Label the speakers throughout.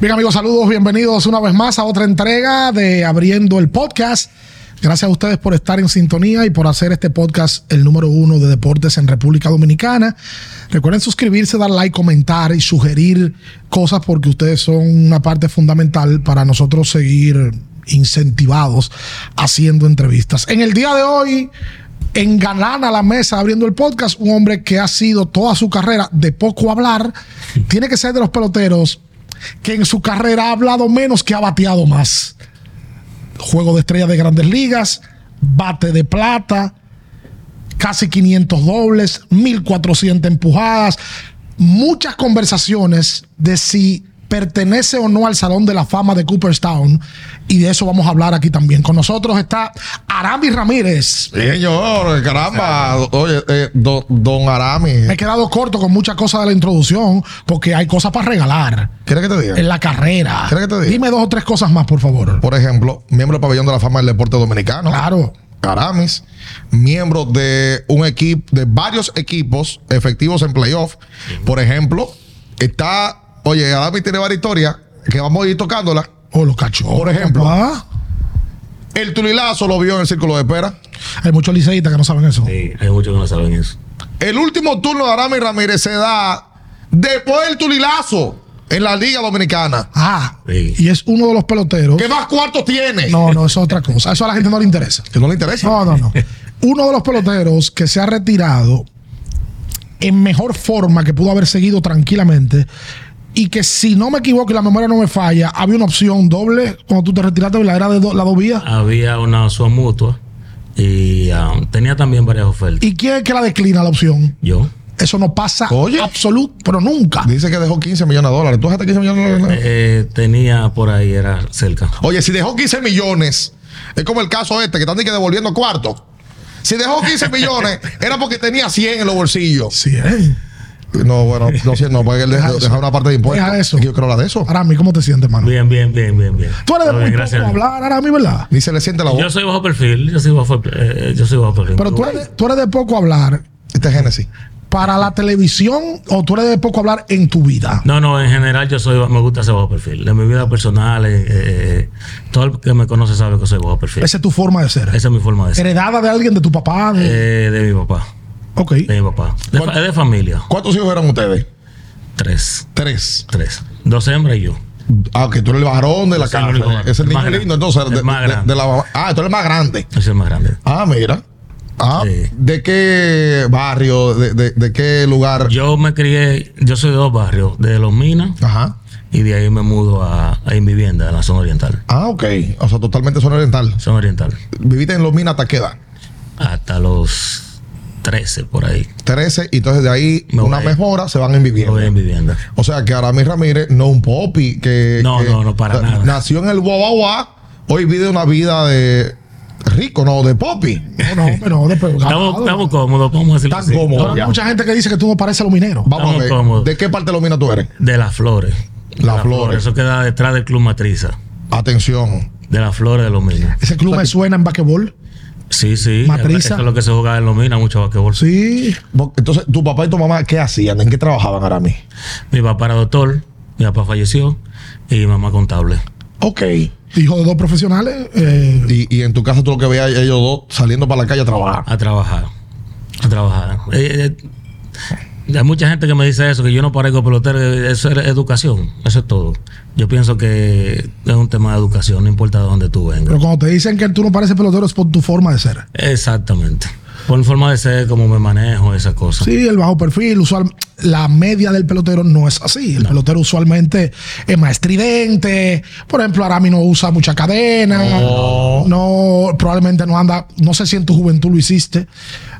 Speaker 1: Bien amigos, saludos, bienvenidos una vez más a otra entrega de Abriendo el Podcast. Gracias a ustedes por estar en sintonía y por hacer este podcast el número uno de deportes en República Dominicana. Recuerden suscribirse, dar like, comentar y sugerir cosas porque ustedes son una parte fundamental para nosotros seguir incentivados haciendo entrevistas. En el día de hoy engalana la mesa abriendo el podcast un hombre que ha sido toda su carrera de poco hablar, tiene que ser de los peloteros que en su carrera ha hablado menos que ha bateado más. Juego de estrella de grandes ligas, bate de plata, casi 500 dobles, 1400 empujadas, muchas conversaciones de si pertenece o no al Salón de la Fama de Cooperstown y de eso vamos a hablar aquí también. Con nosotros está Arami Ramírez.
Speaker 2: Señor, caramba, oye, eh, don, don Arami,
Speaker 1: Me he quedado corto con muchas cosas de la introducción porque hay cosas para regalar
Speaker 2: ¿quieres que te diga?
Speaker 1: en la carrera.
Speaker 2: ¿Quieres que te diga?
Speaker 1: Dime dos o tres cosas más, por favor.
Speaker 2: Por ejemplo, miembro del pabellón de la fama del deporte dominicano,
Speaker 1: Claro.
Speaker 2: Aramis, miembro de un equipo, de varios equipos efectivos en playoff. Por ejemplo, está, oye, Aramis tiene varias historias que vamos a ir tocándolas.
Speaker 1: O Oh, los cachorros. Ah,
Speaker 2: Por ejemplo.
Speaker 1: papá.
Speaker 2: El Tulilazo lo vio en el círculo de espera.
Speaker 1: Hay muchos liceístas que no saben eso.
Speaker 3: Sí, hay muchos que no saben eso.
Speaker 2: El último turno de Aramis Ramírez se da después del Tulilazo en la Liga Dominicana.
Speaker 1: Ah,
Speaker 3: Sí.
Speaker 1: y es uno de los peloteros.
Speaker 2: ¿Qué más cuartos tiene?
Speaker 1: No, no, eso es otra cosa. Eso a la gente no le interesa.
Speaker 2: Que no le interesa.
Speaker 1: No, no, no. Uno de los peloteros que se ha retirado en mejor forma que pudo haber seguido tranquilamente y que si no me equivoco y la memoria no me falla, había una opción doble cuando tú te retiraste de la era de do- la dos
Speaker 2: Ah.
Speaker 1: vías.
Speaker 3: Había una opción mutua y ah, tenía también varias ofertas.
Speaker 1: ¿Y quién es que la declina la opción?
Speaker 3: Yo.
Speaker 1: Eso no pasa
Speaker 2: Oye.
Speaker 1: absoluto, pero nunca.
Speaker 2: Dice que dejó 15 millones de dólares. ¿Tú dejaste 15 millones de dólares?
Speaker 3: eh, tenía por ahí, era cerca.
Speaker 2: Oye, si dejó 15 millones, es como el caso este, que están de que devolviendo cuarto. Si dejó 15 millones, era porque tenía 100 en los bolsillos.
Speaker 1: Sí, ¿eh?
Speaker 2: No, bueno, no 100, no, porque él
Speaker 1: Deja
Speaker 2: dejó,
Speaker 1: eso.
Speaker 2: dejó una parte de impuestos.
Speaker 1: Deja eso.
Speaker 2: Yo creo la de eso.
Speaker 1: Arami, ¿cómo te sientes, mano?
Speaker 3: Bien, bien, bien, bien, bien.
Speaker 1: Tú eres de
Speaker 3: Todo
Speaker 1: muy
Speaker 3: bien,
Speaker 1: poco
Speaker 3: gracias a Dios.
Speaker 1: hablar, Arami, ¿verdad?
Speaker 2: Ni se le siente la
Speaker 3: Yo
Speaker 2: voz.
Speaker 3: soy bajo perfil, yo soy bajo, eh, yo soy bajo perfil.
Speaker 1: Pero tú eres, tú eres de poco hablar
Speaker 2: Este es Génesis.
Speaker 1: para la televisión o tú eres de poco hablar en tu vida.
Speaker 3: No, no, en general yo soy, me gusta ser bajo perfil. En mi vida personal, eh, eh, todo el que me conoce sabe que soy bajo perfil.
Speaker 1: Esa es tu forma de ser.
Speaker 3: Esa es mi forma de ser.
Speaker 1: Heredada de alguien, de tu papá. de-
Speaker 3: Eh, de mi papá,
Speaker 1: ok.
Speaker 3: de mi papá. De, fa- es de familia,
Speaker 2: ¿Cuántos hijos eran ustedes?
Speaker 3: tres,
Speaker 2: Tres.
Speaker 3: tres. Dos hembras y yo.
Speaker 2: Ah, que tú eres el varón de la
Speaker 3: Soy el
Speaker 2: casa.
Speaker 3: único varón.
Speaker 2: Es el
Speaker 3: El
Speaker 2: niño
Speaker 3: más
Speaker 2: lindo,
Speaker 3: grande.
Speaker 2: entonces.
Speaker 3: El
Speaker 2: De,
Speaker 3: más
Speaker 2: de-
Speaker 3: grande.
Speaker 2: de la mamá. ah, tú eres el más grande.
Speaker 3: Ese es el más grande.
Speaker 2: Ah, mira. Ah,
Speaker 3: Sí.
Speaker 2: ¿de qué barrio, de, de- de qué lugar?
Speaker 3: Yo me crié, yo soy de dos barrios, de Los Minas
Speaker 2: Ajá.
Speaker 3: y de ahí me mudo a, a Invivienda, en la zona oriental.
Speaker 2: Ah, ok. O sea, totalmente zona oriental.
Speaker 3: Zona oriental.
Speaker 2: Viviste en Los Minas hasta qué edad?
Speaker 3: Hasta los 13 por ahí.
Speaker 2: 13, y entonces de ahí
Speaker 3: Me voy
Speaker 2: una
Speaker 3: a ir.
Speaker 2: mejora se van en
Speaker 3: Yo voy
Speaker 2: vivienda.
Speaker 3: en vivienda.
Speaker 2: O sea que Aramis Ramírez, no un popi que.
Speaker 3: No,
Speaker 2: que
Speaker 3: no, no, para
Speaker 2: na-
Speaker 3: nada.
Speaker 2: Nació en el Guaguaguá, hoy vive una vida de rico, no, de popi.
Speaker 1: No, no, hombre, no, de pero-
Speaker 3: Estamos, estamos cómodos, vamos a decirlo
Speaker 2: Tan
Speaker 3: así.
Speaker 2: cómodo.
Speaker 1: Ahora hay mucha gente que dice que tú no pareces a los mineros.
Speaker 2: Vamos a
Speaker 3: Estamos
Speaker 2: ver,
Speaker 3: cómodos.
Speaker 2: ¿de qué parte de Los Minas tú eres?
Speaker 3: De las flores. De
Speaker 2: Las Flores.
Speaker 3: Eso queda detrás del Club Matriza.
Speaker 2: Atención.
Speaker 3: De las flores de los Minas.
Speaker 1: Ese club me suena en basquetbol.
Speaker 3: Sí, sí.
Speaker 1: Matriza.
Speaker 3: Eso es lo que se jugaba en los Minas, mucho basquetbol.
Speaker 1: Sí.
Speaker 2: Bo- Entonces, tu papá y tu mamá, ¿qué hacían? ¿En qué trabajaban Aramis?
Speaker 3: Mi papá era doctor, mi papá falleció y mi mamá contable.
Speaker 2: Ok.
Speaker 1: Hijo de dos profesionales. eh,
Speaker 2: Y, y en tu casa tú lo que veías ellos dos saliendo para la calle a trabajar.
Speaker 3: a trabajar. A trabajar. Eh, eh, hay mucha gente que me dice eso, que yo no parezco pelotero. eh, Eso es educación, eso es todo. Yo pienso que es un tema de educación, no importa de dónde tú vengas.
Speaker 1: pero cuando te dicen que tú no pareces pelotero es por tu forma de ser.
Speaker 3: Exactamente. Por forma de ser, cómo me manejo, esas cosas.
Speaker 1: Sí, el bajo perfil, usual, la media del pelotero no es así. El pelotero usualmente es más estridente. Por ejemplo, Arami no usa mucha cadena. No. probablemente no anda, no sé si en tu juventud lo hiciste,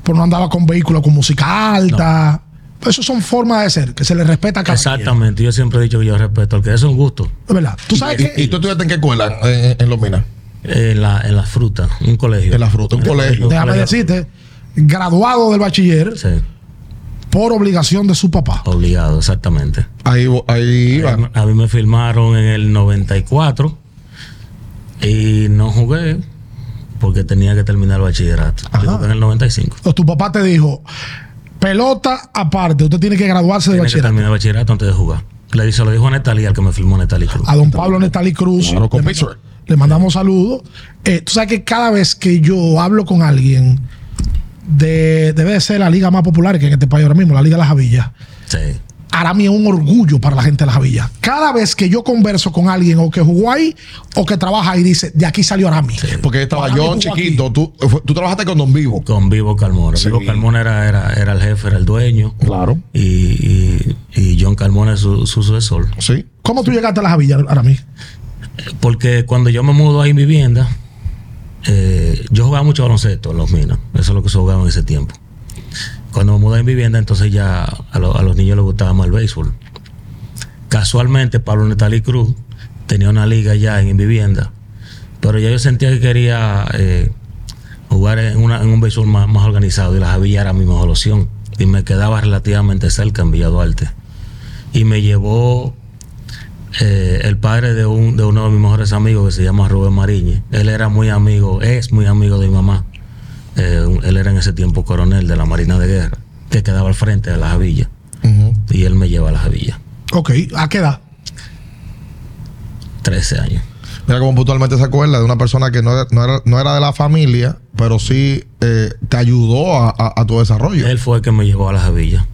Speaker 1: pero no andaba con vehículos con música alta. Eso son formas de ser, que se le respeta a cada quien.
Speaker 3: Exactamente. Yo siempre he dicho que yo respeto al que es un gusto.
Speaker 1: Es ¿Verdad? Tú sabes
Speaker 2: ¿Y, y
Speaker 1: que
Speaker 2: tú estudiaste en qué escuela? En, en Los Minas.
Speaker 3: En eh, la, en la fruta, un colegio.
Speaker 2: En la fruta, un colegio.
Speaker 1: déjame decirte, graduado del bachiller
Speaker 3: Sí,
Speaker 1: por obligación de su papá.
Speaker 3: obligado, exactamente.
Speaker 2: Ahí, vo- ahí iban.
Speaker 3: A mí me firmaron en el 94 y no jugué porque tenía que terminar el bachillerato. Yo jugué en el 95.
Speaker 1: Entonces, tu papá te dijo, pelota aparte, usted tiene que graduarse de
Speaker 3: Tenía que
Speaker 1: bachiller.
Speaker 3: terminar el bachillerato antes de jugar. Le dice, lo dijo a Netali, al que me filmó Netali Cruz.
Speaker 1: A don Pablo Netali Cruz.
Speaker 2: Claro, con
Speaker 1: le, manda-
Speaker 2: Pittsburgh.
Speaker 1: le mandamos saludos. Eh, tú sabes que cada vez que yo hablo con alguien de, debe de ser la liga más popular que en este país ahora mismo, la Liga de las Javillas.
Speaker 3: Sí.
Speaker 1: Ahora mí es un orgullo para la gente de las Javillas. Cada vez que yo converso con alguien o que jugó ahí o que trabaja ahí, dice, de aquí salió Arami.
Speaker 2: Porque estaba
Speaker 1: Ahora
Speaker 2: yo
Speaker 1: mismo
Speaker 2: chiquito. Tú, fue- tú trabajaste con Don Vivo.
Speaker 3: Con Vivo Carmona. Vivo Carmona era, era, era el jefe, era el dueño.
Speaker 2: Claro.
Speaker 3: Y, y, y John Carmona es su, su sucesor.
Speaker 2: Sí.
Speaker 1: ¿Cómo tú llegaste a las Javillas, Arami?
Speaker 3: Porque cuando yo me mudo ahí en vivienda, eh, yo jugaba mucho baloncesto en los minas. Eso es lo que se jugaba en ese tiempo. Cuando me mudé en vivienda, entonces ya a, lo- a los niños les gustaba más el béisbol. Casualmente, Pablo Netali Cruz tenía una liga ya en vivienda. Pero ya yo sentía que quería eh, jugar en, una- en un béisbol más, más organizado y la Javilla era mi mejor opción. Y me quedaba relativamente cerca en Villa Duarte. Y me llevó eh, el padre de, un, de uno de mis mejores amigos que se llama Rubén Mariñez. Él era muy amigo, es muy amigo de mi mamá. Eh, un- él era en ese tiempo coronel de la Marina de Guerra, que quedaba al frente de la Javilla. Y él me lleva a la Javilla.
Speaker 1: Ok, ¿a qué edad?
Speaker 3: 13 años.
Speaker 2: Mira cómo puntualmente se acuerda de una persona que no, era- no era, no era de la familia, pero sí eh, te ayudó a, a- a tu desarrollo.
Speaker 3: Él fue el que me llevó a la Javilla.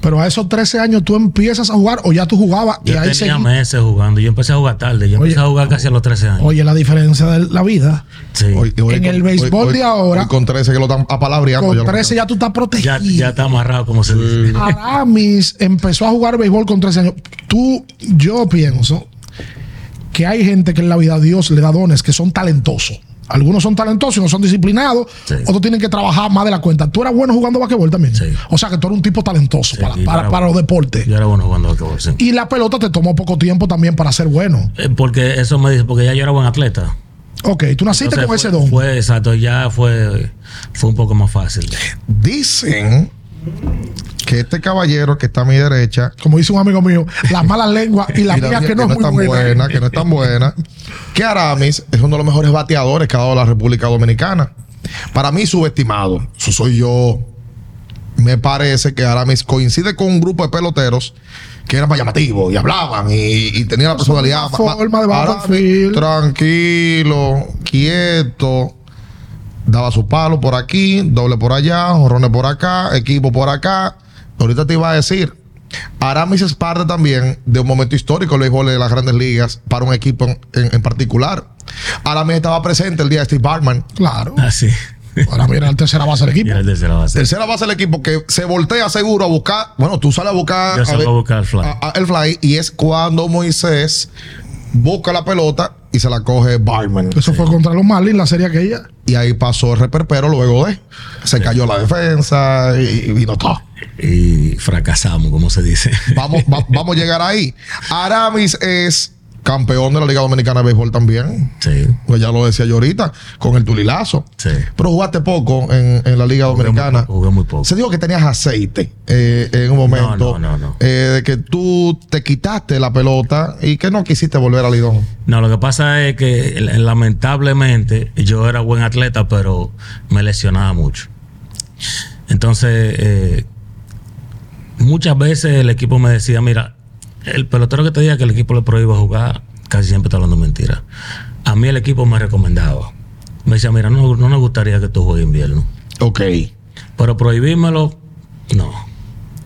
Speaker 1: Pero a esos 13 años tú empiezas a jugar o ya tú jugabas y
Speaker 3: Yo
Speaker 1: ahí
Speaker 3: tenía
Speaker 1: seguí.
Speaker 3: meses jugando. Yo empecé a jugar tarde. Yo
Speaker 1: Oye.
Speaker 3: empecé a jugar casi a los 13 años.
Speaker 1: Oye, la diferencia de la vida.
Speaker 3: Sí.
Speaker 2: Hoy- hoy
Speaker 1: En
Speaker 2: con-
Speaker 1: el béisbol de ahora-
Speaker 2: hoy con 13 que lo están apalabreando. ya
Speaker 1: Con
Speaker 2: lo-
Speaker 1: 13 ya tú estás protegido.
Speaker 3: Ya, ya está amarrado, como se dice.
Speaker 1: Aramis empezó a jugar béisbol con 13 años. Tú, yo pienso que hay gente que en la vida Dios le da dones que son talentosos. Algunos son talentosos y no son disciplinados.
Speaker 3: Sí.
Speaker 1: Otros tienen que trabajar más de la cuenta. Tú eras bueno jugando basquetbol también.
Speaker 3: Sí.
Speaker 1: O sea que tú eres un tipo talentoso para,
Speaker 3: yo
Speaker 1: para-
Speaker 3: era
Speaker 1: para los
Speaker 3: bueno.
Speaker 1: deportes.
Speaker 3: Yo era bueno jugando basquetbol, sí.
Speaker 1: Y la pelota te tomó poco tiempo también para ser bueno.
Speaker 3: Eh, Porque eso me dice, porque ya yo era buen atleta.
Speaker 1: Ok, tú naciste
Speaker 3: Entonces
Speaker 1: con ese
Speaker 3: fue-
Speaker 1: don.
Speaker 3: Fue, exacto, ya fue, fue un poco más fácil.
Speaker 2: Dicen que este caballero que está a mi derecha
Speaker 1: Como dice un amigo mío, las malas lenguas y las
Speaker 2: y la
Speaker 1: mías
Speaker 2: mía
Speaker 1: que no es muy
Speaker 2: tan
Speaker 1: buena.
Speaker 2: buena, que no es tan buena, que Aramis es uno de los mejores bateadores que ha dado la República Dominicana. Para mí, subestimado. Eso soy yo. Me parece que Aramis coincide con un grupo de peloteros que eran más llamativos y hablaban y, y tenían la personalidad.
Speaker 1: una
Speaker 2: ma- ma-
Speaker 1: forma de bajo
Speaker 2: Aramis,
Speaker 1: perfil.
Speaker 2: Tranquilo, quieto. Daba su palo por aquí, doble por allá, jorrones por acá, equipo por acá. Ahorita te iba a decir, Aramis es parte también de un momento histórico en el béisbol de las grandes ligas para un equipo en, en- en particular. Aramis estaba presente el día de Steve Bartman.
Speaker 1: Claro.
Speaker 3: Así.
Speaker 1: Ahora mira la tercera base del
Speaker 3: Y
Speaker 1: equipo.
Speaker 3: era Ah, el tercero base.
Speaker 2: Tercera base del equipo que se voltea seguro a buscar. Bueno, tú sales a buscar,
Speaker 3: Yo salgo
Speaker 2: ver-
Speaker 3: a Ah. buscar el fly.
Speaker 2: a- a- el fly y es cuando Moisés busca la pelota y se la coge Bartman.
Speaker 1: Eso fue contra los Marlins, la serie aquella.
Speaker 2: Y ahí pasó el reperpero luego de. Se cayó la defensa y, y vino todo.
Speaker 3: Y fracasamos, como se dice.
Speaker 2: Vamos, va- vamos a llegar ahí. Aramis es campeón de la Liga Dominicana de Béisbol también.
Speaker 3: Sí,
Speaker 2: Pues ya lo decía yo ahorita, con el tulilazo.
Speaker 3: sí.
Speaker 2: Pero jugaste poco en, en la Liga
Speaker 3: Jugué muy
Speaker 2: Dominicana.
Speaker 3: poco, Jugué muy poco.
Speaker 2: Se dijo que tenías aceite eh, en un momento.
Speaker 3: No, no, no, no.
Speaker 2: eh, de que tú te quitaste la pelota y que no quisiste volver al Lidón.
Speaker 3: No, lo que pasa es que l- lamentablemente yo era buen atleta, pero me lesionaba mucho. Entonces, eh, muchas veces el equipo me decía, mira, el pelotero que te diga que el equipo le prohíbe jugar, casi siempre está hablando mentira. A mí el equipo me recomendaba. Me decía, mira, no, no nos gustaría que tú juegues invierno.
Speaker 2: Ok.
Speaker 3: Pero prohibírmelo, no.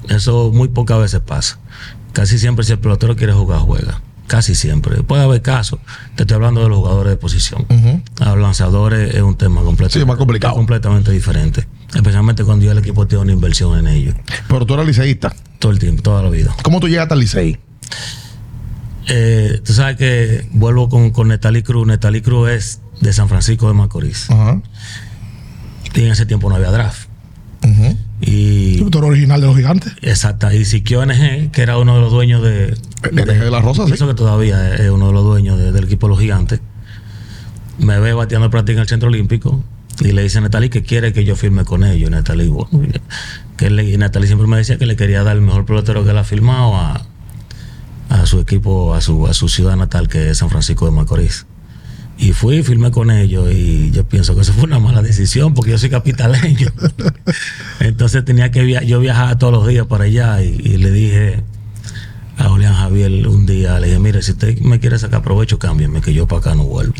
Speaker 3: Eso muy pocas veces pasa. Casi siempre si el pelotero quiere jugar, juega. Casi siempre. Puede haber casos. Te estoy hablando de los jugadores de posición. A los lanzadores es un tema completamente,
Speaker 2: Mm. Sí, más complicado.
Speaker 3: completamente diferente. Especialmente cuando ya el equipo tiene una inversión en ellos.
Speaker 2: Pero tú eras liceísta.
Speaker 3: Todo el tiempo, toda la vida.
Speaker 2: ¿Cómo tú llegaste al liceí?
Speaker 3: Eh, tú sabes que vuelvo con, con Netali Cruz. Netali Cruz es de San Francisco de Macorís.
Speaker 2: Ajá.
Speaker 3: Y en ese tiempo no había draft.
Speaker 2: Ujú.
Speaker 3: Y
Speaker 1: Tú eres original de los gigantes.
Speaker 3: Exacto. Y Siquio NG, que era uno de los dueños de.
Speaker 2: NG de la Rosa, sí.
Speaker 3: Pienso que todavía es uno de los dueños de- del equipo de los gigantes. Me ve bateando práctica en el Centro Olímpico y le dice a Natalí que quiere que yo firme con ellos. Natalí, bueno, que le, y Natalí siempre me decía que le quería dar el mejor pelotero que él ha firmado a, a su equipo, a su, a su ciudad natal, que es San Francisco de Macorís. Y fui, firmé con ellos y yo pienso que eso fue una mala decisión porque yo soy capitaleño. Entonces tenía que via- yo viajaba todos los días para allá y, y le dije a Julián Javier un día, le dije, mire, si usted me quiere sacar provecho, cámbiame, que yo para acá no vuelvo.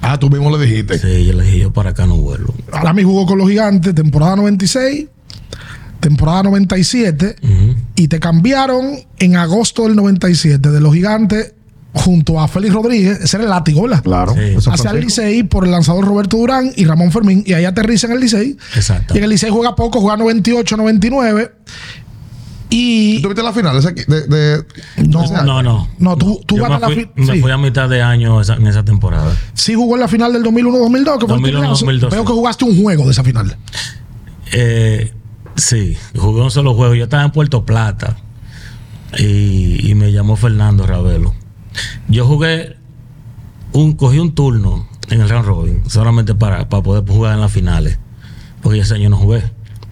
Speaker 2: Ah, tú mismo le dijiste.
Speaker 3: Sí, yo le dije, yo para acá no vuelvo.
Speaker 1: Arami jugó con los gigantes temporada 96, temporada 97
Speaker 3: Ujú.
Speaker 1: y te cambiaron en agosto del 97 de los gigantes junto a Félix Rodríguez, ese era el latigola.
Speaker 2: Claro.
Speaker 3: Sí.
Speaker 2: Eso
Speaker 1: Hacia el
Speaker 2: Francisco.
Speaker 1: Licey por el lanzador Roberto Durán y Ramón Fermín y ahí aterriza en el Licey.
Speaker 3: Exacto.
Speaker 1: Y en el Licey juega poco, juega 98, 99 y
Speaker 2: ¿Tú viste la final? Esa, que- de, de-
Speaker 1: No,
Speaker 2: esa-
Speaker 3: No, no.
Speaker 1: No, tú- tú
Speaker 3: Yo
Speaker 1: ganas
Speaker 3: me fui,
Speaker 1: la fi-
Speaker 3: Me
Speaker 1: sí.
Speaker 3: fui a mitad de año esa- en esa temporada.
Speaker 1: sí jugó en la final del 2001-2002, que fue el
Speaker 3: 2001,
Speaker 1: torneo.
Speaker 3: 2002,
Speaker 1: Veo
Speaker 3: sí.
Speaker 1: que jugaste un juego de esa final.
Speaker 3: Eh, sí, jugué un solo juego. Yo estaba en Puerto Plata y, y me llamó Fernando Ravelo. Yo jugué un, cogí un turno en el round robin, solamente para, para poder jugar en las finales. Porque ese año no jugué.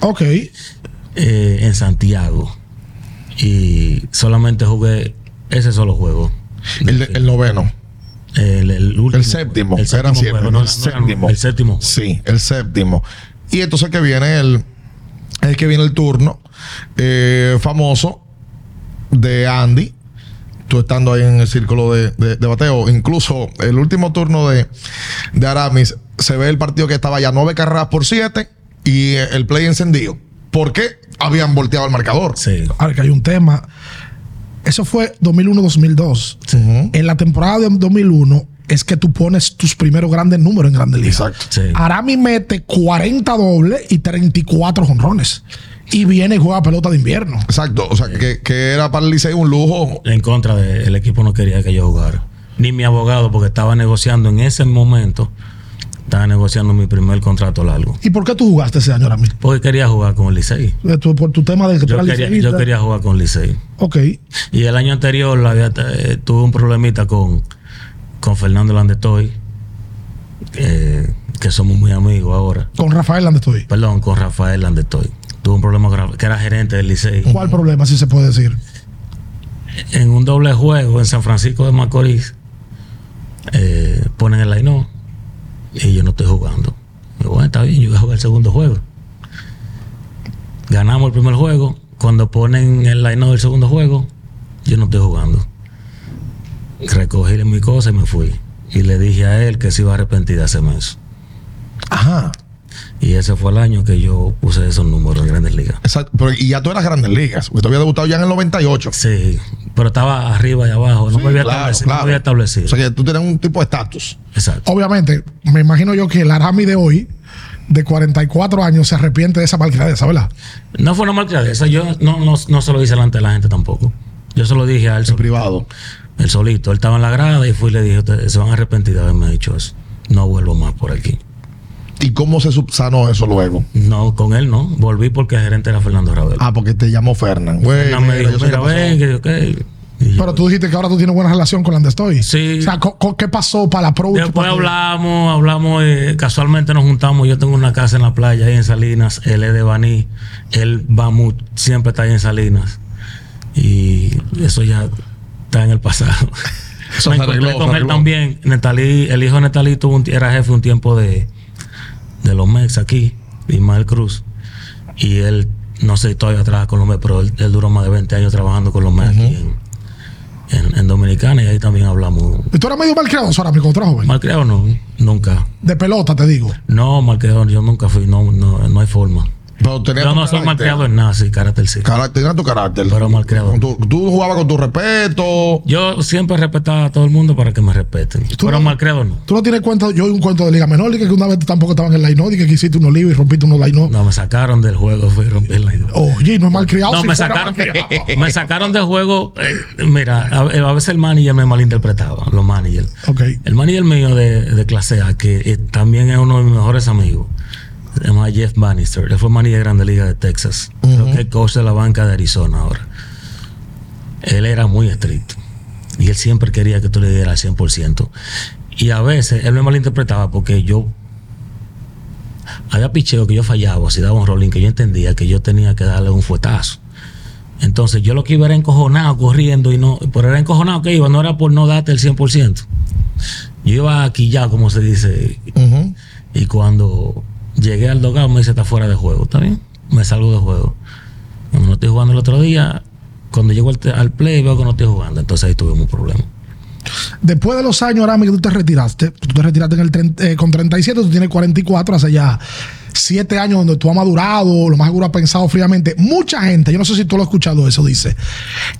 Speaker 1: Ok.
Speaker 3: eh, en Santiago. Y solamente jugué ese solo juego. Eh,
Speaker 2: el, de- el noveno.
Speaker 3: El, el último-
Speaker 2: El séptimo.
Speaker 3: el
Speaker 2: Eran siete.
Speaker 3: juego,
Speaker 2: El
Speaker 3: no, no,
Speaker 2: séptimo.
Speaker 3: el séptimo.
Speaker 2: Sí, el séptimo. Y entonces que viene el, el que viene el turno eh, famoso de Andy. Tú estando ahí en el círculo de, de- de bateo. Incluso el último turno de, de Aramis se ve el partido que estaba ya nueve carreras por siete y eh, el play encendido. ¿Por qué habían volteado el marcador?
Speaker 3: Sí.
Speaker 1: Ahora que hay un tema. Eso fue 2001-2002.
Speaker 2: Ujú.
Speaker 1: En la temporada de 2001 es que tú pones tus primeros grandes números en Grandes Ligas.
Speaker 2: Exacto.
Speaker 3: Sí.
Speaker 1: Arami mete 40 dobles y 34 jonrones. Y viene y juega pelota de invierno.
Speaker 2: Exacto. O sea, que, que era para el Licey un lujo
Speaker 3: en contra del equipo no quería que yo jugara. Ni mi abogado, porque estaba negociando en ese momento, estaba negociando mi primer contrato largo.
Speaker 1: ¿Y por qué tú jugaste ese año, Arami?
Speaker 3: Porque quería jugar con el Licey.
Speaker 1: Eh, tú- por tu tema de que tú
Speaker 3: Yo
Speaker 1: eras
Speaker 3: quería,
Speaker 1: liceísta.
Speaker 3: yo quería jugar con el Licey.
Speaker 1: Ok.
Speaker 3: Y el año anterior la había- eh, tuve un problemita con, con Fernando Landetoy, eh, que somos muy amigos ahora.
Speaker 1: Con Rafael, ¿dónde estoy?
Speaker 3: Perdón, con Rafael Landetoy. Tuve un problema con Rafa- que era gerente del Licey.
Speaker 1: ¿Cuál problema, si se puede decir?
Speaker 3: en un doble juego en San Francisco de Macorís, eh, ponen el line y yo no estoy jugando. Digo, bueno, está bien, yo voy a jugar el segundo juego. Ganamos el primer juego. Cuando ponen el line del segundo juego, yo no estoy jugando. Recogí mi cosa y me fui. Y le dije a él que se iba a arrepentir de hacerme eso.
Speaker 2: Ajá.
Speaker 3: Y ese fue el año que yo puse esos números en Grandes Ligas.
Speaker 2: Exacto. Pero, y ya tú eras grandes ligas. Porque te había debutado ya en el 98.
Speaker 3: Sí, pero estaba arriba y abajo. No
Speaker 2: Sí,
Speaker 3: me había
Speaker 2: claro,
Speaker 3: establecido.
Speaker 2: claro.
Speaker 3: No me había establecido.
Speaker 2: O sea, que tú tienes un tipo de estatus.
Speaker 3: Exacto.
Speaker 1: Obviamente, me imagino yo que el Arami de hoy, de 44 años, se arrepiente de esa malcriadeza, ¿verdad?
Speaker 3: No fue una malcriadeza. Yo no, no, no se lo hice delante de la gente tampoco. Yo se lo dije a él, sol-
Speaker 2: privado.
Speaker 3: él solito. Él estaba en la grada y fui y le dije, "Ustedes se van a arrepentir de haberme dicho eso. No vuelvo más por aquí.
Speaker 2: ¿Y cómo se subsanó eso luego?
Speaker 3: No, con él no. Volví porque el gerente era Fernando Ravel.
Speaker 2: Ah, porque te llamó Fernán. Güey,
Speaker 3: no, me
Speaker 2: Ah, mira,
Speaker 3: dijo,
Speaker 2: yo sé
Speaker 3: mira,
Speaker 2: qué pasó.
Speaker 3: ven, que yo qué. Y yo,
Speaker 1: Pero tú dijiste que ahora tú tienes buena relación con Landestoy.
Speaker 3: Sí.
Speaker 1: O sea, co- co- ¿qué pasó para la pro?
Speaker 3: Después hablamos, hablamos, eh, casualmente nos juntamos. Yo tengo una casa en la playa ahí en Salinas. Él es de Baní. Él va mu- siempre está ahí en Salinas. Y eso ya está en el pasado.
Speaker 2: Eso
Speaker 3: Me
Speaker 2: se
Speaker 3: encontré
Speaker 2: arregló, se
Speaker 3: con él
Speaker 2: arregló.
Speaker 3: también. Netalí, el hijo de Netalí tuvo un ti- era jefe un tiempo de, de los Mex aquí, Ismael Cruz. Y él, no sé, todavía trabaja con los Mex, pero él, él duró más de 20 años trabajando con los Mex aquí en, en- en Dominicana. Y ahí también hablamos.
Speaker 1: Y tú eras medio malcriado, ahora, mi contra joven.
Speaker 3: Malcriado no, nunca.
Speaker 1: De pelota, te digo.
Speaker 3: No, malcriado, yo nunca fui, no, no, no hay forma.
Speaker 2: Pero tenías
Speaker 3: Yo
Speaker 2: tu
Speaker 3: no soy
Speaker 1: este.
Speaker 2: carácter.
Speaker 3: malcriado en nada, sí, carácter sí.
Speaker 2: Carácter, tenías tu carácter.
Speaker 3: Pero malcriado.
Speaker 2: Con tu- tú jugabas con tu respeto.
Speaker 3: Yo siempre respetaba a todo el mundo para que me respeten. Pero
Speaker 1: no-
Speaker 3: malcriado no.
Speaker 1: Tú no tienes cuenta, yo hay un cuento de Liga Menor, y que una vez tú tampoco estaban en el Laino, y que hiciste unos libros y rompiste unos Laino.
Speaker 3: No, me sacaron del juego, fui a romper la idea.
Speaker 1: Oye, no es malcriado.
Speaker 3: No,
Speaker 1: si
Speaker 3: me
Speaker 1: fuera
Speaker 3: sacaron,
Speaker 1: malcriado.
Speaker 3: me sacaron del juego. eh, mira, a, a veces el manager me malinterpretaba, los managers.
Speaker 1: ok.
Speaker 3: El manager mío de, de clase A, que eh, también es uno de mis mejores amigos, se llama Jeff Bannister. Él fue manager de Grande Liga de Texas. Creo que es coach de la banca de Arizona ahora. Él era muy estricto. Y él siempre quería que tú le dieras al 100%. Y a veces él me malinterpretaba porque yo. Había picheo que yo fallaba, si daba un rolling, que yo entendía que yo tenía que darle un fuetazo. Entonces yo lo que iba era encojonado, corriendo y no. Pero era encojonado que iba, no era por no darte el 100%. Yo iba aquí ya, como se dice,
Speaker 2: Ujú.
Speaker 3: y cuando llegué al dogal me dice, está fuera de juego, ¿está bien? Me salgo de juego. Cuando no estoy jugando el otro día, Cuando llego al, te- al play veo que no estoy jugando, entonces ahí tuvimos un problema.
Speaker 1: Después de los años, ahora que tú te retiraste, tú te retiraste en el tren- eh, con 37, tú tienes 44, hace ya 7 años donde tú has madurado, lo más seguro has pensado fríamente. Mucha gente, yo no sé si tú lo has escuchado eso, dice,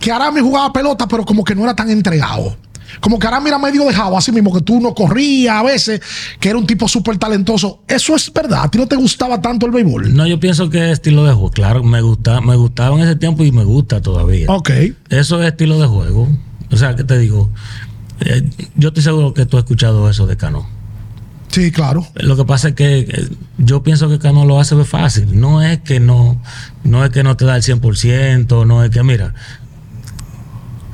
Speaker 1: que Arami jugaba pelota, pero como que no era tan entregado. Como que Arami era medio dejado, así mismo, que tú no corrías a veces, que era un tipo súper talentoso. Eso es verdad, a ti no te gustaba tanto el béisbol.
Speaker 3: No, yo pienso que es estilo de juego. Claro, me gusta, me gustaba en ese tiempo y me gusta todavía.
Speaker 1: Ok.
Speaker 3: Eso es estilo de juego. O sea, ¿qué te digo? Eh, yo estoy seguro que tú has escuchado eso de Cano.
Speaker 1: Sí, claro.
Speaker 3: Lo que pasa es que eh, yo pienso que Cano lo hace ver fácil. No es que no, no es que no te da el 100%, no es que, mira,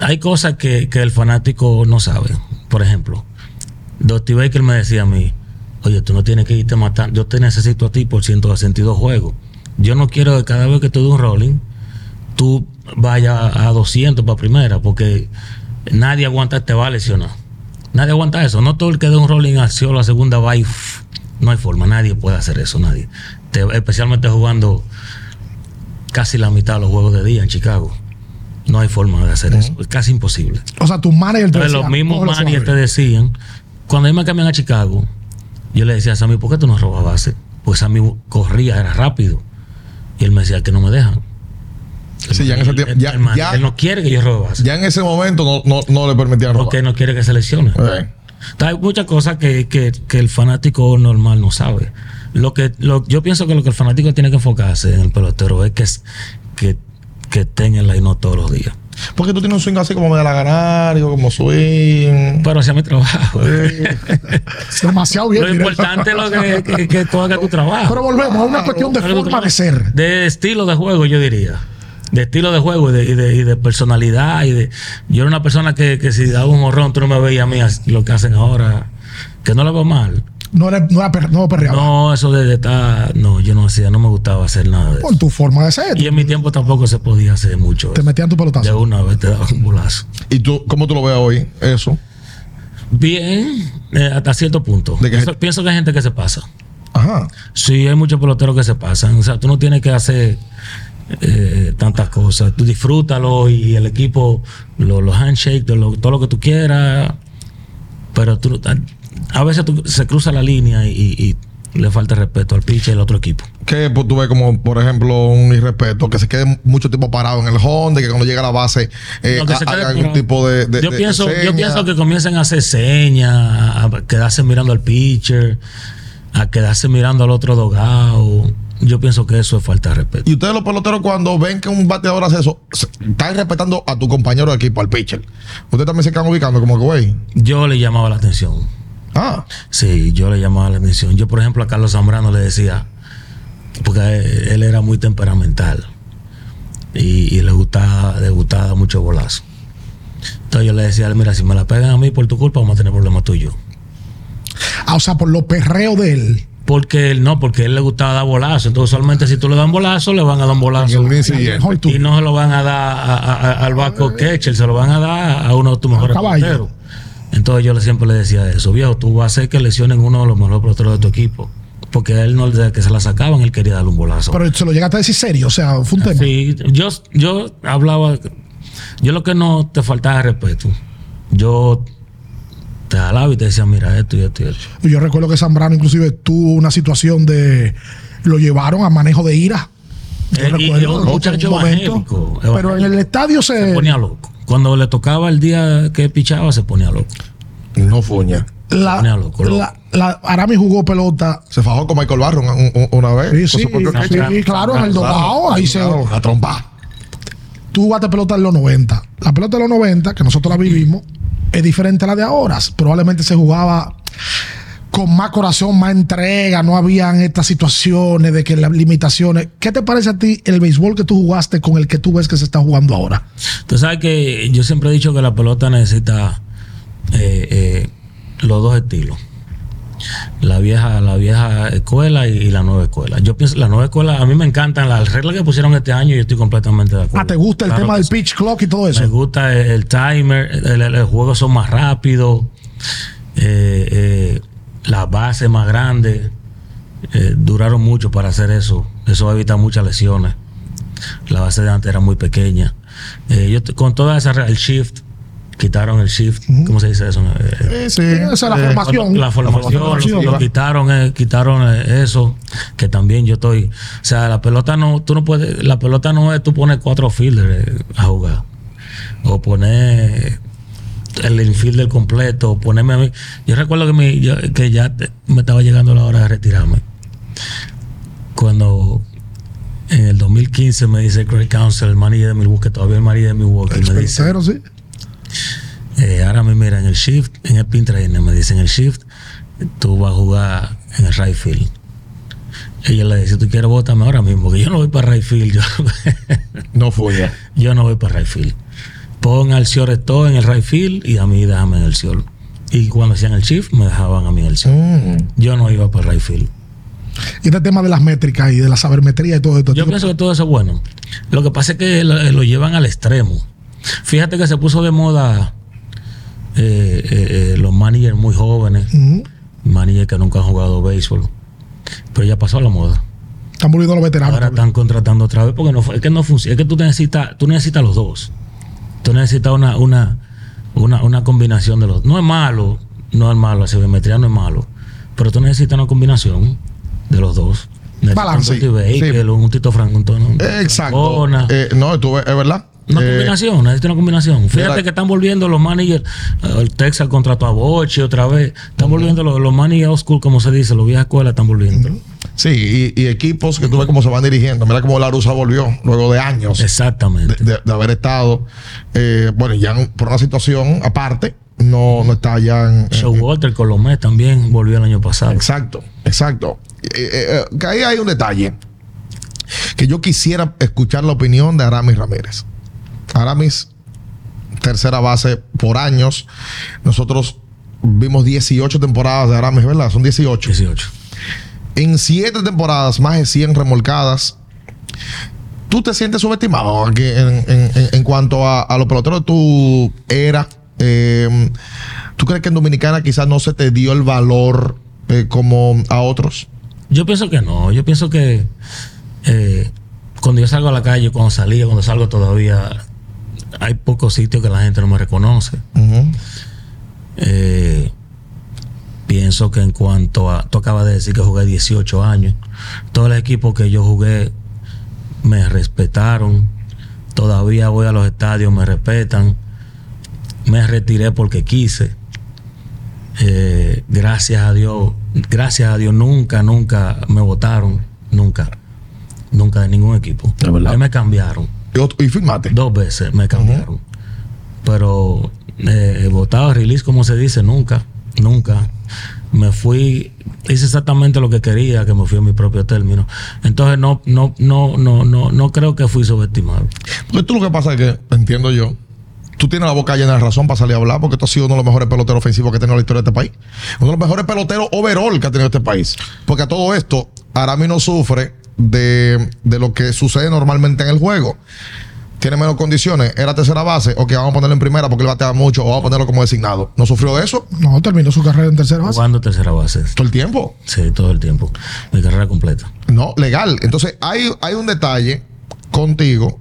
Speaker 3: hay cosas que, que el fanático no sabe. Por ejemplo, Dusty Baker me decía a mí, oye, tú no tienes que irte matando, yo te necesito a ti por 162 juegos. Yo no quiero que cada vez que te doy un rolling, tú vayas a 200 para primera, porque nadie aguanta, este te va a lesionar. Nadie aguanta eso. No todo el que dé un rolling al cielo a segunda va y uff, no hay forma. Nadie puede hacer eso, nadie. Te- especialmente jugando casi la mitad de los juegos de día en Chicago. No hay forma de hacer eso. Es casi imposible.
Speaker 1: O sea, tus managers te
Speaker 3: Entonces, los
Speaker 1: decían,
Speaker 3: mismos
Speaker 1: "Cógelo
Speaker 3: managers te
Speaker 1: suave".
Speaker 3: decían, cuando ellos me cambian a Chicago, yo le decía a Sammy, ¿por qué tú no robas base? Pues Sammy corría, era rápido. Y él me decía que no me dejan. El
Speaker 2: Sí, ya en ese
Speaker 3: manager-
Speaker 2: tiempo-
Speaker 3: el-
Speaker 2: ya-
Speaker 3: el manager
Speaker 2: ya-
Speaker 3: no quiere que yo robe base.
Speaker 2: Ya en ese momento no, no, no le permitían robar. Eh.
Speaker 3: porque no quiere que se lesione.
Speaker 1: Ah.
Speaker 2: Ok.
Speaker 3: Entonces, Hay muchas cosas que, que- que el fanático normal no sabe. Lo que, lo- yo pienso que lo que el fanático tiene que enfocarse en el pelotero es que, es- que, que esté en el line todos los días.
Speaker 2: Porque tú tienes un swing así como de la canario, como swing.
Speaker 3: Pero hacía mi trabajo.
Speaker 1: Demasiado bien.
Speaker 3: lo
Speaker 1: directo.
Speaker 3: importante es lo que, que, que tú hagas tu trabajo.
Speaker 1: Pero volvemos a una cuestión de
Speaker 3: Algo
Speaker 1: forma
Speaker 3: como-
Speaker 1: de ser.
Speaker 3: De estilo de juego, yo diría. De estilo de juego y de, y de- y de personalidad. y de Yo era una persona que, que si daba un morrón, tú no me veías a mí as- lo que hacen ahora. Que no lo veo mal.
Speaker 1: No era, no era per- no perreaba.
Speaker 3: No, eso de, de estar. No, yo no hacía, no me gustaba hacer nada de eso.
Speaker 1: Por tu forma de ser.
Speaker 3: Y en mi tiempo tampoco se podía hacer mucho.
Speaker 1: Te
Speaker 3: eso.
Speaker 1: metían tu
Speaker 3: De
Speaker 1: pelotazo.
Speaker 3: una vez te daba un bolazo.
Speaker 2: ¿Y tú cómo tú lo ves hoy? Eso.
Speaker 3: Bien, eh, hasta cierto punto.
Speaker 2: ¿De qué?
Speaker 3: Eso- pienso que hay gente que se pasa.
Speaker 2: Ajá.
Speaker 3: Sí, hay muchos peloteros que se pasan. O sea, tú no tienes que hacer eh, tantas cosas. Tú disfrútalo y el equipo, lo- los handshakes, de lo- todo lo que tú quieras. Pero tú, a, a veces tú- se cruza la línea y, y le falta respeto al pitcher y al otro equipo.
Speaker 2: Que pues, tú ves como, por ejemplo, un irrespeto, que se quede mucho tiempo parado en el Honda, que cuando llega a la base eh,
Speaker 3: Lo que se
Speaker 2: ha-
Speaker 3: quede
Speaker 2: haga
Speaker 3: por
Speaker 2: algún
Speaker 3: ahí.
Speaker 2: tipo de. de-
Speaker 3: yo,
Speaker 2: de
Speaker 3: pienso, yo
Speaker 2: seña.
Speaker 3: pienso que comiencen a hacer señas, a quedarse mirando al pitcher, a quedarse mirando al otro dogado. Yo pienso que eso es falta de respeto.
Speaker 2: Y ustedes los peloteros cuando ven que un bateador hace eso, se- están respetando a tu compañero de equipo, al pitcher. Ustedes también se están ubicando como que, güey.
Speaker 3: Yo le llamaba la atención.
Speaker 2: Ah,
Speaker 3: Sí, yo le llamaba la atención. Yo, por ejemplo, a Carlos Zambrano le decía, porque él- él era muy temperamental y, y le gustaba, le gustaba mucho bolazo. Entonces yo le decía, a él, mira, si me la pegan a mí por tu culpa, vamos a tener problemas tuyos.
Speaker 1: Ah, o sea, por los perreos de él.
Speaker 3: Porque él no, porque a él le gustaba dar bolazo. Entonces, usualmente, si tú le dan bolazo, le van a dar un
Speaker 2: en el
Speaker 3: bolazo.
Speaker 2: inning siguiente.
Speaker 1: Mejor tú. Ah,
Speaker 3: Y no se lo van a dar a- a- a- al Vasco Ketchel, se lo van a dar a uno de tus mejores
Speaker 1: caballo.
Speaker 3: peloteros. Entonces yo le- siempre le decía eso, viejo, tú vas a hacer que lesionen uno de los mejores peloteros de tu equipo. Porque a él no desde que se la sacaban, él quería darle un bolazo.
Speaker 1: Pero se lo llegaste a decir serio. O sea, fue un tema.
Speaker 3: Sí, yo, yo hablaba, yo lo que no te faltaba de respeto, yo te jalaba y te decía, mira, esto y esto y esto.
Speaker 1: Yo recuerdo que Zambrano inclusive tuvo una situación de... Lo llevaron a manejo de ira. Yo
Speaker 3: Eh, y- y
Speaker 1: recuerdo
Speaker 3: un
Speaker 1: en
Speaker 3: muchacho evangélico,
Speaker 1: Pero en el estadio se...
Speaker 3: Se ponía loco. Cuando le tocaba el día que pichaba, se ponía loco.
Speaker 2: No fuña.
Speaker 1: la,
Speaker 3: ponía loco, loco.
Speaker 1: la- la- Arami jugó pelota.
Speaker 2: Se fajó con Michael Barron un- un- una vez.
Speaker 1: Sí,
Speaker 2: con
Speaker 1: sí,
Speaker 2: su propio
Speaker 1: sí,
Speaker 2: catcher.
Speaker 1: sí, claro, en el dogado. Ahí se...
Speaker 2: A trompar.
Speaker 1: tú jugaste pelota en los 90. La pelota de los 90, que nosotros la vivimos, es diferente a la de ahora. Probablemente se jugaba con más corazón, más entrega, no habían estas situaciones de que las limitaciones. ¿Qué te parece a ti el béisbol que tú jugaste con el que tú ves que se está jugando ahora?
Speaker 3: Tú sabes que yo siempre he dicho que la pelota necesita eh, eh, los dos estilos. La vieja, la vieja escuela y, y la nueva escuela. Yo pienso, la nueva escuela, a mí me encantan las reglas que pusieron este año y yo estoy completamente de acuerdo.
Speaker 1: Ah, ¿te gusta el
Speaker 3: Claro
Speaker 1: tema
Speaker 3: que
Speaker 1: del
Speaker 3: sí.
Speaker 1: pitch clock y todo
Speaker 3: Me
Speaker 1: eso?
Speaker 3: gusta el, el timer, el, el- el juego son más rápidos, eh, eh, la base más grande. eh, duraron mucho para hacer eso. Eso evita muchas lesiones. La base de antes era muy pequeña. Eh, yo t- con toda esa, re- el shift, quitaron el shift, ¿cómo se dice eso? Eh,
Speaker 2: Sí, sí.
Speaker 1: Esa es la
Speaker 2: Eh,
Speaker 1: formación.
Speaker 3: la formación,
Speaker 2: La
Speaker 3: lo,
Speaker 2: formación.
Speaker 3: lo quitaron, eh, quitaron eh, eso, que también yo estoy. O sea, la pelota no, tú no puedes, la pelota no es tú pones cuatro fielders eh, a jugar. O poner el infielder completo, o ponerme a mí. Yo recuerdo que, mi- yo- que ya te- me estaba llegando la hora de retirarme. Cuando en el 2015 me dice Craig Council, el manager de Milwaukee, todavía el manager de Milwaukee, me dice.
Speaker 1: Pelotero, sí.
Speaker 3: Eh, ahora me mira en el shift, en el pin trainer, me dicen el shift, tú vas a jugar en el right field. Y yo le decía, tú quieres bótame ahora mismo, que yo no voy para right field, yo,
Speaker 2: No fue ya.
Speaker 3: yo no voy para right field. Pon al Sior todo en el right field y a mí déjame en el Sior. Y cuando hacían el shift, me dejaban a mí en el Sior.
Speaker 2: Mm.
Speaker 3: Yo no iba para right field.
Speaker 1: Y este tema de las métricas y de la sabermetría y todo esto.
Speaker 3: Yo
Speaker 1: tío.
Speaker 3: pienso que todo eso es bueno. Lo que pasa es que lo, eh, lo llevan al extremo. Fíjate que se puso de moda eh, eh, eh, los managers muy jóvenes.
Speaker 1: Ujú.
Speaker 3: manillas que nunca han jugado béisbol. Pero ya pasó la moda.
Speaker 1: Están volviendo los veteranos.
Speaker 3: Ahora están contratando otra vez porque no, fu- es que no funciona. Es que tú necesitas, tú necesitas los dos. Tú necesitas una, una, una, una combinación de los No es malo, no es malo, la sabermetría no es malo. Pero tú necesitas una combinación de los dos. Necesitas
Speaker 1: Balance,
Speaker 3: Un Tito Baker, un Tito Franco, un Tono-
Speaker 2: Exacto.
Speaker 3: Francona.
Speaker 2: Eh, no, tú, ves- es verdad.
Speaker 3: Una
Speaker 2: Eh,
Speaker 3: combinación, necesita una combinación. Fíjate
Speaker 2: mira-
Speaker 3: que están volviendo los managers. eh, El Texas contrató a Bochi otra vez. Están volviendo los, los managers old school, como se dice, los viejas escuelas están volviendo.
Speaker 2: sí, y, y equipos que tú ves cómo se van dirigiendo. Mira cómo Larusa volvió luego de años. de,
Speaker 3: Exactamente.
Speaker 2: de- de haber estado, eh, bueno, ya en- por una situación aparte, no, no está ya en. en-
Speaker 3: Showalter Colomé también volvió el año pasado.
Speaker 2: exacto, exacto. Eh, eh, eh, que ahí hay un detalle que yo quisiera escuchar la opinión de Aramis Ramírez. Aramis, tercera base por años. Nosotros vimos 18 temporadas de Aramis, ¿verdad? Son 18.
Speaker 3: 18.
Speaker 2: En 7 temporadas, más de 100 remolcadas. ¿Tú te sientes subestimado aquí en, en- en- en cuanto a, a los peloteros de tu era? Eh, ¿Tú crees que en Dominicana quizás no se te dio el valor eh, como a otros?
Speaker 3: Yo pienso que no. Yo pienso que eh, cuando yo salgo a la calle, cuando salía, cuando salgo todavía, hay pocos sitios que la gente no me reconoce. Eh, pienso que en cuanto a. Tú acabas de decir que jugué 18 años. Todos los equipos que yo jugué me respetaron. Todavía voy a los estadios, me respetan. Me retiré porque quise. Eh, gracias a Dios, gracias a Dios, nunca, nunca me votaron. Nunca. Nunca de ningún equipo.
Speaker 2: Es verdad.
Speaker 3: Ahí me cambiaron.
Speaker 2: Y, ot- y firmaste.
Speaker 3: Dos veces me cambiaron. Pero eh, votado, release, como se dice, nunca, nunca. Me fui, hice exactamente lo que quería, que me fui a mi propio término. Entonces no, no, no, no, no, no creo que fui subestimado.
Speaker 2: Porque tú lo que pasa es que, entiendo yo, tú tienes la boca llena de razón para salir a hablar porque tú has sido uno de los mejores peloteros ofensivos que ha tenido la historia de este país. Uno de los mejores peloteros overall que ha tenido este país. Porque a todo esto, Arami no sufre de, de lo que sucede normalmente en el juego. Tiene menos condiciones, era tercera base, ok, vamos a ponerlo en primera porque él batea mucho, o vamos a ponerlo como designado. ¿No sufrió de eso
Speaker 1: No, terminó su carrera en tercera base.
Speaker 3: Jugando tercera base.
Speaker 2: todo el tiempo?
Speaker 3: Sí, todo el tiempo. Mi carrera completa.
Speaker 2: No, legal. Entonces, hay, hay un detalle contigo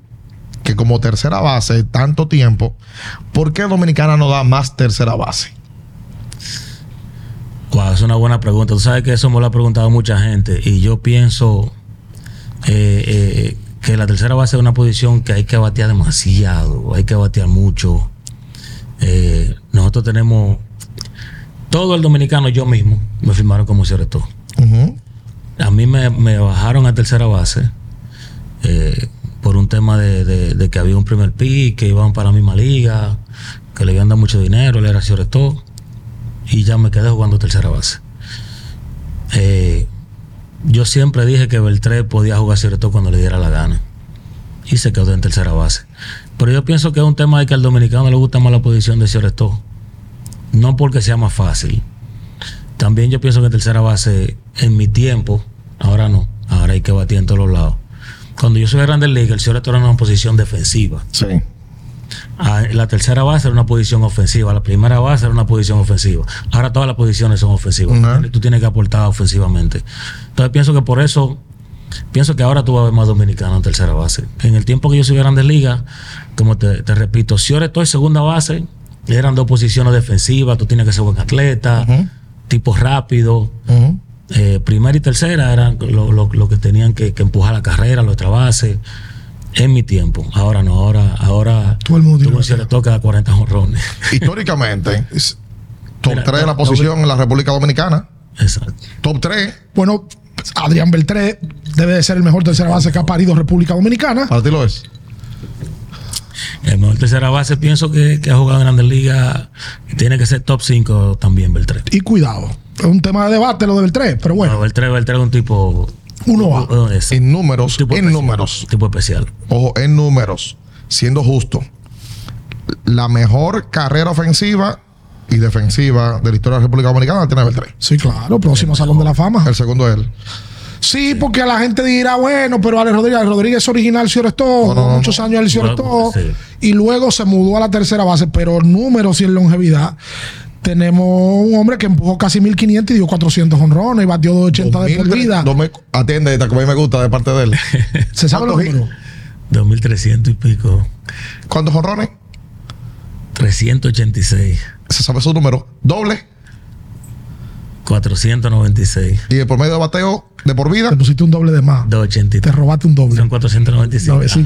Speaker 2: que como tercera base, de tanto tiempo, ¿por qué Dominicana no da más tercera base?
Speaker 3: Wow, es una buena pregunta. Tú sabes que eso me lo ha preguntado mucha gente y yo pienso eh, eh, que la tercera base es una posición que hay que batear demasiado, hay que batear mucho. Eh, nosotros tenemos todo el dominicano, yo mismo, me firmaron como cierto. A mí me, me bajaron a tercera base eh, por un tema de, de- de que había un primer pick, que iban para la misma liga, que le iban a dar mucho dinero, él era cierto y ya me quedé jugando tercera base. Eh, yo siempre dije que Beltré podía jugar cierto cuando le diera la gana. Y se quedó en tercera base. Pero yo pienso que es un tema de que al dominicano le gusta más la posición de cierto. No porque sea más fácil. También yo pienso que en tercera base, en mi tiempo, ahora no. Ahora hay que batir en todos los lados. Cuando yo soy de Grande Liga, el cierto era una posición defensiva.
Speaker 2: Sí.
Speaker 3: Ah, La tercera base era una posición ofensiva, la primera base era una posición ofensiva. Ahora todas las posiciones son ofensivas.
Speaker 2: Ujú.
Speaker 3: Tú tienes que aportar ofensivamente. Entonces pienso que por eso Pienso que ahora tú vas a ver más dominicanos en tercera base. En el tiempo que yo soy Grandes Ligas, como te, te repito, si ahora estoy segunda base, eran dos posiciones defensivas, tú tienes que ser buen atleta,
Speaker 2: Ujú.
Speaker 3: tipo rápido.
Speaker 2: Ujú.
Speaker 3: Eh, primera y tercera eran lo, lo- lo que tenían que, que empujar la carrera, nuestra base. En mi tiempo, ahora no, ahora, ahora
Speaker 1: Todo el mundo
Speaker 3: tú
Speaker 1: tiene
Speaker 3: no se
Speaker 1: que-
Speaker 3: le toca 40 jonrones.
Speaker 2: Históricamente, es top
Speaker 3: Mira,
Speaker 2: 3 en la
Speaker 3: no-
Speaker 2: posición en la República Dominicana.
Speaker 3: Exacto.
Speaker 2: Top 3,
Speaker 1: Bueno, Adrián Beltré debe de ser el mejor tercera base que ha parido República Dominicana.
Speaker 2: para ti lo es.
Speaker 3: El mejor tercera base pienso que, que ha jugado en Grandes Ligas tiene que ser top 5 también Beltré.
Speaker 1: Y cuidado, es un tema de debate lo de Beltré, pero bueno, Ah,
Speaker 3: No, Beltré, Beltré es un tipo...
Speaker 1: uno a
Speaker 3: un- es-
Speaker 2: En números,
Speaker 3: tipo
Speaker 2: en
Speaker 3: especial,
Speaker 2: números.
Speaker 3: Tipo especial.
Speaker 2: Ojo, en números, siendo justo, la mejor carrera ofensiva y defensiva de la historia de la República Dominicana la tiene Beltré.
Speaker 1: Sí, claro, próximo Salón de la Fama.
Speaker 2: El segundo es él.
Speaker 1: Sí, porque la gente dirá, bueno, pero Alex Rodríguez, Alex Rodríguez es original, sí eres todo,
Speaker 2: No, no, no,
Speaker 1: muchos años él sí eres todo,
Speaker 3: Luego, sí.
Speaker 1: y luego se mudó a la tercera base, pero en números y en longevidad. Tenemos un hombre que empujó casi 1500 y dio 400 honrones y batió 280 de por
Speaker 2: 2003,
Speaker 1: vida.
Speaker 2: 2000, Atiende esta que a mí me gusta de parte de él.
Speaker 1: ¿Se sabe los
Speaker 2: ¿Cuántos
Speaker 1: números?
Speaker 3: 2300 y pico.
Speaker 2: ¿Cuántos honrones?
Speaker 3: 386.
Speaker 2: Se sabe su número. Doble.
Speaker 3: 496.
Speaker 2: Y el promedio de bateo de por vida.
Speaker 1: Te pusiste un doble de más. Te
Speaker 3: 283.
Speaker 1: robaste un doble.
Speaker 3: Son 495.
Speaker 1: No, sí.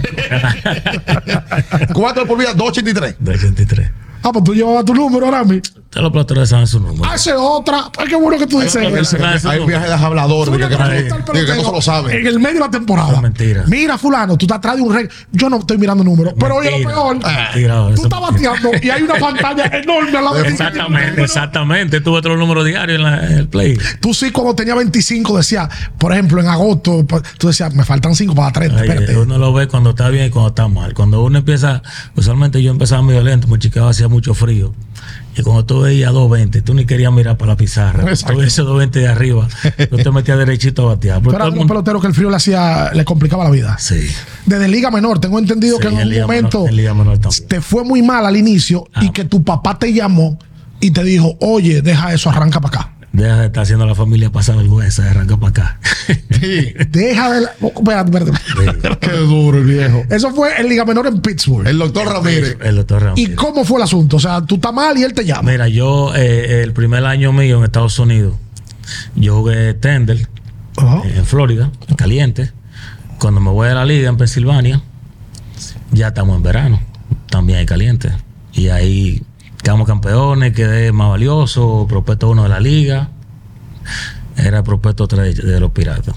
Speaker 2: Cuatro de por vida, 283.
Speaker 3: 283.
Speaker 1: Ah, pues tú llevabas tu número, Rami.
Speaker 3: Todos los peloteros saben su número.
Speaker 1: Hace otra. Ay, qué bueno que tú dices.
Speaker 3: pero
Speaker 1: eso.
Speaker 3: se- Ah, eso
Speaker 2: Hay
Speaker 3: no.
Speaker 2: un viaje de hablador.
Speaker 1: Fulano
Speaker 2: Diga que,
Speaker 1: le gusta
Speaker 2: no-
Speaker 1: el
Speaker 2: diga que
Speaker 1: pelotero
Speaker 2: no se lo sabe.
Speaker 1: En el medio de la temporada.
Speaker 3: Son mentiras.
Speaker 1: Mira, fulano, tú estás atrás de un rey. Yo no estoy mirando números. Pero oye, lo
Speaker 3: Mentira. Ah,
Speaker 1: peor.
Speaker 3: Mentira,
Speaker 1: tú
Speaker 3: eso
Speaker 1: estás
Speaker 3: es mentira.
Speaker 1: bateando y hay una pantalla enorme al lado de ti.
Speaker 3: Exactamente, exactamente. Tuve otro número diario en, la- en el play.
Speaker 1: Tú sí, cuando tenía 25, decías, por ejemplo, en agosto, pa- tú decías, me faltan 5 para 30.
Speaker 3: Ay,
Speaker 1: Espérate.
Speaker 3: eh, uno lo ve cuando está bien y cuando está mal. Cuando uno empieza, usualmente yo empezaba medio lento, porque Chicago hacía mucho frío. Y cuando tú veías 2.20, tú ni querías mirar para la pizarra.
Speaker 2: Exacto.
Speaker 3: Tú veías esos 2.20 de arriba, tú te metías derechito a batear.
Speaker 1: Pero
Speaker 3: Pero todo
Speaker 1: era
Speaker 3: el
Speaker 1: un
Speaker 3: mundo-
Speaker 1: pelotero que el frío le hacía, le complicaba la vida.
Speaker 3: Sí.
Speaker 1: Desde Liga Menor, tengo entendido que
Speaker 3: Sí,
Speaker 1: en
Speaker 3: en
Speaker 1: un
Speaker 3: Liga Menor-
Speaker 1: momento
Speaker 3: en Liga Menor también. Ah.
Speaker 1: te fue muy mal al inicio y que tu papá te llamó y te dijo, oye, deja eso, arranca para acá.
Speaker 3: Deja de estar haciendo a la familia pasar vergüenza y arranca para acá.
Speaker 2: Sí.
Speaker 1: Deja de... la- oh, espérate, espérate.
Speaker 2: Qué duro el viejo.
Speaker 1: Eso fue en Liga Menor en Pittsburgh.
Speaker 2: El doctor Ramírez.
Speaker 3: El doctor Ramírez.
Speaker 1: ¿Y cómo fue el asunto? O sea, tú estás mal y él te llama.
Speaker 3: Mira, yo eh, el primer año mío en Estados Unidos, yo jugué tender
Speaker 1: Ajá.
Speaker 3: eh, en Florida, en caliente. Cuando me voy a la liga en Pensilvania, ya estamos en verano, también hay caliente. Y ahí quedamos campeones, quedé más valioso, propuesto uno de la liga, era propuesto tres de los piratas.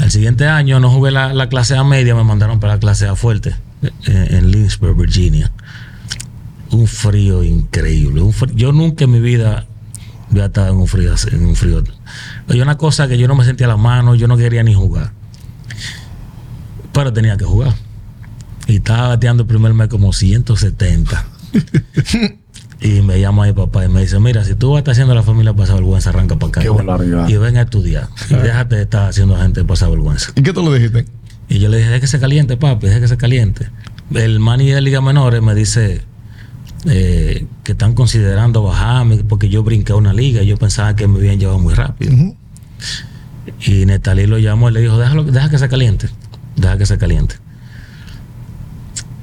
Speaker 3: El siguiente año no jugué la, la clase A media, me mandaron para la clase A fuerte en, en Lynchburg, Virginia. Un frío increíble. un fr- yo nunca en mi vida había estado en un frío. así- En un frío. Hay una cosa que yo no me sentía la mano, yo no quería ni jugar. Pero tenía que jugar. Y estaba bateando el primer mes como 170. y me llama mi papá y me dice, mira, si tú vas a estar haciendo a la familia pasar vergüenza, arranca para acá.
Speaker 2: Qué buena realidad.
Speaker 3: y ven a estudiar. Y déjate de estar haciendo a gente pasar vergüenza.
Speaker 2: ¿Y qué tú le dijiste?
Speaker 3: Y yo le dije, deje que se caliente, papi, deje que se caliente. El manager de Liga Menores me dice eh, que están considerando bajarme porque yo brinqué una liga y yo pensaba que me habían llevado muy rápido.
Speaker 1: Ujú.
Speaker 3: Y Netalí lo llamó y le dijo, déjalo, deja que se caliente, deja que se caliente.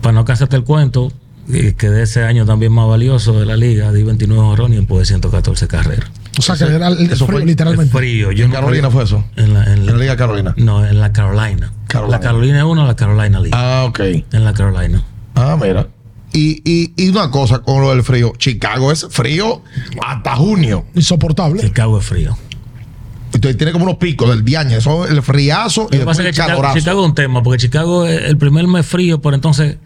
Speaker 3: Para no cansarte el cuento, eh, quedé ese año también más valioso de la liga, di 29 jorrones y empujé 114 carreras.
Speaker 1: O sea, que era el
Speaker 2: eso fue-
Speaker 1: frío, literalmente.
Speaker 3: Frío, yo
Speaker 2: ¿En
Speaker 3: no-
Speaker 2: Carolina fue eso?
Speaker 3: en la, en
Speaker 2: En la
Speaker 3: la-
Speaker 2: Liga Carolina.
Speaker 3: no, en la Carolina.
Speaker 2: Carolina.
Speaker 3: La Carolina 1, la Carolina League.
Speaker 2: Ah, ok.
Speaker 3: En la Carolina.
Speaker 2: Ah, mira. Y, y, y una cosa con lo del frío. Chicago es frío hasta junio.
Speaker 1: Insoportable.
Speaker 3: Chicago es frío.
Speaker 2: Entonces tiene como unos picos del diañe. Eso el friazo y
Speaker 3: Lo que
Speaker 2: después
Speaker 3: pasa
Speaker 2: el
Speaker 3: es que Chicago,
Speaker 2: calorazo.
Speaker 3: Chicago es un tema, porque Chicago eh, el primer mes frío, por entonces,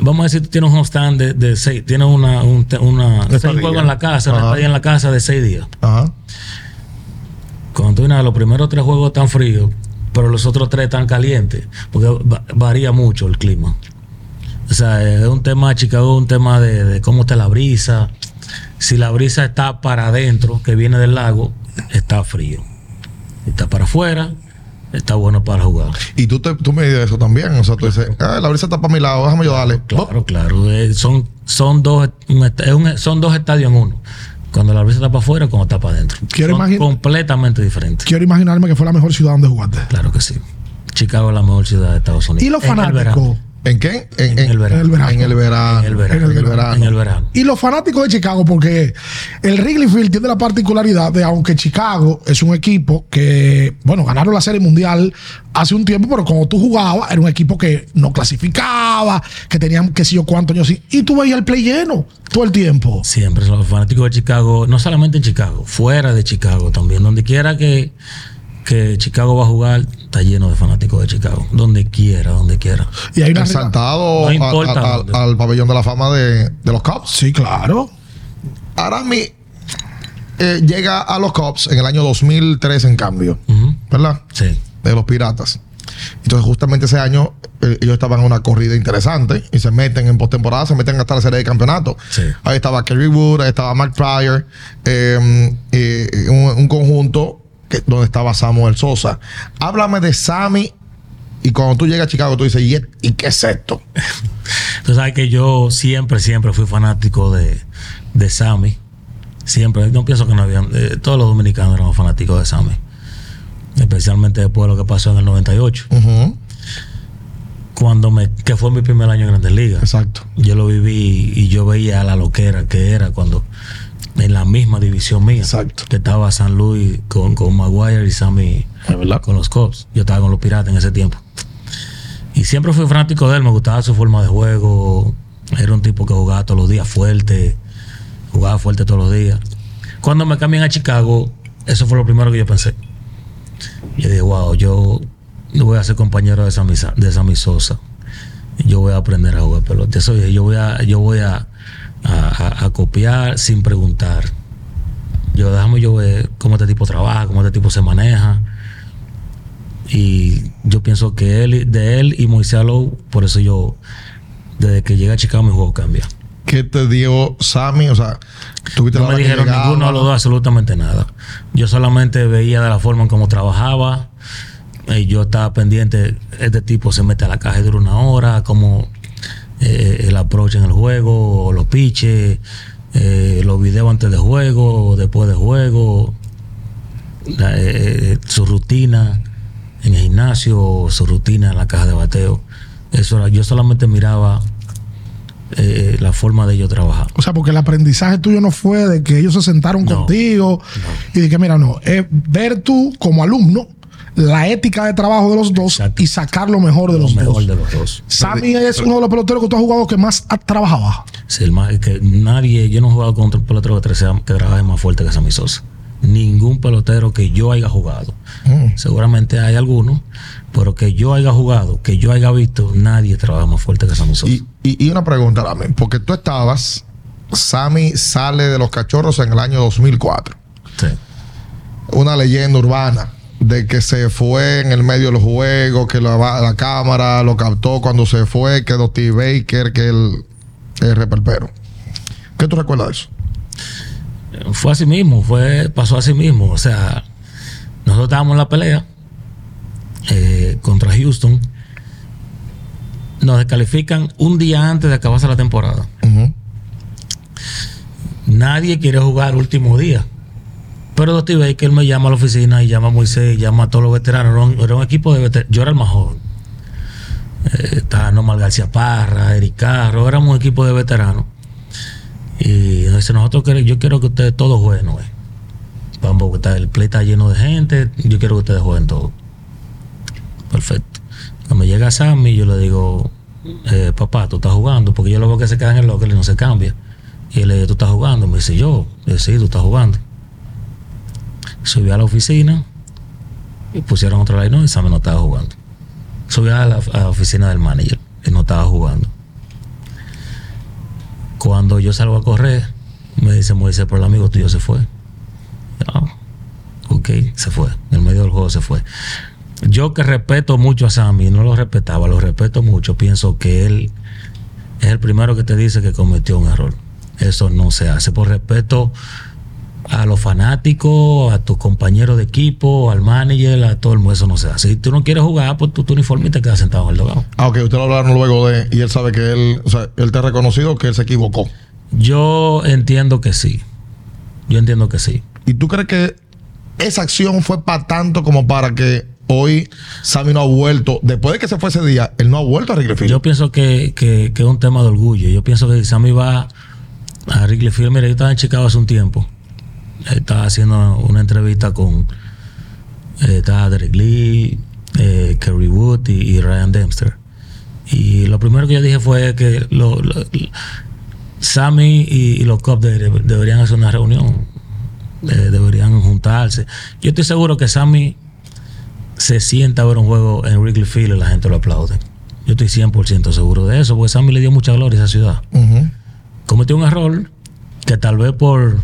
Speaker 3: vamos a decir, tú tienes un stand de, de seis, tienes una, un te- una seis
Speaker 2: estadía.
Speaker 3: juegos en la casa, una
Speaker 2: Ajá.
Speaker 3: estadía en la casa de seis días.
Speaker 2: Ajá.
Speaker 3: Cuando tú vienes a ver, los primeros tres juegos están fríos, pero los otros tres están calientes, porque va- varía mucho el clima. O sea, es un tema, Chicago, es un tema de, de cómo está la brisa. Si la brisa está para adentro, que viene del lago, está frío. Si Está para afuera, está bueno para jugar.
Speaker 2: Y tú, te, tú me dices eso también. O sea, tú dices, ah, la brisa está para mi lado, déjame yo darle.
Speaker 3: Claro, claro. eh, son, son, dos, un est- es un- son dos estadios en uno. Cuando la brisa está para afuera, cuando está para adentro.
Speaker 1: Quiero
Speaker 3: Son
Speaker 1: imagi-
Speaker 3: completamente diferentes.
Speaker 1: Quiero imaginarme que fue la mejor ciudad donde jugaste.
Speaker 3: Claro que sí. Chicago es la mejor ciudad de Estados Unidos.
Speaker 1: Y los
Speaker 3: En el verano.
Speaker 1: fanáticos.
Speaker 2: ¿En qué?
Speaker 3: En el verano.
Speaker 1: En el verano.
Speaker 2: En el verano.
Speaker 3: En el verano.
Speaker 2: En el verano.
Speaker 3: En el verano.
Speaker 1: Y los fanáticos de Chicago, porque el Wrigley Field tiene la particularidad de, aunque Chicago es un equipo que, bueno, ganaron la Serie Mundial hace un tiempo, pero cuando tú jugabas, era un equipo que no clasificaba, que tenían qué sé yo cuántos años, sin- y tú veías el play lleno todo el tiempo.
Speaker 3: Siempre los fanáticos de Chicago, no solamente en Chicago, fuera de Chicago también. Donde quiera que, que Chicago va a jugar, está lleno de fanáticos de Chicago. Donde quiera, donde quiera.
Speaker 1: Y hay una
Speaker 2: Exaltado
Speaker 3: No
Speaker 2: a-
Speaker 3: importa
Speaker 2: a- a-
Speaker 3: dónde.
Speaker 2: al pabellón de la fama de, de los Cubs.
Speaker 1: Sí, claro.
Speaker 2: Arami eh, llega a los Cubs en el año 2003 en cambio,
Speaker 3: Ujú.
Speaker 2: ¿verdad?
Speaker 3: Sí.
Speaker 2: De los Piratas. Entonces justamente ese año eh, ellos estaban en una corrida interesante y se meten en postemporada, se meten hasta la serie de campeonato.
Speaker 3: Sí.
Speaker 2: Ahí estaba Kerry Wood, ahí estaba Mark Pryor, eh, eh, un, un conjunto que- donde estaba Samuel Sosa. Háblame de Sammy y cuando tú llegas a Chicago tú dices, ¿y, et- y qué es esto?
Speaker 3: Tú sabes que yo siempre, siempre fui fanático de, de Sammy. Siempre. No pienso que no habían. eh, todos los dominicanos éramos fanáticos de Sammy. Especialmente después de lo que pasó en el 98.
Speaker 2: Ujú,
Speaker 3: Cuando me, que fue mi primer año en Grandes Ligas.
Speaker 2: Exacto.
Speaker 3: Yo lo viví y yo veía la loquera que era cuando en la misma división mía.
Speaker 2: Exacto.
Speaker 3: Que estaba San Luis con, con Maguire y Sammy con los Cubs. Yo estaba con los Piratas en ese tiempo. Y siempre fui fanático de él, me gustaba su forma de juego. Era un tipo que jugaba todos los días fuerte, jugaba fuerte todos los días. Cuando me cambian a Chicago, eso fue lo primero que yo pensé. Yo dije, wow, yo voy a ser compañero de Sammy, Sa- de Sammy Sosa. Yo voy a aprender a jugar pelota. Eso dije, yo voy a, yo voy a, a- a- a copiar sin preguntar. Yo déjame yo ver cómo este tipo trabaja, cómo este tipo se maneja. Y yo pienso que él, de él y Moisés Alou, por eso yo, desde que llegué a Chicago, mi juego cambia.
Speaker 2: ¿Qué te dio Sammy? O sea, tuviste
Speaker 3: No
Speaker 2: la
Speaker 3: me
Speaker 2: hora que
Speaker 3: dijeron
Speaker 2: llegaba.
Speaker 3: ninguno de los dos absolutamente nada. Yo solamente veía de la forma en cómo trabajaba. Y yo estaba pendiente, este tipo se mete a la caja y dura una hora, como el approach en el juego, o los pitches, eh, los videos antes de juego, o después de juego, la- eh, eh, su rutina en el gimnasio, o su rutina en la caja de bateo. Eso era- yo solamente miraba eh, la forma de ellos trabajar.
Speaker 1: O sea, porque el aprendizaje tuyo no fue de que ellos se sentaron
Speaker 3: No.
Speaker 1: contigo y de que, mira, no, es ver tú como alumno la ética de trabajo de los dos
Speaker 3: Exacto.
Speaker 1: y sacar lo mejor de los dos.
Speaker 3: mejor de los dos.
Speaker 1: Sammy es uno de los peloteros que tú has jugado que más ha trabajado.
Speaker 3: Sí, el más- que nadie, yo no he jugado contra un pelotero que, sea- que trabaje más fuerte que Sammy Sosa. Ningún pelotero que yo haya jugado.
Speaker 2: Mm.
Speaker 3: Seguramente hay algunos, pero que yo haya jugado, que yo haya visto, nadie trabaja más fuerte que Sammy Sosa.
Speaker 2: Y, y- y una pregunta, Rami, porque tú estabas, Sammy sale de los cachorros en el año 2004.
Speaker 3: Sí.
Speaker 2: Una leyenda urbana de que se fue en el medio del juego, que la, va- la cámara lo captó cuando se fue, que Dottie Baker, que el, el reperpero. ¿Qué tú recuerdas de eso?
Speaker 3: Fue así mismo, fue, pasó así mismo. O sea, nosotros estábamos en la pelea eh, contra Houston. Nos descalifican un día antes de acabarse la temporada.
Speaker 2: Ujú.
Speaker 3: Nadie quiere jugar último día. Pero Dusty Baker me llama a la oficina y llama a Moisés y llama a todos los veteranos. Era un, era un equipo de veteranos. Yo era el más joven. Eh, estaba Nomar García Parra, Eric Carro. Éramos un equipo de veteranos. Y nos dice, nosotros quere- yo quiero que ustedes todos jueguen hoy. Vamos, porque está- el play está lleno de gente. Yo quiero que ustedes jueguen todos. Perfecto. Cuando llega Sammy, yo le digo, eh, papá, tú estás jugando, porque yo lo veo que se queda en el locker y no se cambia. Y él le dice, tú estás jugando. Me dice, yo, le digo, sí, tú estás jugando. Subí a la oficina y pusieron otro line y Sammy no estaba jugando. Subí a la, a la oficina del manager y no estaba jugando. Cuando yo salgo a correr, me dice Moisés, pero el amigo tuyo se fue. Ah, ok, se fue. En el medio del juego se fue. Yo que respeto mucho a Sammy, no lo respetaba, lo respeto mucho, pienso que él es el primero que te dice que cometió un error. Eso no se hace por respeto a los fanáticos, a tus compañeros de equipo, al manager, a todo el mundo. Eso no se hace. Si tú no quieres jugar, pues tú tu uniforme y te quedas sentado en el dogado.
Speaker 2: Ah, ok, usted lo hablaron luego de, y él sabe que él, o sea, él te ha reconocido que él se equivocó.
Speaker 3: Yo entiendo que sí. Yo entiendo que sí.
Speaker 2: ¿Y tú crees que esa acción fue para tanto como para que hoy Sammy no ha vuelto? Después de que se fue ese día, él no ha vuelto a Wrigley Field.
Speaker 3: Yo pienso que, que- que es un tema de orgullo. Yo pienso que Sammy va a Wrigley Field. Mira, yo estaba en Chicago hace un tiempo. Eh, Estaba haciendo una entrevista con. eh, estaba Derek Lee, eh, Kerry Wood y, y Ryan Dempster. Y lo primero que yo dije fue que lo- lo- Sammy y, y los Cubs de- deberían hacer una reunión. Eh, deberían juntarse. Yo estoy seguro que Sammy se sienta a ver un juego en Wrigley Field y la gente lo aplaude. Yo estoy 100% seguro de eso, porque Sammy le dio mucha gloria a esa ciudad.
Speaker 2: Ujú.
Speaker 3: Cometió un error que tal vez por,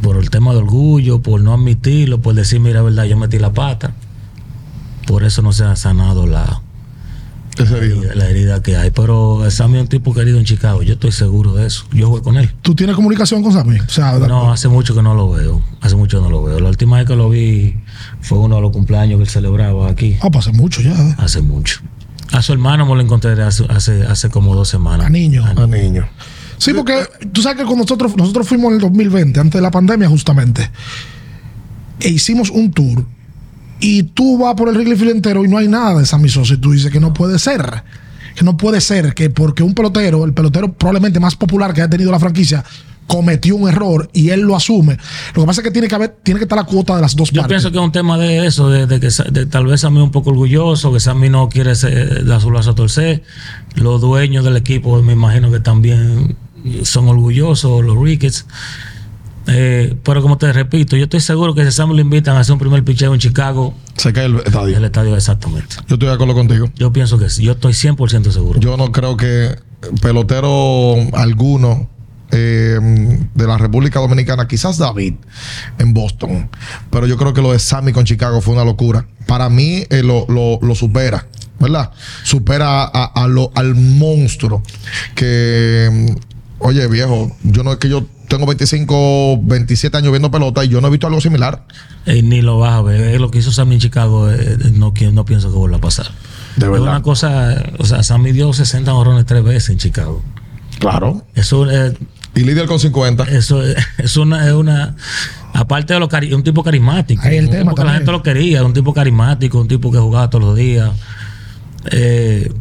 Speaker 3: por el tema de orgullo, por no admitirlo, por decir, mira, verdad, yo metí la pata. Por eso no se ha sanado la,
Speaker 2: Ese día.
Speaker 3: la herida que hay. Pero Sammy es un tipo querido en Chicago, yo estoy seguro de eso. Yo jugué con él.
Speaker 1: ¿Tú tienes comunicación con Sammy? O sea,
Speaker 3: No, hace mucho que no lo veo. Hace mucho que no lo veo. La última vez que lo vi fue uno de los cumpleaños que él celebraba aquí.
Speaker 1: ah, pues hace mucho ya. ¿eh?
Speaker 3: Hace mucho. A su hermano me lo encontré hace, hace, hace como dos semanas.
Speaker 1: A niño.
Speaker 2: A niño.
Speaker 1: Sí, porque tú sabes que con nosotros, nosotros fuimos en el 2020, antes de la pandemia justamente, e hicimos un tour. Y tú vas por el Wrigley Field entero y no hay nada de Sammy Sosa. Y tú dices que no puede ser. Que no puede ser que porque un pelotero, el pelotero probablemente más popular que ha tenido la franquicia, cometió un error y él lo asume. Lo que pasa es que tiene que haber, tiene que estar la cuota de las dos
Speaker 3: Yo
Speaker 1: partes.
Speaker 3: pienso que es un tema de eso, de, de que Sa- de tal vez Sammy es un poco orgulloso, que Sammy no quiere ser- dar su brazo a torcer. Los dueños del equipo me imagino que también son orgullosos, los Rickets. Eh, pero como te repito, yo estoy seguro que si Sammy lo invitan a hacer un primer picheo en Chicago,
Speaker 2: Se cae el estadio.
Speaker 3: el estadio exactamente.
Speaker 2: Yo estoy de acuerdo contigo.
Speaker 3: Yo pienso que sí, yo estoy 100% seguro.
Speaker 2: Yo no creo que pelotero alguno eh, de la República Dominicana, quizás David en Boston, pero yo creo que lo de Sammy con Chicago fue una locura. Para mí eh, lo, lo- lo supera, ¿verdad? Supera a, a lo- al monstruo que, mm, oye viejo, yo no es que yo tengo 25, 27 años viendo pelota y yo no he visto algo similar,
Speaker 3: Eh, ni lo vas a ver. Eh, Lo que hizo Sammy en Chicago, eh, eh, no, qui- no pienso que vuelva a pasar.
Speaker 2: de
Speaker 3: Es una
Speaker 2: verdad.
Speaker 3: cosa, o sea, Sammy dio 60 honrones tres veces en Chicago.
Speaker 2: Claro.
Speaker 3: Eso, eh,
Speaker 2: Y líder con 50.
Speaker 3: eso eh, es una, es una aparte de lo cari- un tipo carismático.
Speaker 1: Ahí el
Speaker 3: un
Speaker 1: tema
Speaker 3: tipo que la
Speaker 1: también.
Speaker 3: gente lo quería, un tipo carismático, un tipo que jugaba todos los días. Eh,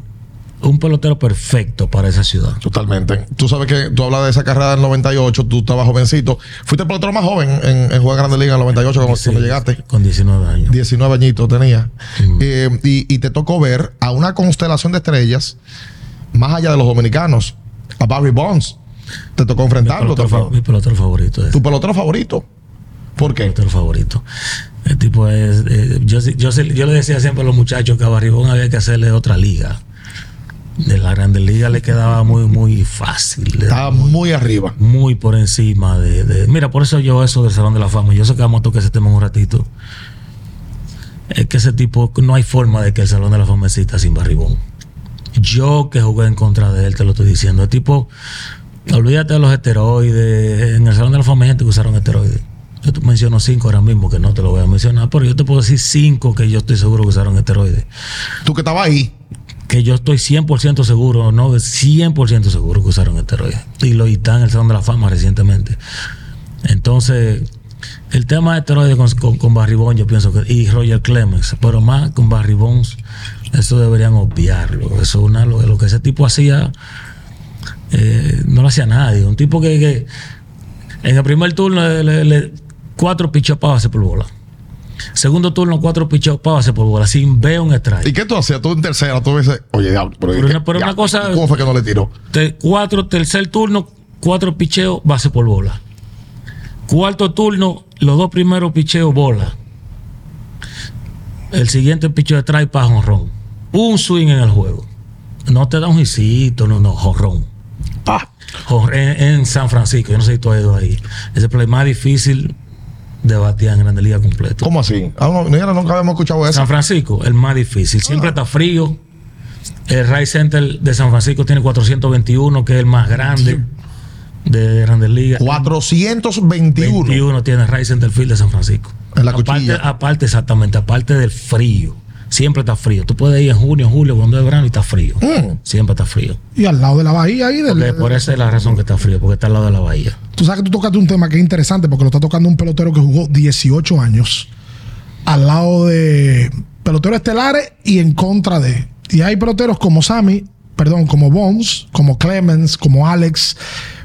Speaker 3: un pelotero perfecto para esa ciudad.
Speaker 2: Totalmente. Tú sabes que tú hablas de esa carrera del 98, tú estabas jovencito. Fuiste el pelotero más joven en, en jugar Grande Liga en el 98 cuando,
Speaker 3: Sí, Mm.
Speaker 2: cuando llegaste.
Speaker 3: Con 19 años.
Speaker 2: 19 añitos tenía. Eh, y, y te tocó ver a una constelación de estrellas más allá de los dominicanos, a Barry Bonds. Te tocó
Speaker 3: Mi
Speaker 2: enfrentarlo.
Speaker 3: pelotero,
Speaker 2: te
Speaker 3: fa-
Speaker 2: tocó-
Speaker 3: mi pelotero favorito. es-
Speaker 2: tu pelotero favorito. ¿Por qué?
Speaker 3: pelotero favorito. El tipo es. eh, yo, sí- yo, sí- yo le decía siempre a los muchachos que a Barribón había que hacerle otra liga. De la Grande Liga le quedaba muy, muy fácil. le-
Speaker 2: Estaba muy arriba.
Speaker 3: Muy por encima de, de- Mira, por eso yo eso del Salón de la Fama. Yo sé que vamos a tocar ese tema en un ratito. Es que ese tipo. No hay forma de que el Salón de la Fama exista sin Barribón. Yo que jugué en contra de él, te lo estoy diciendo. El tipo. Olvídate de los esteroides. En el Salón de la Fama hay gente que usaron esteroides. Yo te menciono cinco ahora mismo que no te lo voy a mencionar, pero yo te puedo decir cinco que yo estoy seguro que usaron esteroides.
Speaker 2: Tú que estabas ahí.
Speaker 3: Que yo estoy 100% seguro, no 100% seguro que usaron esteroides. Y lo y está en el Salón de la Fama recientemente. Entonces, el tema de esteroides con, con, con Barry Bonds, yo pienso que. Y Roger Clemens, pero más con Barry Bonds, eso deberían obviarlo. Eso es una, lo, lo que ese tipo hacía, eh, no lo hacía nadie. Un tipo que, que en el primer turno le, le- le- cuatro pichos para base por bola. Segundo turno, cuatro pichos para base por bola, sin ver un strike.
Speaker 2: ¿Y qué tú hacías? Tú en tercera, tú dices, oye, diablo, pero,
Speaker 3: Pero
Speaker 2: ¿qué-
Speaker 3: una- pero una
Speaker 2: diablo,
Speaker 3: cosa-
Speaker 2: ¿Cómo fue que no le tiró?
Speaker 3: Te- cuatro, tercer turno, cuatro picheos, base por bola. Cuarto turno, los dos primeros picheos, bola. El siguiente picheo de trae para jonrón. Un swing en el juego. No te da un hicito, no, no, jonrón.
Speaker 2: Pa.
Speaker 3: Jonr- En, en San Francisco, yo no sé si tú has ido ahí. Es el play más difícil de batear en Grande Liga completo.
Speaker 2: ¿Cómo así? Ah, no, mira, nunca habíamos escuchado eso.
Speaker 3: San Francisco, el más difícil.
Speaker 2: Oh.
Speaker 3: Siempre está frío. El Ray Center de San Francisco tiene 421, que es el más grande de Grandes Ligas.
Speaker 2: 421.
Speaker 3: 21 tiene el Ray Center Field de San Francisco.
Speaker 2: En la
Speaker 3: aparte, ah.
Speaker 2: cuchilla.
Speaker 3: aparte, exactamente, aparte del frío. Siempre está frío. Tú puedes ir en junio, julio, cuando es verano y está frío.
Speaker 2: Mm.
Speaker 3: Siempre está frío.
Speaker 1: Y al lado de la bahía ahí del,
Speaker 3: Porque por esa es la razón que está frío, porque está al lado de la bahía.
Speaker 1: Tú sabes que tú tocaste un tema que es interesante porque lo está tocando un pelotero que jugó 18 años al lado de peloteros estelares y en contra de. Y hay peloteros como Sammy, perdón, como Bones, como Clemens, como Alex,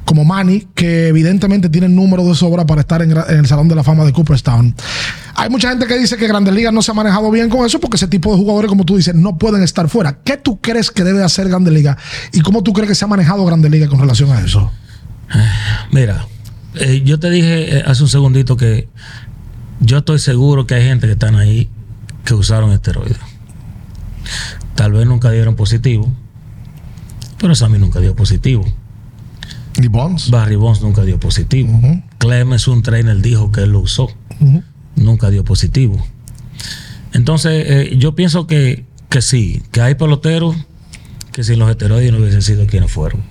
Speaker 1: como Manny, que evidentemente tienen número de sobra para estar en, gra- en el Salón de la Fama de Cooperstown. Hay mucha gente que dice que Grandes Ligas no se ha manejado bien con eso porque ese tipo de jugadores, como tú dices, no pueden estar fuera. ¿Qué tú crees que debe hacer Grandes Ligas y cómo tú crees que se ha manejado Grandes Ligas con relación a eso?
Speaker 3: Mira, eh, yo te dije eh, hace un segundito que yo estoy seguro que hay gente que están ahí que usaron esteroides. Tal vez nunca dieron positivo, pero Sammy nunca dio positivo.
Speaker 2: Y Bonds.
Speaker 3: Barry Bonds nunca dio positivo.
Speaker 2: Ujú.
Speaker 3: Clemens, un trainer, dijo que él lo usó.
Speaker 1: Ujú.
Speaker 3: Nunca dio positivo. Entonces, eh, yo pienso que, que sí, que hay peloteros que sin los esteroides no hubiesen sido quienes fueron.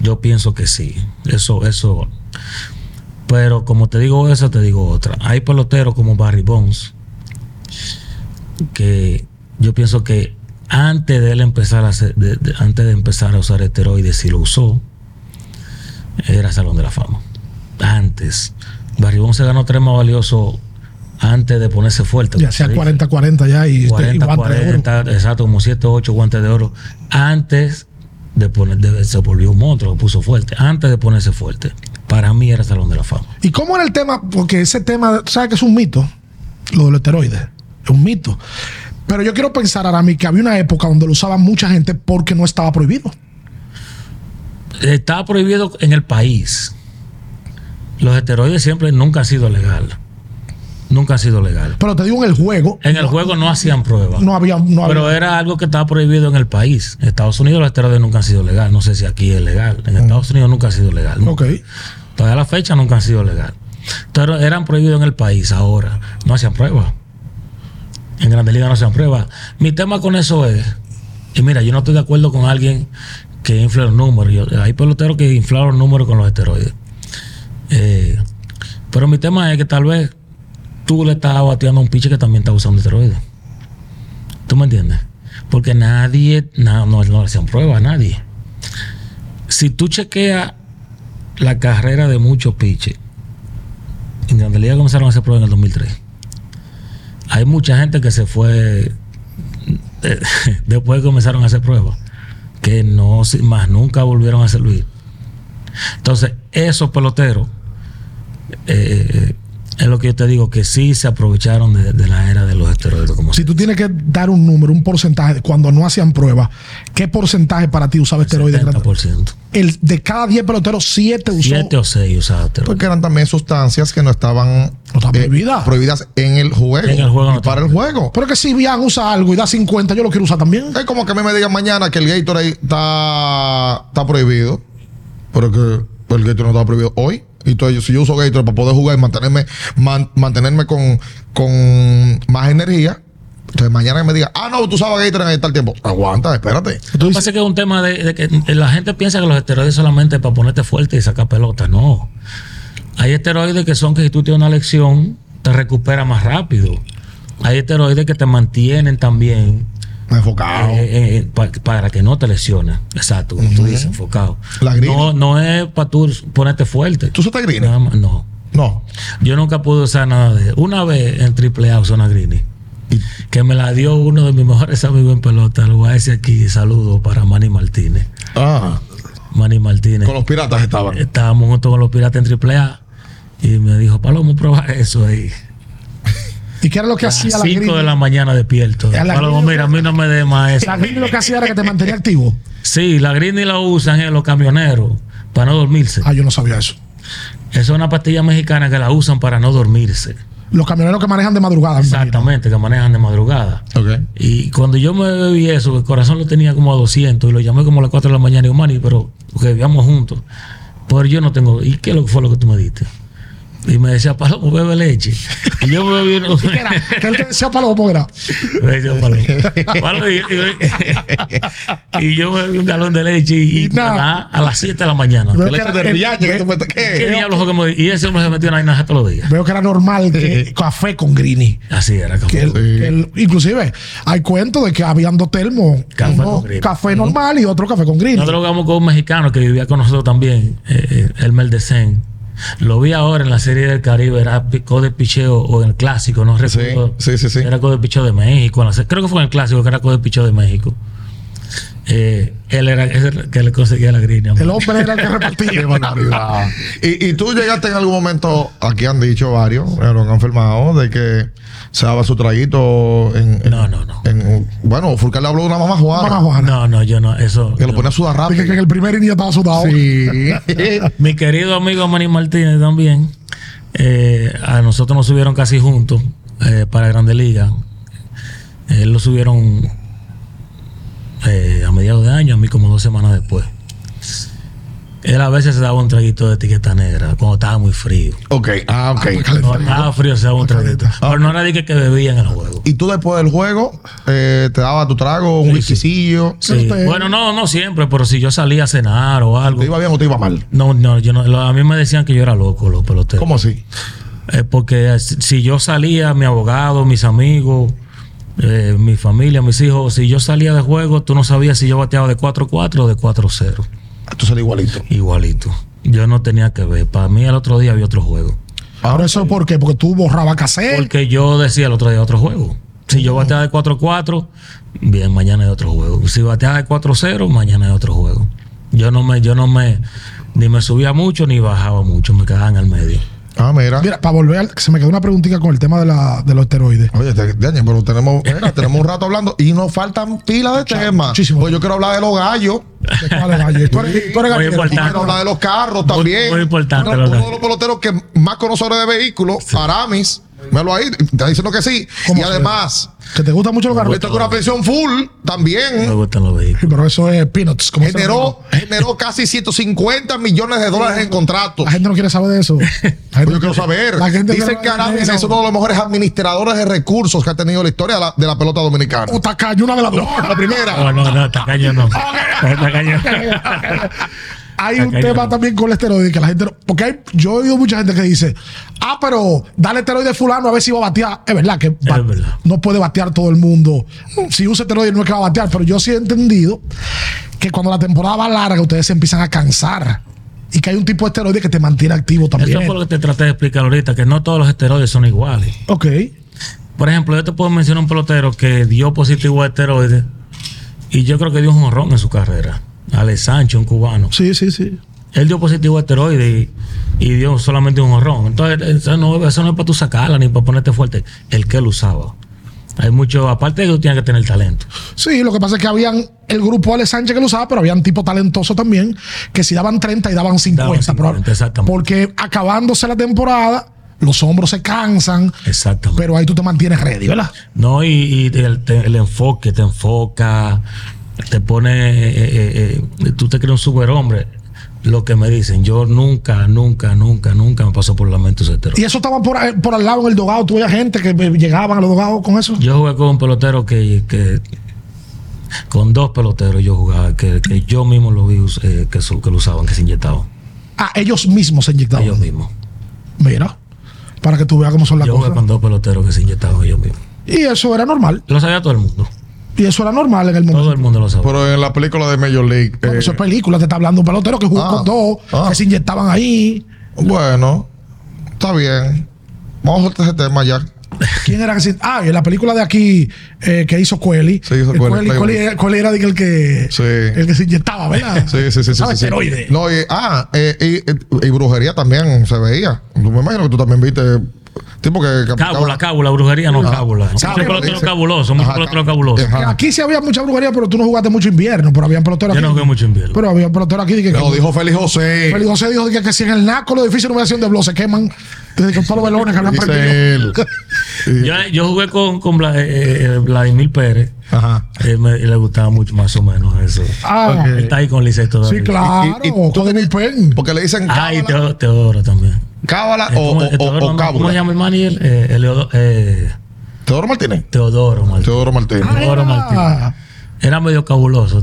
Speaker 3: Yo pienso que sí. Eso, eso. Pero como te digo eso, te digo otra. Hay peloteros como Barry Bonds que yo pienso que antes de él empezar a hacer- de- de- antes de empezar a usar esteroides, si lo usó, era Salón de la Fama. Antes. Barry Bonds se ganó tres más valiosos antes de ponerse fuerte.
Speaker 1: Ya
Speaker 3: como
Speaker 1: sea
Speaker 3: se dice.
Speaker 1: 40-40 ya y, este, y
Speaker 3: 40,
Speaker 1: guante de oro.
Speaker 3: 40, exacto, como 7, 8 guantes de oro. Antes de poner, de- se volvió un monstruo, lo puso fuerte. Antes de ponerse fuerte. Para mí era Salón de la Fama.
Speaker 1: ¿Y cómo era el tema? Porque ese tema, tú ¿sabes que es un mito? Lo del esteroide. Es un mito. Pero yo quiero pensar, Arami, que había una época donde lo usaba mucha gente porque no estaba prohibido.
Speaker 3: Está prohibido en el país. Los esteroides siempre nunca han sido legal. Nunca han sido legal.
Speaker 1: Pero te digo, en el juego,
Speaker 3: En el juego no hacían pruebas.
Speaker 1: no había. No había
Speaker 3: Pero eh, era algo que estaba prohibido en el país. En Estados Unidos los esteroides nunca han sido legal. No sé si aquí es legal. En Estados Unidos nunca ha sido legal.
Speaker 1: Mm. ok.
Speaker 3: Todavía la fecha nunca han sido legal. Pero eran prohibidos en el país ahora. No hacían pruebas. En Grandes Ligas no hacían pruebas. Mi tema con eso es, y mira, yo no estoy de acuerdo con alguien que infla los números. Yo- hay peloteros que inflaron los números con los esteroides. Eh, pero mi tema es que tal vez tú le estás bateando a un piche que también está usando esteroides. ¿Tú me entiendes? Porque nadie, na- no, no le hacían pruebas a nadie. Si tú chequeas la carrera de muchos pitches. En Grandes Ligas comenzaron a hacer pruebas en el 2003. Hay mucha gente que se fue eh, después que comenzaron a hacer pruebas, que no si- más nunca volvieron a servir. Entonces, esos peloteros, eh, es lo que yo te digo, que sí se aprovecharon de, de la era de los esteroides. Como
Speaker 1: Si
Speaker 3: se
Speaker 1: tú tienes que dar un número, un porcentaje, de cuando no hacían pruebas, ¿qué porcentaje para ti usaba esteroides?
Speaker 3: 70%.
Speaker 1: El, de cada 10 peloteros, 7 usó.
Speaker 3: 7 o 6 usaban esteroides.
Speaker 2: Porque eran también sustancias que no estaban eh,
Speaker 1: No están prohibidas.
Speaker 2: prohibidas en el juego.
Speaker 3: En el juego
Speaker 2: y
Speaker 3: no
Speaker 2: para
Speaker 3: están
Speaker 2: el juego.
Speaker 1: Pero que si Bian usa algo y da 50, yo lo quiero usar también.
Speaker 2: Es como que a mí me digan mañana que el Gatorade está, está prohibido. Pero que el Gatorade no está prohibido hoy. Y entonces, si yo uso Gatorade para poder jugar y mantenerme, man- mantenerme con, con más energía, entonces mañana que me diga, ah, no, tú usabas Gatorade en tal tiempo. Aguanta, espérate.
Speaker 3: Lo que pasa es que es un tema de, de que la gente piensa que los esteroides solamente es para ponerte fuerte y sacar pelota. No. Hay esteroides que son que si tú tienes una lección, te recupera más rápido. Hay esteroides que te mantienen también
Speaker 2: Enfocado.
Speaker 3: eh, eh, pa- para que no te lesiones. Exacto, como tú dices, enfocado.
Speaker 2: La grina.
Speaker 3: No, no es para tú ponerte fuerte.
Speaker 2: ¿Tú usaste Green?
Speaker 3: Nada más, no.
Speaker 2: No.
Speaker 3: Yo nusca pude usar nada de Una vez en triple A usé una Greenie. Que me la dio uno de mis mejores amigos en pelota. Lo voy a decir aquí. Saludo para Manny Martínez.
Speaker 2: Ah,
Speaker 3: Manny Martínez.
Speaker 2: con los piratas estaban.
Speaker 3: Estábamos juntos con los piratas en triple A. Y me dijo, Palomo, prueba eso ahí.
Speaker 1: ¿Y qué era lo que
Speaker 3: A
Speaker 1: hacía
Speaker 3: las
Speaker 1: la
Speaker 3: 5 de
Speaker 1: green?
Speaker 3: la mañana despierto.
Speaker 1: A la
Speaker 3: Palomo,
Speaker 1: green-
Speaker 3: mira, a mí no me dé más eso.
Speaker 1: La green lo que hacía era que te mantenía activo.
Speaker 3: Sí, la Greenie la usan en los camioneros para no dormirse.
Speaker 1: Ah, yo no sabía eso.
Speaker 3: Esa es una pastilla mexicana que la usan para no dormirse.
Speaker 1: Los camioneros que manejan de madrugada. me imagino.
Speaker 3: Exactamente, que manejan de madrugada.
Speaker 2: Ok.
Speaker 3: Y cuando yo me bebí eso, el corazón lo tenía como a 200 y lo llamé como a las 4 de la mañana y digo, Manny, pero que vivíamos juntos. Pero yo no tengo. ¿Y qué lo- fue lo que tú me diste? Y me decía, Palomo, bebe leche. Y yo me bebí una-
Speaker 1: ¿Qué era? ¿Qué él te decía Palomo? ¿Cómo era?
Speaker 3: me decía, Palomo. Palomo, y, y- y yo me bebí un galón de leche y,
Speaker 1: Y nada.
Speaker 3: nada, a las 7 de la mañana.
Speaker 1: Veo que,
Speaker 2: Leche
Speaker 1: era-
Speaker 2: de
Speaker 1: eh,
Speaker 2: riache que tú me- ¿qué?
Speaker 3: ¿Qué diablos fue que me- Y ese hombre se metió en la vaina todos los días.
Speaker 1: veo que era normal que café con Grini.
Speaker 3: Así era,
Speaker 1: Que él-
Speaker 3: cabrón.
Speaker 1: que él- inclusive hay cuentos de que habían dos termos,
Speaker 3: Café
Speaker 1: uno
Speaker 3: con Grini.
Speaker 1: café normal y otro café con Grini.
Speaker 3: Nosotros jugamos con un mexicano que vivía con nosotros también, eh, eh, Elmer Decen. Lo vi ahora en la serie del Caribe, era pi- Code Picheo o en el clásico, no recuerdo.
Speaker 2: sí, sí, sí.
Speaker 3: Era Code Picheo de México. en la se- creo que fue en el clásico que era Code Picheo de México. Eh, él era ese era el que le conseguía la grina.
Speaker 1: El hombre era el que
Speaker 2: Qué
Speaker 1: repartía.
Speaker 2: barbaridad. y, y tú llegaste en algún momento, aquí han dicho varios, eh, lo que han firmado, de que se daba su traguito en. en-
Speaker 3: No, no, no.
Speaker 2: en- bueno, Furcal le habló de una mamá jugada.
Speaker 1: Mamá Juana.
Speaker 3: No, no, yo no, eso.
Speaker 2: Que lo
Speaker 3: no.
Speaker 2: ponía a sudar
Speaker 1: Dije que
Speaker 2: rápido. ah,
Speaker 1: en el primer indio estaba sudado.
Speaker 2: Sí.
Speaker 3: Mi querido amigo Manny Martínez también. eh, a nosotros nos subieron casi juntos eh, para Grande Liga. Él lo subieron eh, a mediados de año, a mí como dos semanas después. Él a veces se daba un traguito de etiqueta negra cuando estaba muy frío.
Speaker 2: ok, ah, ok.
Speaker 3: Cuando estaba frío se daba un traguito. Pero no era de que, que bebía en el juego.
Speaker 2: y tú después del juego eh, te daba tu trago, un
Speaker 3: Sí,
Speaker 2: whiskycillo.
Speaker 3: Sí.
Speaker 1: usted-
Speaker 3: Bueno, no, no siempre, pero si yo salía a cenar o
Speaker 2: ¿Te
Speaker 3: algo.
Speaker 2: iba bien o te iba mal?
Speaker 3: No, no, yo no, lo- a mí me decían que yo era loco, los peloteros.
Speaker 2: ¿Cómo así?
Speaker 3: Eh, porque si si yo salía, mi abogado, mis amigos, eh, mi familia, mis hijos, si yo salía de juego, tú no sabías si yo bateaba de 4-4 o de 4-0.
Speaker 2: Tú sales igualito.
Speaker 3: Igualito. Yo no tenía que ver. Para mí, el otro día había otro juego.
Speaker 1: Ahora eso por qué? Porque tú borrabas cassette.
Speaker 3: Porque yo decía el otro día otro juego. Si yo bateaba de 4-4, bien, mañana hay otro juego. Si bateaba de 4-0, mañana hay otro juego. Yo no me, yo no me, ni me subía mucho ni bajaba mucho, me quedaba en el medio.
Speaker 2: Ah, mira.
Speaker 1: Mira, para volver, al- se me quedó una preguntita con el tema de, la, de los esteroides.
Speaker 2: Oye, te- Daniel, pero tenemos, mira, tenemos un rato hablando y nos faltan pilas de temas.
Speaker 1: muchísimo.
Speaker 2: Pues yo quiero hablar de los gallos.
Speaker 1: ¿De cuál es, Gallo? Tú eres- tú eres
Speaker 3: Muy
Speaker 1: gallero.
Speaker 3: importante.
Speaker 2: Quiero hablar de los carros también.
Speaker 3: muy importante,
Speaker 2: Uno,
Speaker 3: los
Speaker 2: uno de
Speaker 3: gallos.
Speaker 2: los peloteros que más conocedores de vehículos, Aramis. Melo ahí, está diciendo que sí.
Speaker 1: ¿Cómo
Speaker 2: Y
Speaker 1: se
Speaker 2: además,
Speaker 1: Que te gustan mucho los
Speaker 2: le
Speaker 1: garbetos.
Speaker 2: tocó una pensión full
Speaker 3: Me
Speaker 2: también.
Speaker 3: gustan los vehículos.
Speaker 1: Sí, pero eso es peanuts. Como se
Speaker 2: Generó,
Speaker 1: llama.
Speaker 2: generó casi 150 millones de dólares en contratos.
Speaker 1: La gente no quiere saber de eso. La gente
Speaker 2: Pues
Speaker 1: no
Speaker 2: yo
Speaker 1: quiere-
Speaker 2: quiero saber.
Speaker 1: La gente
Speaker 2: Dicen
Speaker 1: no-
Speaker 2: que Aramis
Speaker 1: no-
Speaker 2: es uno de los mejores administradores de recursos que ha tenido la historia de la, de la pelota dominicana.
Speaker 1: O tacaño, una de las dos.
Speaker 2: La primera.
Speaker 3: Oh, No, no, no, tacaño no. Tacaño.
Speaker 1: Hay un
Speaker 3: Tacaño,
Speaker 1: tema
Speaker 3: no.
Speaker 1: también con el esteroide que la gente no- Porque hay- yo he oído mucha gente que dice, ah, pero dale esteroide a fulano a ver si va a batear. Es verdad que ba-
Speaker 3: Es verdad.
Speaker 1: no puede batear todo el mundo. Si usa esteroide no es que va a batear, pero yo sí he entendido que cuando la temporada va larga ustedes se empiezan a cansar y que hay un tipo de esteroide que te mantiene activo
Speaker 3: Eso
Speaker 1: también.
Speaker 3: fue lo que te traté de explicar ahorita, que no todos los esteroides son iguales.
Speaker 1: Ok.
Speaker 3: Por ejemplo, yo te puedo mencionar un pelotero que dio positivo a esteroides y yo creo que dio un honrón en su carrera. Ale Sánchez, un cubano.
Speaker 1: Sí, sí, sí.
Speaker 3: Él dio positivo a esteroides y, y dio solamente un honrón. Entonces, eso no, eso no es para tú sacarla ni para ponerte fuerte. El que lo usaba. Hay mucho, aparte de que tú tienes que tener talento.
Speaker 1: Sí, lo que pasa es que habían el grupo Ale Sánchez que lo usaba, pero habían tipo talentoso también, que si daban 30 y daban 50.
Speaker 3: Daban 50,
Speaker 1: probable-
Speaker 3: exactamente.
Speaker 1: Porque acabándose la temporada, los hombros se cansan,
Speaker 3: Exactamente.
Speaker 1: pero ahí tú te mantienes ready, ¿verdad?
Speaker 3: No, y, y el, te- el enfoque te enfoca, te pone, eh, eh, eh, tú te crees un superhombre. Lo que me dicen, yo nunca, nunca, nunca, nunca me pasó por la mente ese terror.
Speaker 1: Y eso estaba por, ahí- por al lado en el dogado. Tú veías gente que eh, llegaban a los dogados con eso.
Speaker 3: Yo jugué con un pelotero que, que- con dos peloteros yo jugaba, que, que yo mismo lo vi us- eh, que, su- que lo usaban, que se inyectaban,
Speaker 1: Ah, ellos mismos se
Speaker 2: Ah,
Speaker 1: inyectaban.
Speaker 3: ellos mismos.
Speaker 1: Mira, para que tú veas cómo son las
Speaker 3: Yo jugué
Speaker 1: cosas.
Speaker 3: con dos peloteros que se inyectaban ellos mismos.
Speaker 1: Y eso era normal.
Speaker 3: Lo sabía todo el mundo,
Speaker 1: Y eso era normal en el momento.
Speaker 3: todo el mundo lo sabía.
Speaker 2: Pero en la película de Major League.
Speaker 1: Porque
Speaker 2: eh,
Speaker 1: eso es película, te está hablando un pelotero que jugó
Speaker 2: Ah,
Speaker 1: con dos,
Speaker 2: ah.
Speaker 1: que se inyectaban ahí.
Speaker 2: Bueno, está bien. Vamos a soltar ese tema ya.
Speaker 1: ¿Quién era que se- Ah, en la película de aquí eh, que hizo Cueli.
Speaker 2: Sí, hizo
Speaker 1: El
Speaker 2: Coeli,
Speaker 1: Coeli-
Speaker 2: Playboy.
Speaker 1: Coeli era- Coeli era de que el que,
Speaker 2: Sí.
Speaker 1: el que se inyectaba, ¿verdad?
Speaker 2: Sí, sí, sí, sí.
Speaker 3: Ah,
Speaker 1: Usaba
Speaker 2: sí, sí.
Speaker 1: esteroides.
Speaker 2: No, y, ah, eh, y, y- y brujería también se veía. Yo me imagino que tú también viste. Tipo que. que
Speaker 3: Cábula, cábula, brujería, no cábula. Muchos
Speaker 2: Cábula,
Speaker 3: peloteros
Speaker 2: Ah. dice.
Speaker 3: cabulosos, muchos
Speaker 2: Ajá,
Speaker 3: peloteros
Speaker 2: cábula.
Speaker 3: cabulosos.
Speaker 1: Que Aquí sí había mucha brujería, pero tú no jugaste mucho invierno, pero había peloteros
Speaker 3: Yo no
Speaker 1: aquí.
Speaker 3: jugué mucho invierno.
Speaker 1: Pero había peloteros aquí de que,
Speaker 2: Lo dijo Félix José.
Speaker 1: Félix José dijo de que, que si en el naco los edificios no hubiera sido de blog, se queman. Desde que todos los velones que habían perdido.
Speaker 2: Dice él. Y-
Speaker 3: Yo, yo jugué con, con Vla- eh, eh, Vladimir Pérez.
Speaker 2: Ajá.
Speaker 3: Él me- él le gustaba mucho más o menos eso.
Speaker 2: Eh,
Speaker 1: Ah,
Speaker 3: Él está ahí con Licey todavía.
Speaker 1: sí, claro.
Speaker 2: Y- y- y tú
Speaker 1: Cody Milpen.
Speaker 2: Porque le dicen.
Speaker 3: Ah, y
Speaker 2: cábala.
Speaker 3: Teo- Teodoro también.
Speaker 2: Cábala
Speaker 3: Eh,
Speaker 2: o,
Speaker 3: ¿cómo-
Speaker 2: o,
Speaker 3: eh,
Speaker 2: o-
Speaker 3: Teodoro,
Speaker 2: o
Speaker 3: no, ¿Cómo se
Speaker 2: cábula.
Speaker 3: llama el manager? Eh, Eleodo- eh,
Speaker 2: Teodoro Martínez.
Speaker 3: Teodoro Martínez.
Speaker 2: Teodoro Martínez.
Speaker 1: Ah,
Speaker 3: Teodoro
Speaker 1: era-
Speaker 3: Martínez. Era medio cabuloso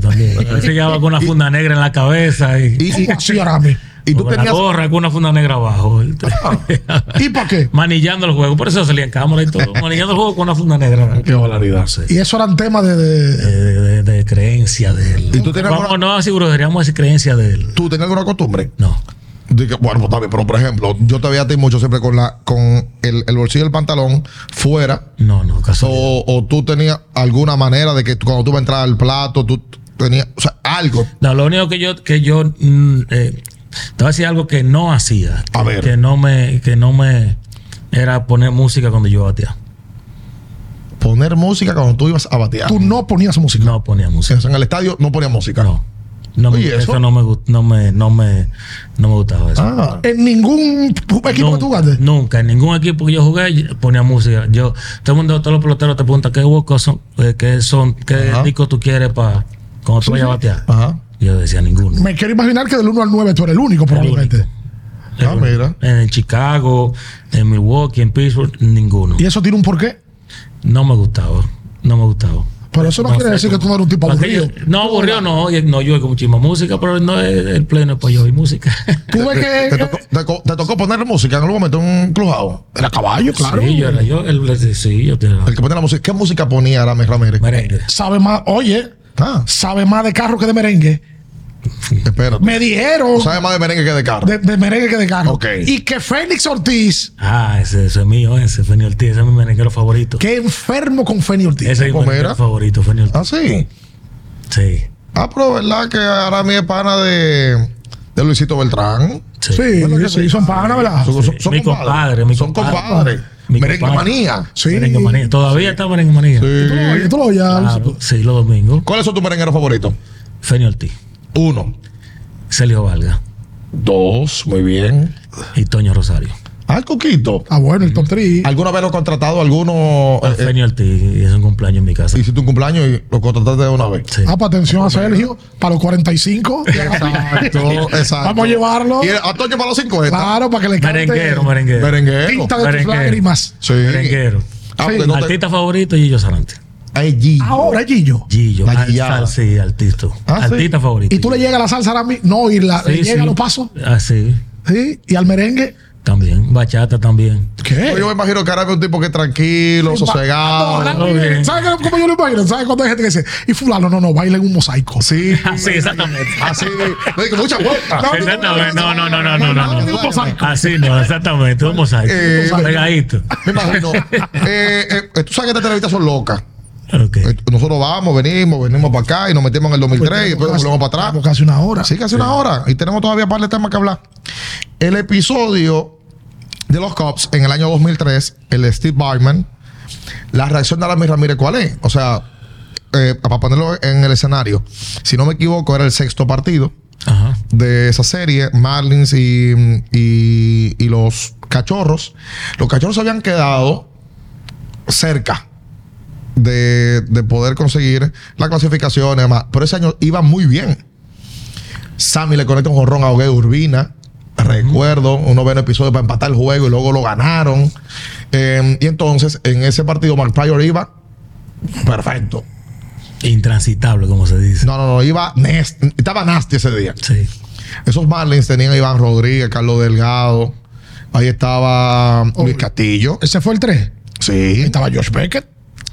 Speaker 3: también. Él se llevaba con una funda negra en la cabeza y,
Speaker 2: Y, y-
Speaker 1: ¿Cómo así, Arami?
Speaker 2: y tú
Speaker 3: con la
Speaker 2: tenías. Ah.
Speaker 3: gorra con una funda negra abajo.
Speaker 1: ¿Y para qué?
Speaker 3: manillando el juego. Por eso salía en cámara y todo. Manillando el juego con una funda negra.
Speaker 4: Qué barbaridad.
Speaker 3: No sé.
Speaker 1: Y eso eran temas de, de-
Speaker 3: De, de- de- de creencia de él.
Speaker 2: ¿Y tú tenías
Speaker 3: Vamos,
Speaker 2: alguna-
Speaker 3: no, así deberíamos decir creencia de él.
Speaker 2: ¿Tú tenías alguna costumbre?
Speaker 3: No.
Speaker 2: De que, bueno, pues también, pero por ejemplo, yo te veía a ti mucho siempre con la con el, el bolsillo del pantalón fuera.
Speaker 3: No, no, casualidad.
Speaker 2: O, o tú tenías alguna manera de que tú- cuando tú vas a entrar al plato, tú tenías, o sea, algo.
Speaker 3: No, lo único que yo, que yo mm, eh, te voy a decir algo que no hacía.
Speaker 2: A ver.
Speaker 3: Que no me, que no me era poner música cuando yo bateaba.
Speaker 2: Poner música cuando tú ibas a batear.
Speaker 1: Tú no ponías música.
Speaker 3: No ponía música.
Speaker 2: en el estadio no ponías música.
Speaker 3: No. No me-
Speaker 2: Oye,
Speaker 3: eso?
Speaker 2: eso-
Speaker 3: no me gust- no me, no me, no me gustaba eso.
Speaker 2: Ah,
Speaker 1: En ningún equipo que tú
Speaker 3: nunca,
Speaker 1: jugaste.
Speaker 3: nunca, en ningún equipo que yo jugué yo ponía música. Yo, todo el mundo, todos los peloteros te preguntan qué huecos son, eh, qué son, qué
Speaker 2: Ajá.
Speaker 3: disco tú quieres para cuando tú vayas a batear.
Speaker 2: ajá.
Speaker 3: Yo decía ninguno.
Speaker 1: Me quiero imaginar que del 1 al 9 tú eres el único, probablemente.
Speaker 3: El
Speaker 2: Ah,
Speaker 3: único.
Speaker 2: mira.
Speaker 3: En el Chicago, en Milwaukee, en Pittsburgh, ninguno.
Speaker 1: Y eso tiene un porqué.
Speaker 3: No me gustaba. No me gustaba.
Speaker 1: Pero eso no, quiere
Speaker 3: sé
Speaker 1: decir que
Speaker 3: cómo-
Speaker 1: tú no eres un tipo
Speaker 3: Aquello-
Speaker 1: aburrido.
Speaker 3: no, aburrido no. oye, No, yo oigo muchísima música, pero no es el play no es para yo oír música.
Speaker 1: Tú ves
Speaker 2: Te, te
Speaker 1: Pues que.
Speaker 2: tocó, te co- te tocó poner música en algún momento en un clubhouse. Era caballo, claro.
Speaker 3: Sí, yo era yo. El, sí, yo tenía
Speaker 2: El que ponía la música. ¿Qué música ponía Aramis Ramírez?
Speaker 3: merengue.
Speaker 1: Sabe más, oye,
Speaker 2: Ah,
Speaker 1: sabe más de carro que de merengue.
Speaker 2: espérate.
Speaker 1: Me dijeron
Speaker 2: Sabe más de merengue que de carro.
Speaker 1: de, de merengue que de carro.
Speaker 2: Ok.
Speaker 1: Y que Félix Ortiz,
Speaker 3: Ah, ese, ese es mío, ese Feni Ortiz, ese es mi merenguero favorito.
Speaker 1: que enfermo con Feni Ortiz.
Speaker 3: Ese es mi
Speaker 2: ¿Cómo
Speaker 3: merenguero
Speaker 2: era?
Speaker 3: favorito, Feni Ortiz.
Speaker 2: Ah, sí.
Speaker 3: Sí,
Speaker 2: Ah, pero verdad que Aramis es pana de, de Luisito Beltrán.
Speaker 3: sí.
Speaker 1: sí,
Speaker 2: ¿Verdad que
Speaker 1: sí,
Speaker 2: sí?
Speaker 1: son panas, ¿verdad?
Speaker 2: Son, son-
Speaker 3: Ah, Sí.
Speaker 2: son
Speaker 3: Mi compadre, mi
Speaker 2: Son
Speaker 3: compadre.
Speaker 2: compadres.
Speaker 3: Mi
Speaker 2: Merengue
Speaker 3: compadre.
Speaker 2: manía.
Speaker 1: Sí.
Speaker 3: Merengue manía. Todavía está merengue manía.
Speaker 1: Tú lo oyes, tú lo oyes.
Speaker 3: Claro, sí, los domingos.
Speaker 2: ¿Cuáles son tus merengueros favoritos?
Speaker 3: Feni Ortiz,
Speaker 2: Uno.
Speaker 3: Celio Valga
Speaker 2: Dos. Muy bien.
Speaker 3: y Toño Rosario.
Speaker 2: Ah, el Coquito.
Speaker 1: Ah, bueno, el top 3.
Speaker 2: ¿Alguna vez lo contratado alguno?
Speaker 3: Ah,
Speaker 2: eh, eh,
Speaker 3: Feni Ortiz hizo un cumpleaños en mi casa.
Speaker 2: hiciste un cumpleaños y lo contrataste de una vez.
Speaker 3: Sí.
Speaker 1: Ah, para atención a Sergio, para los 45.
Speaker 2: Exacto, exacto.
Speaker 1: Vamos a llevarlo.
Speaker 2: Y el Antonio para los
Speaker 3: Ah.
Speaker 2: 50.
Speaker 1: Claro, para que le cante.
Speaker 3: merenguero, merenguero.
Speaker 2: Merenguero.
Speaker 1: Pinta de tus
Speaker 3: Merenguero.
Speaker 1: lágrimas.
Speaker 2: Sí.
Speaker 3: Merenguero.
Speaker 2: Ah, porque
Speaker 1: Sí.
Speaker 2: no te...
Speaker 3: Artista favorito, Gillo Sarante.
Speaker 2: Ay, Gillo.
Speaker 1: Ahora, Gillo.
Speaker 3: Gillo.
Speaker 2: La
Speaker 3: al-
Speaker 2: guillada.
Speaker 3: sal- sí, artista.
Speaker 2: Ah, sí.
Speaker 3: artista favorito.
Speaker 1: Y tú le llegas a la salsa a mí, no oírla, le
Speaker 3: Sí,
Speaker 1: llega
Speaker 3: sí.
Speaker 1: a los pasos,
Speaker 3: Ah, sí.
Speaker 1: ¿sí? Y al merengue,
Speaker 3: También. Bachata también.
Speaker 1: ¿qué?
Speaker 2: Yo me imagino que ahora es un tipo que es tranquilo,
Speaker 1: Va- No,
Speaker 2: sosegado.
Speaker 1: Ramírez,
Speaker 3: todo bien.
Speaker 1: ¿Sabes cómo- cómo yo lo imagino? ¿Sabes cuando hay gente que dice, y fulano, no, no, baila en un mosaico? Pues
Speaker 2: Sí.
Speaker 3: Ah, Sí, exactamente.
Speaker 2: Así. Le digo, muchas vueltas.
Speaker 3: Exactamente. No, no, no, no, no,
Speaker 1: no,
Speaker 3: no.
Speaker 1: no,
Speaker 3: no.
Speaker 1: no, mosaico.
Speaker 3: Así no, exactamente. Un mosaico.
Speaker 2: Eh,
Speaker 3: Pegadito.
Speaker 2: Me imagino. Eh, eh, tú sabes que estas entrevistas son locas.
Speaker 3: Ok.
Speaker 2: Eh, Nosotros vamos, venimos, venimos para acá y nos metemos en el 2003 y después
Speaker 1: Casi-
Speaker 2: volvemos para atrás.
Speaker 1: Casi una hora.
Speaker 2: Sí, casi una hora. Y tenemos todavía par de temas que hablar. El episodio de los Cops en el año 2003, el de Steve Bartman, la reacción de Aramis Ramírez, ¿cuál es? O sea, eh, para ponerlo en el escenario, si no me equivoco, era el sexto partido
Speaker 3: Ajá.
Speaker 2: de esa serie, Marlins y, y- y los cachorros. Los cachorros habían quedado cerca de, de poder conseguir la clasificación y demás. Pero ese año iba muy bien. Sammy le conecta un jorrón a Ogue Urbina. Recuerdo un noveno episodio para empatar el juego y luego lo ganaron. Eh, y entonces, en ese partido, Mark Pryor iba perfecto.
Speaker 3: Intransitable, como se dice.
Speaker 2: No, no, no, iba nes- estaba nasty ese día.
Speaker 3: Sí.
Speaker 2: Esos Marlins tenían a Iván Rodríguez, Carlos Delgado. Ahí estaba Luis Castillo.
Speaker 1: Oh, Ese fue el 3.
Speaker 2: Sí.
Speaker 1: Estaba George Beckett.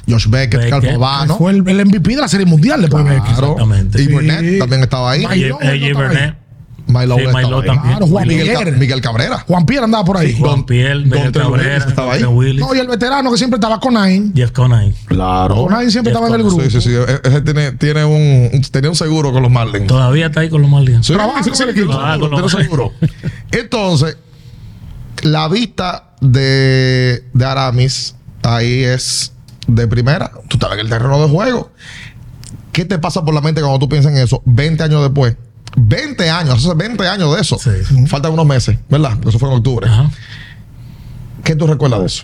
Speaker 2: Josh Beckett,
Speaker 3: Beckett.
Speaker 2: Cartovano.
Speaker 1: Fue el, el MVP de la Serie Mundial después de Beckett.
Speaker 2: Ah, Claro.
Speaker 3: Exactamente.
Speaker 2: Y
Speaker 3: Sí.
Speaker 2: Burnett también estaba ahí.
Speaker 1: Ay,
Speaker 3: Eh,
Speaker 1: no,
Speaker 3: eh,
Speaker 1: no,
Speaker 3: Jay
Speaker 1: no,
Speaker 3: Burnett.
Speaker 2: Milo
Speaker 3: Sí, Milo también.
Speaker 1: Claro, Juan
Speaker 2: Miguel, Ca-
Speaker 1: Pierre.
Speaker 2: Miguel Cabrera.
Speaker 1: Juan Pierre andaba por ahí.
Speaker 3: Juan Piel, Miguel
Speaker 2: Don Willis
Speaker 3: Cabrera,
Speaker 2: estaba ahí.
Speaker 3: Don Willis,
Speaker 1: No, y el veterano que siempre estaba con Nine.
Speaker 3: Jeff Conine.
Speaker 2: Claro.
Speaker 1: Con Nine siempre
Speaker 3: Jeff
Speaker 1: estaba en el
Speaker 3: Conner.
Speaker 1: grupo.
Speaker 2: Sí, sí, sí. E- Ese tiene, tiene un, un- tenía un seguro con los Marlins.
Speaker 3: Todavía está ahí con los Marlins.
Speaker 2: Sí,
Speaker 1: Trabaja
Speaker 2: sí,
Speaker 1: con
Speaker 2: sí,
Speaker 1: el
Speaker 2: sí,
Speaker 1: equipo.
Speaker 2: seguro,
Speaker 3: Ah, con los
Speaker 2: tiene seguro. Entonces, la vista de, de Aramis ahí es de primera. Tú estás en el terreno de juego. ¿Qué te pasa por la mente cuando tú piensas en eso 20 años después? 20 años, hace 20 años de eso.
Speaker 3: Sí.
Speaker 2: Faltan unos meses, ¿verdad? Porque eso fue en octubre.
Speaker 3: Ajá.
Speaker 2: ¿Qué tú recuerdas de eso?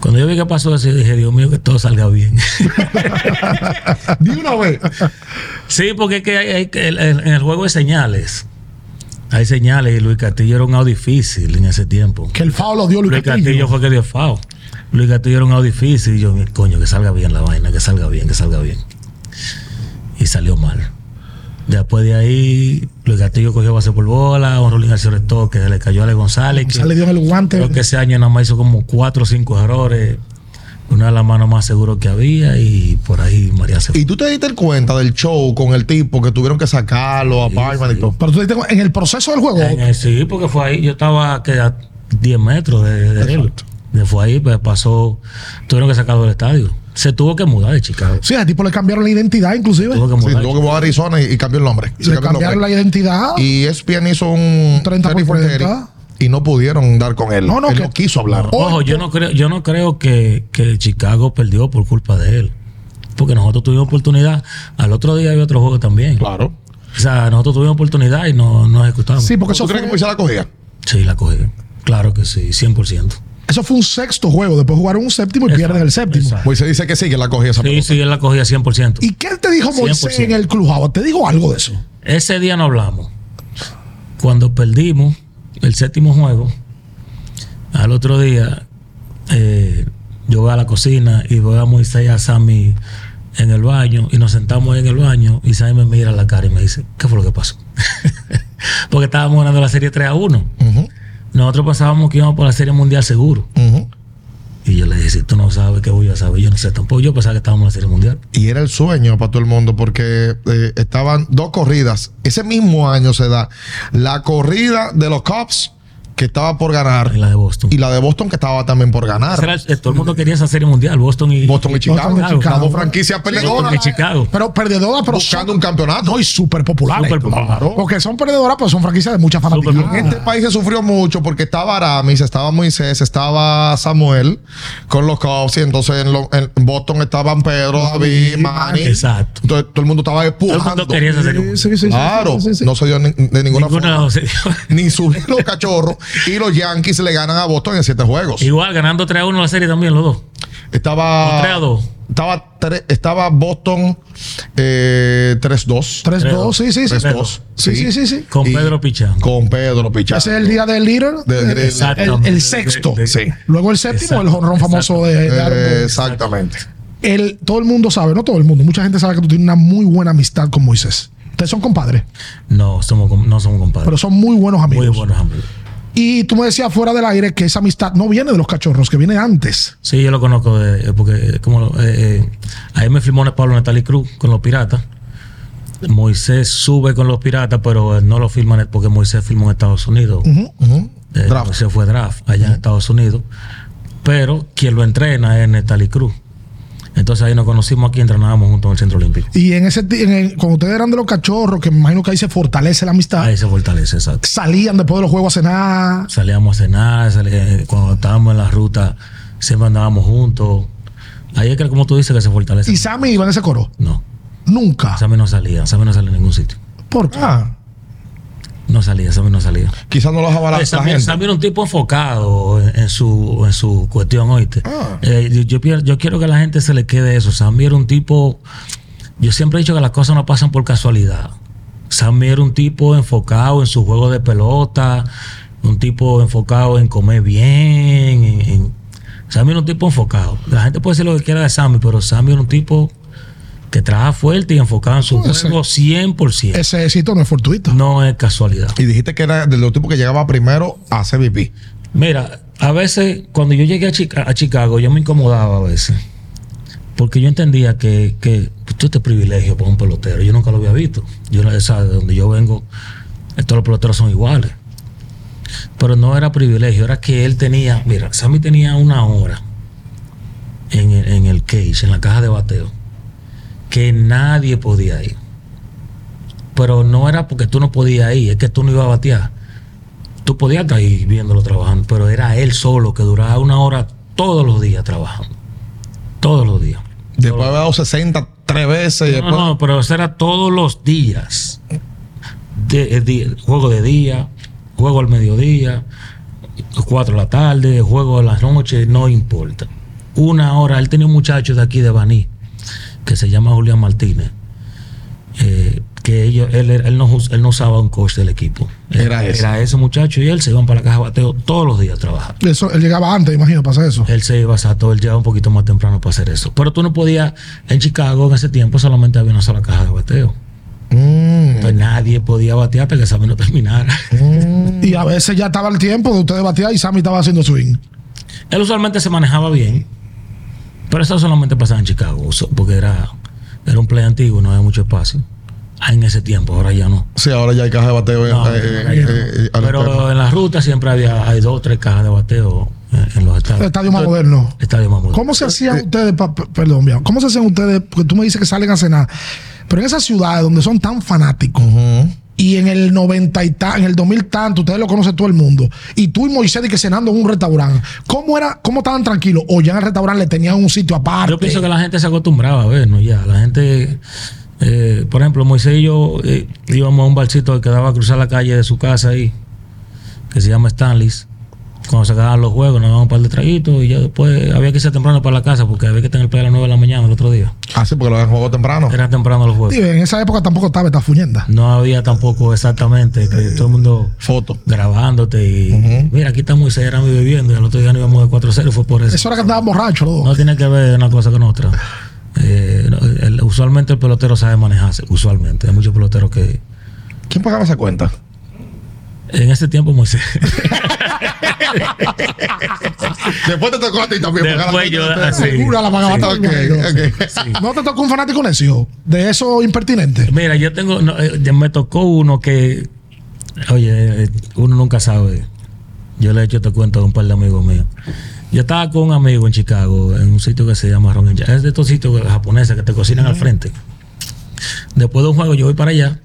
Speaker 3: Cuando yo vi que pasó eso, yo dije, Dios mío, que todo salga bien.
Speaker 2: Di una vez.
Speaker 3: sí, porque es que hay- hay que- el- el- en el juego hay señales. Hay señales y Luis Castillo era un out difícil en ese tiempo.
Speaker 1: Que el FAO lo dio Luis,
Speaker 3: Luis Castillo, fue que dio FAO. Luis Castillo era un out difícil y yo, coño, que salga bien la vaina, que salga bien, que salga bien. Y salió mal. Después de ahí, Luis Castillo cogió base por bola, un rolling hacia el que le cayó a Ale González. que-
Speaker 1: González dio en el guante.
Speaker 3: Creo que ese año nada más hizo como cuatro o cinco errores. Una de las manos más seguras que había y por ahí María se fue.
Speaker 2: Y tú te diste cuenta del show con el tipo que tuvieron que sacarlo a Parman y todo.
Speaker 1: Pero tú dices, en el proceso del juego,
Speaker 3: En el- sí, porque fue ahí. Yo estaba que a 10 metros de, de él. De- Fue ahí, pues pasó. Tuvieron que sacarlo del estadio. Se tuvo que mudar de Chicago.
Speaker 1: sí, al tipo le cambiaron la identidad, inclusive.
Speaker 3: Tuvo que
Speaker 2: Sí,
Speaker 3: mudar.
Speaker 2: luego que fue a Arizona y, y cambió el nombre. Y se
Speaker 1: Le
Speaker 2: cambió el
Speaker 1: cambiaron la
Speaker 2: nombre.
Speaker 1: identidad.
Speaker 2: Y E ESPN hizo un
Speaker 1: 30 por
Speaker 2: 30 por 30,
Speaker 1: 30.
Speaker 2: y no pudieron dar con él.
Speaker 1: No, no,
Speaker 2: él
Speaker 1: que-
Speaker 2: no quiso hablar.
Speaker 1: Oh.
Speaker 3: Ojo, yo no creo, yo no creo que, que Chicago perdió por culpa de él. Porque nosotros tuvimos oportunidad. Al otro día había otro juego también.
Speaker 2: Claro.
Speaker 3: O sea, nosotros tuvimos oportunidad y no, no ejecutamos.
Speaker 1: Sí, porque
Speaker 2: ¿Tú
Speaker 1: eso
Speaker 2: crees
Speaker 1: fue,
Speaker 2: que Moisés la cogía?
Speaker 3: Sí, la cogí. Claro que sí, 100%.
Speaker 1: eso fue un sexto juego. Después jugaron un séptimo y pierden el séptimo.
Speaker 3: Exacto.
Speaker 2: Moisés dice que sí, que la cogía esa
Speaker 3: Sí,
Speaker 2: pelota.
Speaker 3: sí, él la cogía 100%.
Speaker 1: ¿Y qué te dijo Moisés
Speaker 3: 100%.
Speaker 1: en el clubhouse? ¿Te dijo algo de eso?
Speaker 3: Ese día no hablamos. Cuando perdimos el séptimo juego, al otro día eh, yo voy a la cocina y voy a Moisés y a Sammy en el baño y nos sentamos ahí en el baño y Sammy me mira la cara y me dice, ¿qué fue lo que pasó? Porque estábamos ganando la serie 3 a 1.
Speaker 2: Ujú,
Speaker 3: Nosotros pensábamos que íbamos por la serie mundial seguro.
Speaker 2: ujú.
Speaker 3: Y yo le dije, si tú no sabes, ¿qué voy a saber? Yo no sé tampoco. Yo pensaba que estábamos en la serie mundial.
Speaker 2: Y era el sueño para todo el mundo porque eh, estaban dos corridas. Ese mismo año se da la corrida de los Cubs que estaba por ganar
Speaker 3: En la de Boston.
Speaker 2: y la de Boston que estaba también por
Speaker 3: Ese
Speaker 2: ganar.
Speaker 3: era el- todo el mundo quería esa serie mundial, Boston y,
Speaker 2: Boston y Chicago.
Speaker 1: Boston y Chicago.
Speaker 2: Las dos franquicias
Speaker 3: Boston y
Speaker 2: peleadoras
Speaker 3: Chicago.
Speaker 1: Pero perdedoras, pero
Speaker 2: buscando un campeonato.
Speaker 1: no, y súper populares.
Speaker 3: Súper populares.
Speaker 1: Claro. Porque son perdedoras, pero son franquicias de mucha
Speaker 3: Súper
Speaker 1: fanaticada.
Speaker 3: populares.
Speaker 2: Este país se sufrió mucho porque estaba Aramis, estaba Moisés, estaba Samuel con los Cubs y entonces en, lo- en Boston estaban Pedro,
Speaker 1: ah,
Speaker 2: David, Manny.
Speaker 3: Exacto.
Speaker 2: Entonces todo el mundo estaba
Speaker 3: Todo el
Speaker 2: empujando.
Speaker 3: mundo quería esa serie mundial.
Speaker 1: Sí, sí, sí,
Speaker 2: Claro,
Speaker 1: sí, sí, sí.
Speaker 2: no se dio ni- de ninguna
Speaker 3: Ninguna de
Speaker 2: forma.
Speaker 3: las dos se dio.
Speaker 2: Ni subir los cachorros y los Yankees le ganan a Boston en siete juegos.
Speaker 3: Igual, ganando 3 a 1 la serie también, los dos.
Speaker 2: Estaba.
Speaker 3: O tres a dos.
Speaker 2: Estaba, tre- estaba Boston eh, 3-2.
Speaker 1: 3-2, sí, sí, sí.
Speaker 2: 3-2.
Speaker 1: Sí, sí, sí, sí.
Speaker 3: Con
Speaker 2: Y-
Speaker 3: Pedro Pichán.
Speaker 2: Con Pedro Pichar.
Speaker 1: Ese es el día del líder.
Speaker 2: De- de-
Speaker 1: el- el,
Speaker 3: Exactamente.
Speaker 1: el sexto.
Speaker 3: De- de-
Speaker 2: Sí.
Speaker 1: Luego el séptimo,
Speaker 3: Exacto,
Speaker 1: el jonrón famoso de, de Aaron Boone.
Speaker 2: Eh, exactamente.
Speaker 1: el, todo el mundo sabe, no todo el mundo, mucha gente sabe que tú tienes una muy buena amistad con Moisés. Ustedes son compadres,
Speaker 3: No, somos, com- no somos compadres.
Speaker 1: pero son muy buenos amigos.
Speaker 3: Muy buenos amigos.
Speaker 1: Y tú me decías fuera del aire que esa amistad no viene de los cachorros, que viene antes.
Speaker 3: Sí, yo lo conozco de- eh, porque eh, como eh, eh, ahí me firmó Pablo Natali Cruz con los piratas. Moisés sube con los piratas, pero eh, no lo firman eh, porque Moisés firmó en Estados Unidos.
Speaker 2: Ujú.
Speaker 3: Eh,
Speaker 2: Draft.
Speaker 3: Moisés fue draft allá en Estados Unidos. Pero quien lo entrena es Natali Cruz. Entonces ahí nos conocimos aquí, entrenábamos juntos en el Centro Olímpico.
Speaker 1: Y en ese ti- en el- cuando ustedes eran de los cachorros, que me imagino que ahí se fortalece la amistad,
Speaker 3: Ahí se fortalece, exacto.
Speaker 1: salían después de los juegos a cenar.
Speaker 3: Salíamos a cenar, sali- eh, cuando estábamos en la ruta, siempre andábamos juntos. Ahí es que, como tú dices, que se fortalece.
Speaker 1: Y Sammy iba en ese coro.
Speaker 3: No,
Speaker 1: Nunca.
Speaker 3: Sammy no salía, Sammy no salía en ningún sitio.
Speaker 1: ¿Por qué?
Speaker 3: No salía, Sammy no salía.
Speaker 2: Quizás no los avala
Speaker 3: Eh,
Speaker 2: la
Speaker 3: Sammy,
Speaker 2: gente.
Speaker 3: Sammy era un tipo enfocado en, en su, en su cuestión, oíste.
Speaker 2: Ah.
Speaker 3: Eh, yo, yo pier- yo quiero que a la gente se le quede eso. Sammy era un tipo. Yo siempre he dicho que las cosas no pasan por casualidad. Sammy era un tipo enfocado en su juego de pelota, un tipo enfocado en comer bien. en- en- Sammy era un tipo enfocado. La gente puede decir lo que quiera de Sammy, pero Sammy era un tipo que trabaja fuerte y enfocado en su
Speaker 1: Puede ser.
Speaker 3: juego 100%.
Speaker 1: Ese éxito no es fortuito.
Speaker 3: No es casualidad.
Speaker 2: Y dijiste que era de los tipos que llegaba primero a CBP.
Speaker 3: Mira, a veces cuando yo llegué a, Chica- a Chicago, yo me incomodaba a veces. Porque yo entendía que, que pues, todo este privilegio para un pelotero, yo nunca lo había visto. Yo no- esa, de donde yo vengo, eh, todos los peloteros son iguales. Pero no era privilegio, era que él tenía, mira, Sammy tenía una hora en el, en el cage, en la caja de bateo, que nadie podía ir. Pero no era porque tú no podías ir, es que tú no ibas a batear tú podías estar ahí viéndolo trabajando, pero era él solo que duraba una hora todos los días trabajando. Todos los días.
Speaker 2: Después había dado 60 tres veces. y
Speaker 3: No,
Speaker 2: después,
Speaker 3: no, pero eso era todos los días. De- eh, di- juego de día, juego al mediodía, cuatro de la tarde, juego a las noches, no importa. Una hora, él tenía un muchacho de aquí de Baní, que se llama Julián Martínez, eh, que ellos, él, él, no, él no usaba un coach del equipo.
Speaker 2: Era ese.
Speaker 3: Era ese muchacho y él se iban para la caja de bateo todos los días a trabajar.
Speaker 1: Eso, él llegaba antes, imagino, para hacer eso.
Speaker 3: Él se iba a todo, él llegaba un poquito más temprano para hacer eso. Pero tú no podías, en Chicago en ese tiempo solamente había una sola caja de bateo.
Speaker 2: Mm,
Speaker 3: Entonces nadie podía batear hasta que Sammy no terminara.
Speaker 1: Y a veces ya estaba el tiempo de ustedes batear y Sammy estaba haciendo swing.
Speaker 3: Él usualmente se manejaba bien, pero eso solamente pasaba en Chicago, so- porque era, era un play antiguo, no había mucho espacio. Ah, En ese tiempo, ahora ya no.
Speaker 2: sí, ahora ya hay caja de bateo. eh,
Speaker 3: No,
Speaker 2: eh,
Speaker 3: ahora
Speaker 2: eh,
Speaker 3: ya
Speaker 2: eh,
Speaker 3: no.
Speaker 2: al extremo.
Speaker 3: Pero en la ruta siempre había hay dos o tres cajas de bateo eh, en los
Speaker 1: El
Speaker 3: estadios.
Speaker 1: estadio más moderno.
Speaker 3: Estadio más modernos.
Speaker 1: ¿Cómo
Speaker 2: Eh,
Speaker 1: se hacían ustedes, pa- p- perdón, viejo, cómo se hacían ustedes, porque tú me dices que salen a cenar, pero en esas ciudades donde son tan fanáticos
Speaker 2: Ujú.
Speaker 1: y en el 90 y tan, en el 2000 tanto, ustedes lo conoce todo el mundo, y tú y Moisés de que cenando en un restaurante, ¿cómo era, cómo estaban tranquilos? O ya en el restaurante le tenían un sitio aparte.
Speaker 3: Yo pienso que la gente se acostumbraba a vernos ya. La gente, eh, por ejemplo, Moisés y yo eh, íbamos a un barcito que daba a cruzar la calle de su casa ahí, que se llama Stanley's. Cuando se acababan los juegos, nos dábamos un par de traguitos y ya después había que irse temprano para la casa porque había que tener el play a las 9 de la mañana el otro día.
Speaker 2: Ah, sí, porque lo habían jugado temprano.
Speaker 3: Era temprano los
Speaker 1: Sí,
Speaker 3: juegos.
Speaker 1: en esa época tampoco estaba esta fuñenda.
Speaker 3: No había tampoco exactamente que todo el mundo
Speaker 2: Foto.
Speaker 3: grabándote y mira, aquí está Moisés Arami bebiendo y al otro día nos íbamos de 4-0, fue por eso.
Speaker 1: Eso era que andaban borrachos los dos.
Speaker 3: No tiene que ver una cosa con otra. Eh, no, el- usualmente el pelotero sabe manejarse, usualmente. Hay muchos peloteros que...
Speaker 2: ¿Quién pagaba esa cuenta?
Speaker 3: En ese tiempo, Moisés.
Speaker 2: Después te tocó a ti también.
Speaker 3: Después
Speaker 2: pagar la
Speaker 3: yo, ah,
Speaker 2: cuenta. Ah,
Speaker 3: así.
Speaker 1: Segura la pagaba
Speaker 2: Sí.
Speaker 1: todo el
Speaker 2: Ok,
Speaker 1: mundo.
Speaker 2: ok.
Speaker 1: Sí. ¿No te tocó un fanático necio de eso impertinente?
Speaker 3: Mira, yo tengo... no, eh, ya me tocó uno que... Oye, eh, uno nunca sabe. Yo le he hecho este cuento a un par de amigos míos. Yo estaba con un amigo en Chicago, en un sitio que se llama Ron and Jack. Es de estos sitios japoneses que te cocinan al frente. Después de un juego yo voy para allá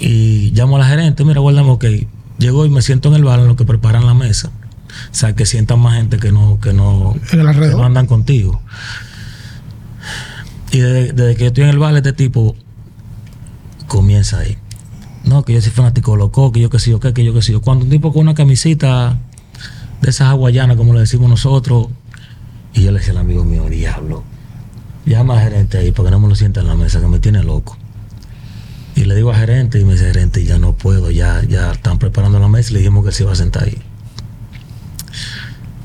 Speaker 3: y llamo a la gerente, mira, guárdame, ok. Llego y me siento en el bar en lo que preparan la mesa. O sea, que sientan más gente que no, que no,
Speaker 1: En el
Speaker 3: que
Speaker 1: alrededor.
Speaker 3: no andan contigo. Y desde, desde que yo estoy en el bar, este tipo comienza ahí. No, que yo soy fanático loco, que yo qué sé yo qué, que yo qué sé yo. Cuando un tipo con una camisita de esas hawaianas, como le decimos nosotros, y yo le decía al amigo mío, diablo, llama al gerente ahí para que no me lo sienta en la mesa, que me tiene loco. Y le digo al gerente y me dice, gerente, ya no puedo, ya, ya están preparando la mesa y le dijimos que él se iba a sentar ahí.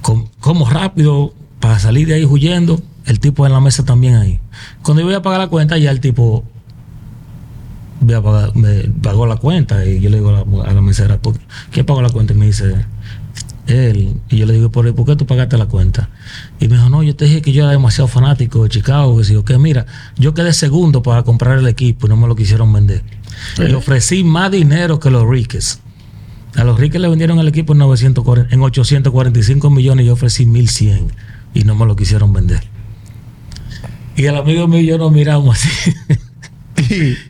Speaker 3: Com- Como rápido para salir de ahí huyendo, el tipo en la mesa también ahí. Cuando yo voy a pagar la cuenta, ya el tipo voy a pagar- me pagó la cuenta y yo le digo a la, mu- a la mesera, "¿Por- ¿quién pagó la cuenta? Y me dice, él. Y yo le digo, ¿por, ¿por qué tú pagaste la cuenta? Y me dijo, no, yo te dije que yo era demasiado fanático de Chicago. Que yo, que mira, yo quedé segundo para comprar el equipo y no me lo quisieron vender. Le ofrecí más dinero que los Riques. A los Riques le vendieron el equipo en, 940 en 845 millones y yo ofrecí 1100 y no me lo quisieron vender. Y el amigo mío y yo nos miramos así.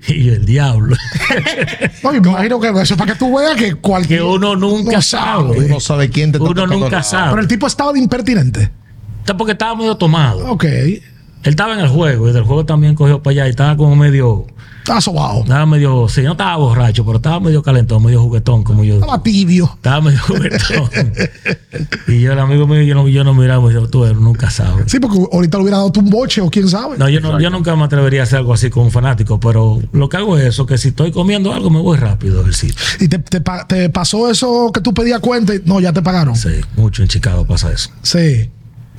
Speaker 3: y yo, el diablo.
Speaker 1: No, yo me imagino que eso es para que tú veas que cualquier.
Speaker 3: que uno nunca
Speaker 1: No
Speaker 3: sabe.
Speaker 1: sabe.
Speaker 2: Uno sabe quién te está
Speaker 3: Uno
Speaker 2: tocando
Speaker 3: nunca
Speaker 2: la-
Speaker 3: sabe.
Speaker 1: Pero el tipo estaba de impertinente.
Speaker 3: Está porque estaba medio tomado.
Speaker 1: Ok.
Speaker 3: Él estaba en el juego y del juego también cogió para allá y estaba como medio,
Speaker 1: Estaba sobado.
Speaker 3: estaba medio, sí, no estaba borracho, pero estaba medio calentón, medio juguetón, como yo. digo.
Speaker 1: Estaba tibio.
Speaker 3: Estaba medio juguetón. y yo, el amigo mío, yo no, yo no miraba y yo, tú eres, nunca sabes.
Speaker 1: Sí, porque ahorita le hubiera dado tú un boche o quién sabe.
Speaker 3: No yo, no, yo nunca me atrevería a hacer algo así con un fanático, pero lo que hago es eso, que si estoy comiendo algo me voy rápido del sitio.
Speaker 1: Y te, te pa- te pasó eso que tú pedías cuenta y no, ya te pagaron. Sí.
Speaker 3: Sí, mucho en Chicago pasa eso.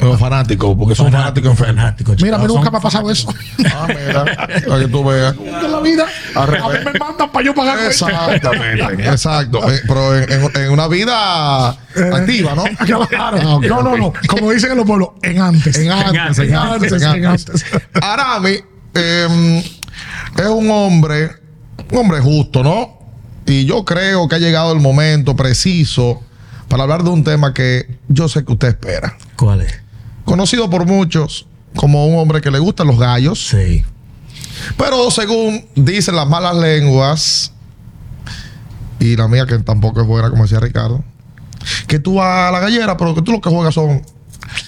Speaker 2: Es un fanático, porque es un fanático enfermo.
Speaker 3: fanático en
Speaker 1: Mira, a mí
Speaker 3: Chicago
Speaker 1: nunca
Speaker 3: son
Speaker 1: me ha pasado eso.
Speaker 2: Ah, mira, para que tú veas.
Speaker 1: Nunca en la vida.
Speaker 2: Al revés.
Speaker 1: A mí me mandan para yo pagar cuenta.
Speaker 2: Exactamente, exacto. Eh, Pero en, en- en una vida activa, ¿no?
Speaker 1: Claro.
Speaker 2: Ah, ok,
Speaker 1: no, no,
Speaker 2: ok.
Speaker 1: no. Como dicen en los pueblos, en antes.
Speaker 2: En antes, en antes, en antes. Arami eh, es un hombre, un hombre justo, ¿no? Y yo creo que ha llegado el momento preciso para hablar de un tema que yo sé que usted espera.
Speaker 3: ¿Cuál es?
Speaker 2: Conocido por muchos como un hombre que le gustan los gallos.
Speaker 3: Sí.
Speaker 2: Pero según dicen las malas lenguas, y la mía que tampoco es buena, como decía Ricardo, que tú vas a la gallera, pero que tú lo que juegas son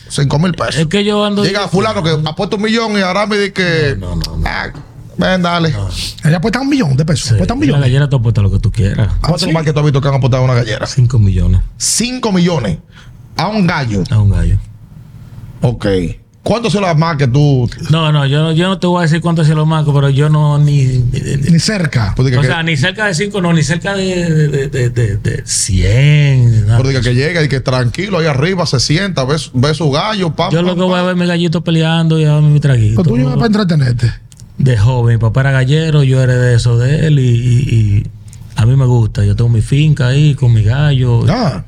Speaker 2: 5 mil pesos.
Speaker 3: Es que yo ando...
Speaker 2: Llega fulano que apuesta un millón y ahora me dice que...
Speaker 3: No, no, no.
Speaker 2: "Ah, ven, dale. Ah,
Speaker 1: Ella apuesta un millón de pesos.
Speaker 3: Sí,
Speaker 1: Apuesta Pues un
Speaker 3: en la
Speaker 1: millón.
Speaker 3: gallera tú apuestas lo que tú quieras.
Speaker 2: ¿Cuánto
Speaker 1: ¿sí?
Speaker 2: más que tú has visto que han apostado a una gallera?
Speaker 3: 5 millones
Speaker 2: 5 millones a un gallo.
Speaker 3: a un gallo.
Speaker 2: Ok. ¿Cuántos son las más que tú?
Speaker 3: No, no, yo, yo no te voy a decir cuánto se lo marco, pero yo no ni.
Speaker 1: Ni cerca.
Speaker 2: Pues diga
Speaker 3: o
Speaker 2: que,
Speaker 3: sea, ni cerca de 5, no, ni cerca de, de, de, de, de 100. nada.
Speaker 2: pues diga que llega y que tranquilo ahí arriba se sienta, ve, su- ve su gallo, pam,
Speaker 3: Yo lo
Speaker 2: pam,
Speaker 3: que voy a
Speaker 2: pam.
Speaker 3: ver mi gallito peleando y a darme mi traguito.
Speaker 1: Lo tuyo es Pues, para entretenerte.
Speaker 3: De joven, mi papá era gallero, yo era de eso de él y, y- y a mí me gusta. Yo tengo mi finca ahí con mi gallo.
Speaker 1: Ah.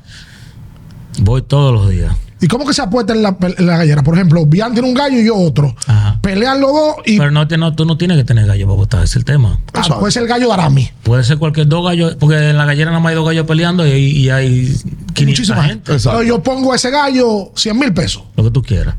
Speaker 3: Voy todos los días.
Speaker 1: ¿Y cómo que se apuesta en la, pe- en la gallera? Por ejemplo, Bian tiene un gallo y yo otro.
Speaker 3: Ajá.
Speaker 1: Pelean los dos y
Speaker 3: Pero no, te- no, tú no tienes que tener gallo para votar, ese es el tema.
Speaker 1: ah, puede ser el gallo de Arami.
Speaker 3: Puede ser cualquier dos gallos, porque en la gallera nada más hay dos gallos peleando y, y hay 500
Speaker 1: Muchísima gente.
Speaker 3: gente.
Speaker 2: Exacto.
Speaker 1: Pero yo pongo a ese gallo 100 mil pesos.
Speaker 3: Lo que tú quieras.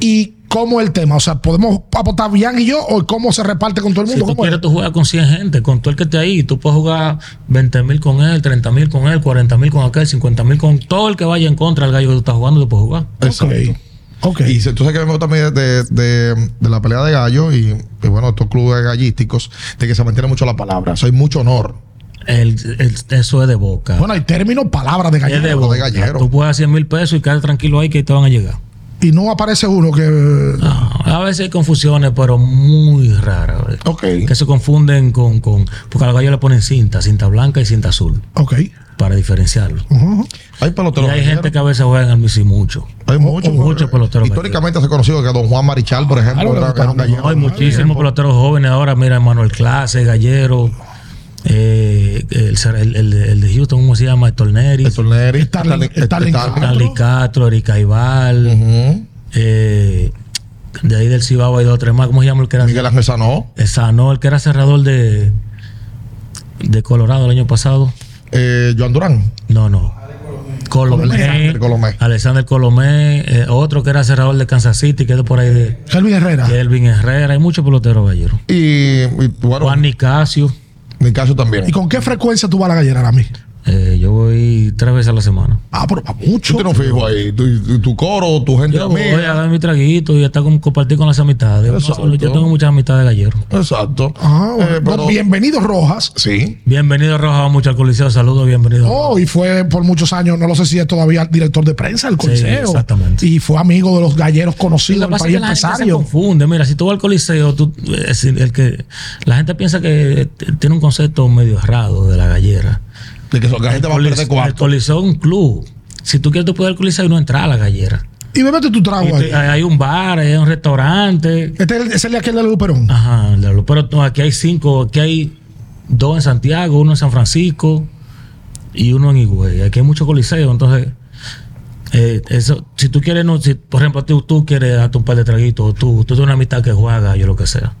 Speaker 1: ¿Y cómo es el tema? O sea, ¿podemos apostar Bian y yo o cómo se reparte con todo el
Speaker 3: Si
Speaker 1: mundo?
Speaker 3: tú
Speaker 1: ¿Cómo es?
Speaker 3: quieres, tú juegas con 100 gente, con todo el que esté ahí. Tú puedes jugar 20 mil con él, 30 mil con él, 40 mil con aquel, 50 mil con todo el que vaya en contra del gallo que tú estás jugando, tú puedes jugar.
Speaker 1: Ok. Ok.
Speaker 2: Y se- tú sabes que me gusta a mí de, de- de la pelea de gallo y, y bueno, estos clubes gallísticos, de que se mantiene mucho la palabra. Soy mucho honor.
Speaker 3: El, el- eso es de boca.
Speaker 1: Bueno, hay términos, palabras de
Speaker 3: es de
Speaker 1: gallera.
Speaker 2: bo-
Speaker 3: boca.
Speaker 2: de gallero.
Speaker 3: Tú puedes hacer mil pesos y quedar tranquilo ahí que te van a llegar.
Speaker 1: Y no aparece uno que.
Speaker 3: No, a veces hay confusiones, pero muy raras. ¿verdad?
Speaker 2: Ok.
Speaker 3: Que se confunden con, con. Porque a los gallos le ponen cinta, cinta blanca y cinta azul,
Speaker 1: Ok.
Speaker 3: para diferenciarlo.
Speaker 1: Ujú.
Speaker 2: Hay
Speaker 3: Y
Speaker 2: peloteros.
Speaker 3: hay
Speaker 2: galleros.
Speaker 3: gente que a veces juega en el Missy mucho.
Speaker 2: Hay muchos.
Speaker 3: muchos peloteros
Speaker 2: Históricamente se ha conocido que Don Juan Marichal, por ejemplo,
Speaker 1: Claro,
Speaker 2: era,
Speaker 1: claro,
Speaker 2: era un gallero.
Speaker 3: No, hay muchísimos peloteros jóvenes ahora. Mira, Manuel Clase, Gallero, eh, el, el- el- el de Houston, ¿cómo se llama? El Torneri,
Speaker 2: El Torneri,
Speaker 1: Starling-
Speaker 2: Eh, Starling-
Speaker 1: Starling-
Speaker 2: Starling.
Speaker 3: Stanley Castro, Eric Aibal,
Speaker 2: Ujú.
Speaker 3: eh, de ahí del Cibao hay dos o tres más. ¿Cómo se llama el que era?
Speaker 2: Miguel Ángel Sanó.
Speaker 3: Eh, Sanó, el que era cerrador de, de Colorado el año pasado.
Speaker 2: Eh, Joan Durán.
Speaker 3: No, no. Colomé.
Speaker 2: Alexander Colomé.
Speaker 3: Alexander Colomé. eh, otro que era cerrador de Kansas City, que es de por ahí de
Speaker 1: Kelvin Herrera.
Speaker 3: Kelvin Herrera. Hay muchos peloteros galleros.
Speaker 2: Y, y, bueno,
Speaker 3: Juan Nicasio.
Speaker 2: Nicasio también.
Speaker 1: ¿Y con qué frecuencia tú vas a la gallera a mí?
Speaker 3: Eh, yo voy tres veces a la semana.
Speaker 1: Ah, pero para
Speaker 2: Tú
Speaker 1: mucho.
Speaker 2: tienes un fijo ahí. Tu, tu- tu coro, tu gente
Speaker 3: Yo voy
Speaker 2: amiga.
Speaker 3: a dar mi traguito y hasta con- compartir con las amistades. Uno
Speaker 2: Exacto.
Speaker 3: solo- Yo tengo muchas amistades galleros.
Speaker 2: Exacto.
Speaker 1: Ah,
Speaker 2: Eh,
Speaker 1: bueno.
Speaker 2: pero-
Speaker 1: Bienvenido Rojas.
Speaker 2: Sí.
Speaker 3: Bienvenido, Roja, mucho al Coliseo. Saludos, bienvenido.
Speaker 1: Oh, y fue por muchos años, no lo sé si es todavía director de prensa del Coliseo.
Speaker 3: exactamente.
Speaker 1: Y fue amigo de los galleros
Speaker 3: Lo
Speaker 1: conocidos
Speaker 3: que
Speaker 1: del
Speaker 3: pasa es
Speaker 1: país
Speaker 3: que la gente se
Speaker 1: empresario.
Speaker 3: confunde. Mira, si tú vas al coliseo, tú- es decir, el que, la gente piensa que eh, t- tiene un concepto medio errado de la gallera.
Speaker 2: De que son- que la gente va a
Speaker 3: Colis-
Speaker 2: perder
Speaker 3: el
Speaker 2: cuarto.
Speaker 3: coliseo es un club. Si tú quieres, tú puedes ir al coliseo y no entrar a la gallera.
Speaker 1: Y bebete tu
Speaker 2: Ah,
Speaker 3: Y
Speaker 1: trago
Speaker 3: tú-
Speaker 1: ahí.
Speaker 3: hay hay un bar, hay un restaurante.
Speaker 1: Este es el, es el de aquel de Luperón.
Speaker 2: Ah.
Speaker 3: Ajá, de lo- pero tú- aquí hay cinco, aquí hay dos en Santiago, uno en San Francisco y uno en Higüey. Aquí hay muchos coliseos, entonces... eh, eso, si tú quieres, no, si, por ejemplo, tú, tú quieres darte un par de traguitos, o tú, tú tienes una amistad que juega gallo, lo que sea.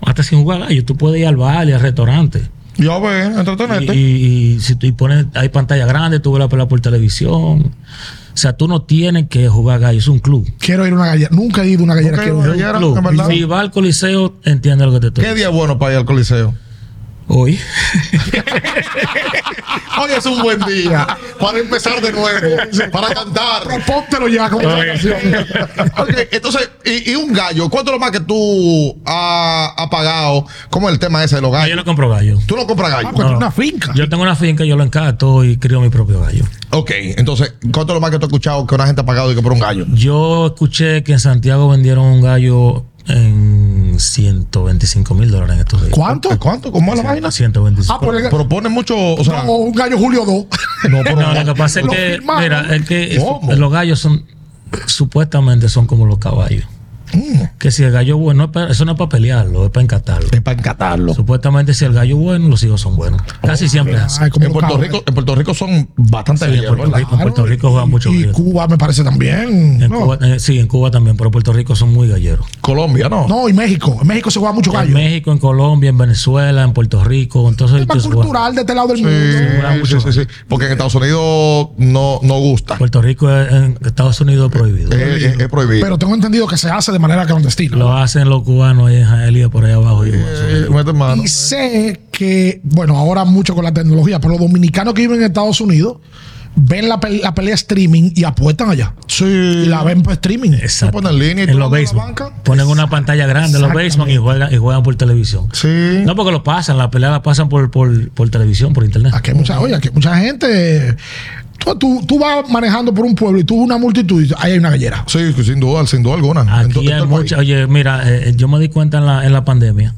Speaker 3: Hasta sin jugar gallo, tú puedes ir al bar y al restaurante.
Speaker 2: Ya ve,
Speaker 3: Y,
Speaker 2: entretenerte.
Speaker 3: y- y si tú y pones, hay pantalla grande, tú ves la pelea por televisión. O sea, tú no tienes que jugar gallo, es un club.
Speaker 1: Quiero ir a una gallera. Nunca he ido a una gallera.
Speaker 2: Nunca he
Speaker 1: quiero
Speaker 2: ido a
Speaker 1: ir.
Speaker 2: una Claro,
Speaker 3: Club.
Speaker 2: es verdad.
Speaker 3: Si va al coliseo, entiende lo que te estoy
Speaker 2: ¿Qué
Speaker 3: diciendo.
Speaker 2: día es bueno para ir al coliseo?
Speaker 3: Hoy.
Speaker 2: Hoy es un buen día para empezar de nuevo, para cantar.
Speaker 1: Propóntelo ya como una canción.
Speaker 2: Ok, entonces, y, y un gallo, ¿cuánto es lo más que tú has has pagado? ¿Cómo es el tema ese de los
Speaker 3: Ah, yo
Speaker 2: gallos?
Speaker 3: no compro gallo.
Speaker 2: Tú no compras gallo.
Speaker 1: Ah, porque es una finca.
Speaker 3: Yo tengo una finca, yo lo encato y crío mi propio gallo.
Speaker 2: Ok, entonces, ¿cuánto es lo más que tú has escuchado que una gente ha pagado y que por un gallo?
Speaker 3: Yo escuché que en Santiago vendieron un gallo en 125 mil dólares en estos días.
Speaker 1: ¿Cuánto?
Speaker 2: ¿Cuánto? ¿Cómo es la vaina?
Speaker 3: 125.
Speaker 1: Ah, por el-
Speaker 2: Propone mucho, o sea,
Speaker 1: No, un gallo Julio 2.
Speaker 2: no, pero-
Speaker 3: No, lo que pasa es
Speaker 1: Lo
Speaker 3: que,
Speaker 1: firmaron.
Speaker 3: mira, es que
Speaker 2: ¿Cómo?
Speaker 3: los gallos son, supuestamente son como los caballos.
Speaker 1: Mm.
Speaker 3: Que si el gallo es bueno, es pa- eso no es para pelearlo, es para encatarlo.
Speaker 2: es para encatarlo.
Speaker 3: Supuestamente si el gallo es bueno, los hijos son buenos. Casi siempre es así.
Speaker 1: Ay, como
Speaker 2: En Puerto,
Speaker 1: cabra.
Speaker 2: Rico, en Puerto Rico son bastante
Speaker 3: Sí, en
Speaker 2: galleros,
Speaker 3: Puerto
Speaker 2: ¿verdad?
Speaker 3: Rico. en Puerto
Speaker 1: Claro,
Speaker 3: Rico juegan
Speaker 1: y-
Speaker 3: mucho
Speaker 1: Y
Speaker 3: gallero.
Speaker 1: Cuba me parece también.
Speaker 3: En
Speaker 1: no.
Speaker 3: Cuba, eh, sí, en Cuba también, pero Puerto Rico son muy galleros.
Speaker 2: Colombia, ¿no?
Speaker 1: No, y México. En México se juega mucho
Speaker 3: En
Speaker 1: gallo. Es
Speaker 3: México, en Colombia, en Venezuela, en Puerto Rico. Entonces,
Speaker 1: más
Speaker 3: ellos-
Speaker 1: cultural de este lado del
Speaker 2: Sí,
Speaker 1: mundo.
Speaker 2: sí, sí, sí. Porque en Estados Unidos no, no gusta.
Speaker 3: Puerto Rico es- en Estados Unidos es prohibido.
Speaker 2: Es, es- es prohibido.
Speaker 1: Pero tengo entendido que se hace de manera clandestina.
Speaker 3: Lo hacen los cubanos ahí en Jaelía por allá abajo. y eso.
Speaker 2: Eh, mete mano.
Speaker 1: Y sé que, bueno, ahora mucho con la tecnología, pero los dominicanos que viven en Estados Unidos ven la, pel- la pelea streaming y apuestan allá.
Speaker 2: Sí.
Speaker 1: Y la ven por streaming.
Speaker 2: Se
Speaker 3: Exacto.
Speaker 2: pone en línea y tú
Speaker 3: En los
Speaker 2: andas en la
Speaker 3: basements.
Speaker 2: banca.
Speaker 3: Ponen una pantalla grande en los basements y juegan, y juegan por televisión.
Speaker 2: Sí.
Speaker 3: No porque lo pasan, la pelea la pasan por, por, por televisión, por internet.
Speaker 1: Aquí hay mucha, oye, aquí hay mucha gente Tú, tú, tú vas manejando por un pueblo y tú ves una multitud y dices, ahí hay una gallera.
Speaker 2: Sí, sin duda, sin duda alguna. En to-
Speaker 3: Aquí
Speaker 2: en todo
Speaker 3: hay
Speaker 2: el
Speaker 3: mucha,
Speaker 2: país.
Speaker 3: oye, mira, eh, yo me di cuenta en la, en la pandemia.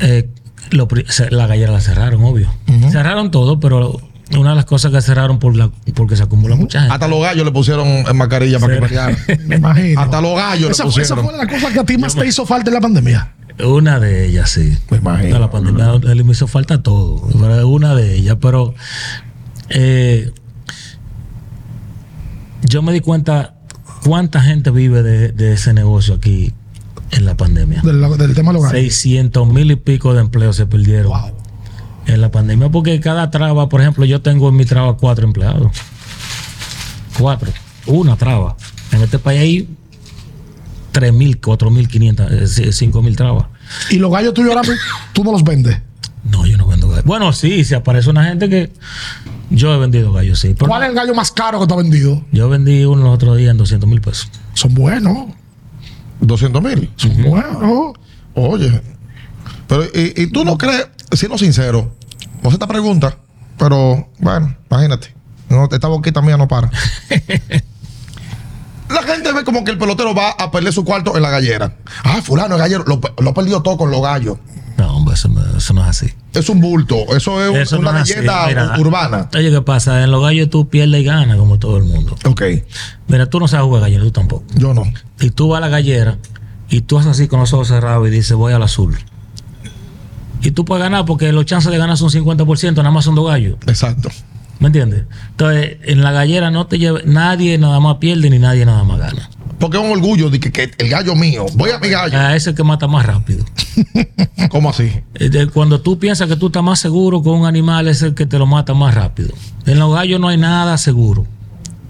Speaker 3: eh, lo pri- se- la gallera la cerraron, obvio. Cerraron todo, pero una de las cosas que cerraron por la, porque se acumula mucha gente.
Speaker 2: Hasta los gallos le pusieron eh, mascarilla para que pelearan.
Speaker 1: Me imagino.
Speaker 2: Hasta los gallos
Speaker 1: esa,
Speaker 2: le
Speaker 1: fue-
Speaker 2: pusieron.
Speaker 1: esa fue la cosa que a ti más te hizo falta en la pandemia.
Speaker 3: Una de ellas, sí.
Speaker 2: Me imagino.
Speaker 3: No, la pandemia le me hizo falta todo. pero Una de ellas, pero eh, yo me di cuenta cuánta gente vive de, de ese negocio aquí en la pandemia.
Speaker 1: Del, del tema local.
Speaker 3: 600 mil y pico de empleos se perdieron
Speaker 1: Wow.
Speaker 3: en la pandemia porque cada traba, por ejemplo, yo tengo en mi traba cuatro empleados. Cuatro. Una traba. En este país hay 3.000, 4.500, eh, c- 5.000 trabas.
Speaker 1: Y los gallos tuyos ahora mismo, tú no los vendes.
Speaker 3: No, yo no vendo gallos. Bueno, sí, si aparece una gente que. Yo he vendido gallos, sí. pero
Speaker 1: ¿Cuál es el gallo más caro que tú has vendido?
Speaker 3: Yo vendí uno los otros días en 200 mil pesos.
Speaker 1: Son buenos.
Speaker 2: 200 mil.
Speaker 1: Son buenos.
Speaker 2: Oye. Pero, y, y tú no crees, siendo sincero, no sé esta pregunta, pero bueno, imagínate. No, esta boquita mía no para. La gente ve como que el pelotero va a perder su cuarto en la gallera. Ah, fulano, el gallero, lo, pe- lo ha perdido todo con los gallos.
Speaker 3: No, hombre, eso no, eso no es así.
Speaker 2: Es un bulto, eso es un-
Speaker 3: Eso
Speaker 2: una
Speaker 3: no es así,
Speaker 2: galleta
Speaker 3: mira.
Speaker 2: u- urbana.
Speaker 3: Oye, ¿qué pasa? En los gallos tú pierdes y ganas, como todo el mundo.
Speaker 2: Ok,
Speaker 3: Mira, tú no sabes jugar gallos, tú tampoco.
Speaker 2: yo no.
Speaker 3: y tú vas a la gallera y tú haces así con los ojos cerrados y dices, voy al azul. Y tú puedes ganar porque los chances de ganar son 50%, nada más son dos gallos.
Speaker 2: Exacto.
Speaker 3: ¿Me entiendes? Entonces, en la gallera no te lleve, nadie nada más pierde ni nadie nada más gana.
Speaker 2: Porque es un orgullo de que, que el gallo mío, voy a mi gallo.
Speaker 3: A ese que mata más rápido.
Speaker 2: ¿Cómo así?
Speaker 3: Eh, de- Cuando tú piensas que tú estás más seguro con un animal es el que te lo mata más rápido. En los gallos no hay nada seguro.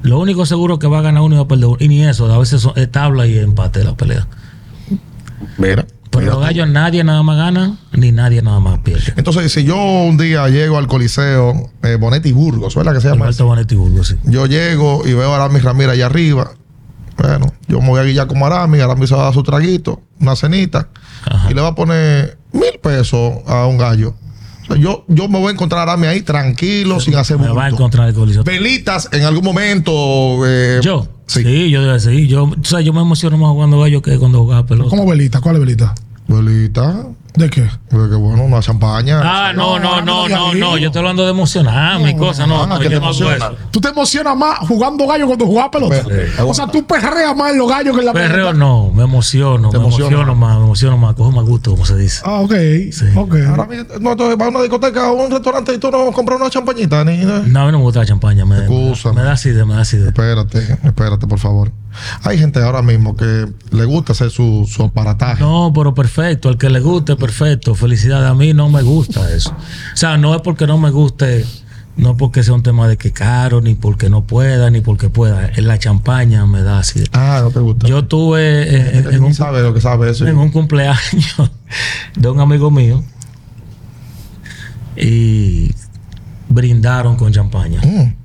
Speaker 3: Lo único seguro que va a ganar uno y va a perder uno. Y ni eso, a veces son- es tabla y empate la pelea.
Speaker 2: Mira.
Speaker 3: Pero los gallos nadie nada más gana ni nadie nada más pierde.
Speaker 2: Entonces, si yo un día llego al Coliseo, eh, Bonetti Burgos, ¿verdad que se llama?
Speaker 3: Alberto Bonetti Burgos, sí.
Speaker 2: Yo llego y veo a Aramis Ramírez allá arriba. Bueno, yo me voy a guillar como Aramis, Aramis se va a dar su traguito, una cenita,
Speaker 3: Ajá.
Speaker 2: y le va a poner mil pesos a un gallo. O sea, yo, yo me voy a encontrar a Aramis ahí tranquilo, sin hacer
Speaker 3: Me va a
Speaker 2: bulto.
Speaker 3: encontrar el coliseo.
Speaker 2: Velitas en algún momento. eh,
Speaker 3: Yo, sí,
Speaker 2: Sí.
Speaker 3: yo debo decir. Yo, tú sabes, yo me emociono más jugando gallo que cuando jugaba pelota.
Speaker 1: ¿Cómo velita? ¿Cuál es velita?
Speaker 2: Velita,
Speaker 1: ¿De qué?
Speaker 2: pero que bueno, una champaña.
Speaker 3: Ah, no,
Speaker 1: No,
Speaker 3: no,
Speaker 1: no, no,
Speaker 3: no, no, no.
Speaker 1: no.
Speaker 3: Yo estoy hablando de emocionarme y cosas. No,
Speaker 2: no,
Speaker 3: no,
Speaker 2: que te
Speaker 3: yo no hago
Speaker 2: emociona.
Speaker 3: eso.
Speaker 1: Tú te emocionas más jugando gallo cuando jugabas pelota.
Speaker 2: Espérate,
Speaker 1: O sea, tú perreas más en los gallos que en la
Speaker 3: Perreo
Speaker 1: pelota.
Speaker 3: no, me emociono,
Speaker 2: Te
Speaker 3: me
Speaker 2: emociona.
Speaker 3: emociono más, me emociono más, cojo más gusto, como se dice.
Speaker 1: Ah, ok. Ok.
Speaker 2: Ahora mismo, no, entonces va a una discoteca o un restaurante y tú no compras una champañita, ni. ni-
Speaker 3: No, a mí no me gusta la champaña, me,
Speaker 2: Excusa,
Speaker 3: me da acidez, me da acidez.
Speaker 2: Espérate, espérate, por favor. Hay gente ahora mismo que le gusta hacer su, su aparataje.
Speaker 3: No, pero perfecto, al que le guste, perfecto. Felicidades, a mí no me gusta eso. O sea, no es porque no me guste, no porque sea un tema de que caro, ni porque no pueda, ni porque pueda. Eh, La champaña me da acidez.
Speaker 2: Ah, no te gusta.
Speaker 3: Yo tuve eh, en,
Speaker 2: Él
Speaker 3: en
Speaker 2: no
Speaker 3: un,
Speaker 2: sabe lo que sabe eso.
Speaker 3: en un cumpleaños de un amigo mío y brindaron con champaña.
Speaker 2: Mm.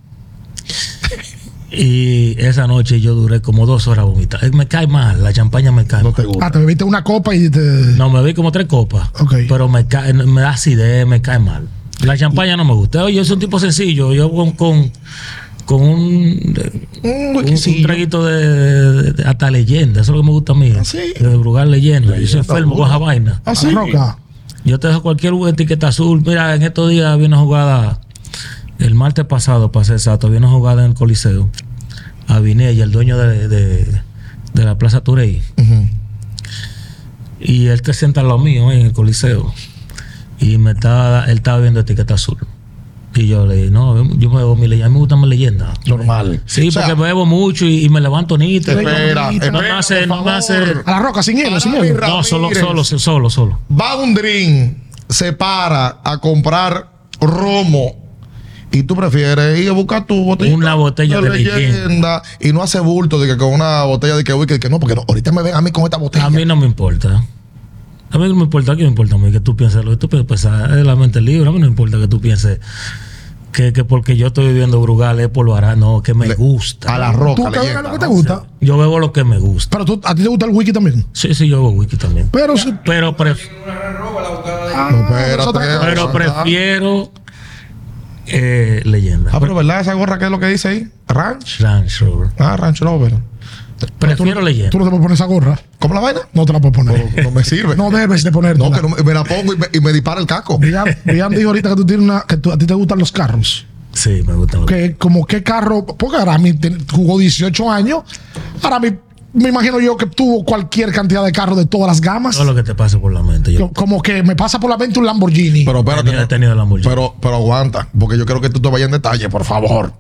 Speaker 3: Y esa noche yo duré como dos horas vomitando. Eh, Me cae mal, la champaña me cae
Speaker 2: No
Speaker 3: mal.
Speaker 2: te gusta.
Speaker 1: Ah, te bebiste una copa y te.
Speaker 3: No, me vi como tres copas.
Speaker 1: Ok.
Speaker 3: Pero me, cae, me da acidez, me cae mal. La champaña no me gusta. Oye, Yo soy un tipo sencillo. Yo con, con, con un,
Speaker 2: Mm,
Speaker 3: un,
Speaker 2: sí.
Speaker 3: un traguito de, de- de- hasta leyenda. Eso es lo que me gusta a mí.
Speaker 2: ¿Ah, sí?
Speaker 3: De brugar leyenda. Yo soy enfermo con esa vaina.
Speaker 2: Ah, sí.
Speaker 1: La roca.
Speaker 3: Yo te dejo cualquier etiqueta azul. Mira, en estos días había una jugada. El martes pasado, para ser exacto, había una jugada en el Coliseo. A Vinella, el dueño de, de- de la Plaza Turey.
Speaker 2: Ujú.
Speaker 3: Y él te sienta al lado mío ahí en el coliseo. Y me estaba, él estaba viendo etiqueta azul. Y yo le dije, no, yo me bebo mi leyenda. A mí me gusta mi leyenda.
Speaker 2: Normal.
Speaker 3: Sí,
Speaker 2: O sea,
Speaker 3: porque bebo mucho y, y me levanto nítido.
Speaker 2: Espera,
Speaker 3: no, me
Speaker 2: espera,
Speaker 3: hace,
Speaker 2: por
Speaker 3: no me hace.
Speaker 2: favor.
Speaker 1: A la roca, sin hielo, sin
Speaker 2: Para
Speaker 1: hielo.
Speaker 2: mi ra-
Speaker 3: No, solo,
Speaker 2: Ramírez.
Speaker 3: solo, solo, solo.
Speaker 2: va un drink, se para a comprar romo. Y tú prefieres ir a buscar tu botella.
Speaker 3: Una botella de
Speaker 2: leyenda. Y no hace bulto de que con una botella de que, uy, que, que no, porque no, ahorita me ven a mí con esta botella.
Speaker 3: A mí no me importa. A mí no me importa, aquí me importa a mí que tú pienses lo que tú piensas. Es la mente libre, a mí no me importa que tú pienses que, que porque yo estoy viviendo Brugal es por lo hará. No, que me gusta.
Speaker 2: A la
Speaker 1: Tú
Speaker 2: roca.
Speaker 1: te bebes
Speaker 2: leyenda,
Speaker 1: lo que te
Speaker 2: ¿no?
Speaker 1: gusta.
Speaker 3: Yo bebo lo que me gusta.
Speaker 1: Pero tú, a ti te gusta el wiki también.
Speaker 3: Sí, sí, yo bebo whisky también.
Speaker 1: Pero si.
Speaker 3: Pero pref-
Speaker 1: Ah,
Speaker 2: No, espérate.
Speaker 1: nosotros-
Speaker 3: Pero
Speaker 2: Ajá.
Speaker 3: prefiero eh, leyenda.
Speaker 2: Ah, pero ¿verdad esa gorra que es lo que dice ahí? Ranch.
Speaker 3: Ranch Rover.
Speaker 2: Ah, Ranch Rover.
Speaker 3: Prefiero leyenda.
Speaker 1: Tú no te puedes poner esa gorra.
Speaker 2: ¿Cómo la vaina?
Speaker 1: No te la puedes poner.
Speaker 2: No, no me sirve.
Speaker 1: No debes de ponerte.
Speaker 2: No, que no me, me la pongo y me, y me dispara el caco.
Speaker 1: Bian dijo ahorita que tú tienes una, que tú- a ti te gustan los carros.
Speaker 3: Sí, me gusta. mucho.
Speaker 1: que como qué carro, porque Arami ten- jugó 18 años, Arami me imagino yo que tuvo cualquier cantidad de carros de todas las gamas,
Speaker 3: Todo lo que te pase por la mente. Yo
Speaker 1: Co- como que me pasa por la mente un Lamborghini.
Speaker 2: Pero espérate.
Speaker 3: he tenido la Lamborghini.
Speaker 2: Pero, pero aguanta, porque yo quiero que tú te vayas en detalle, por favor.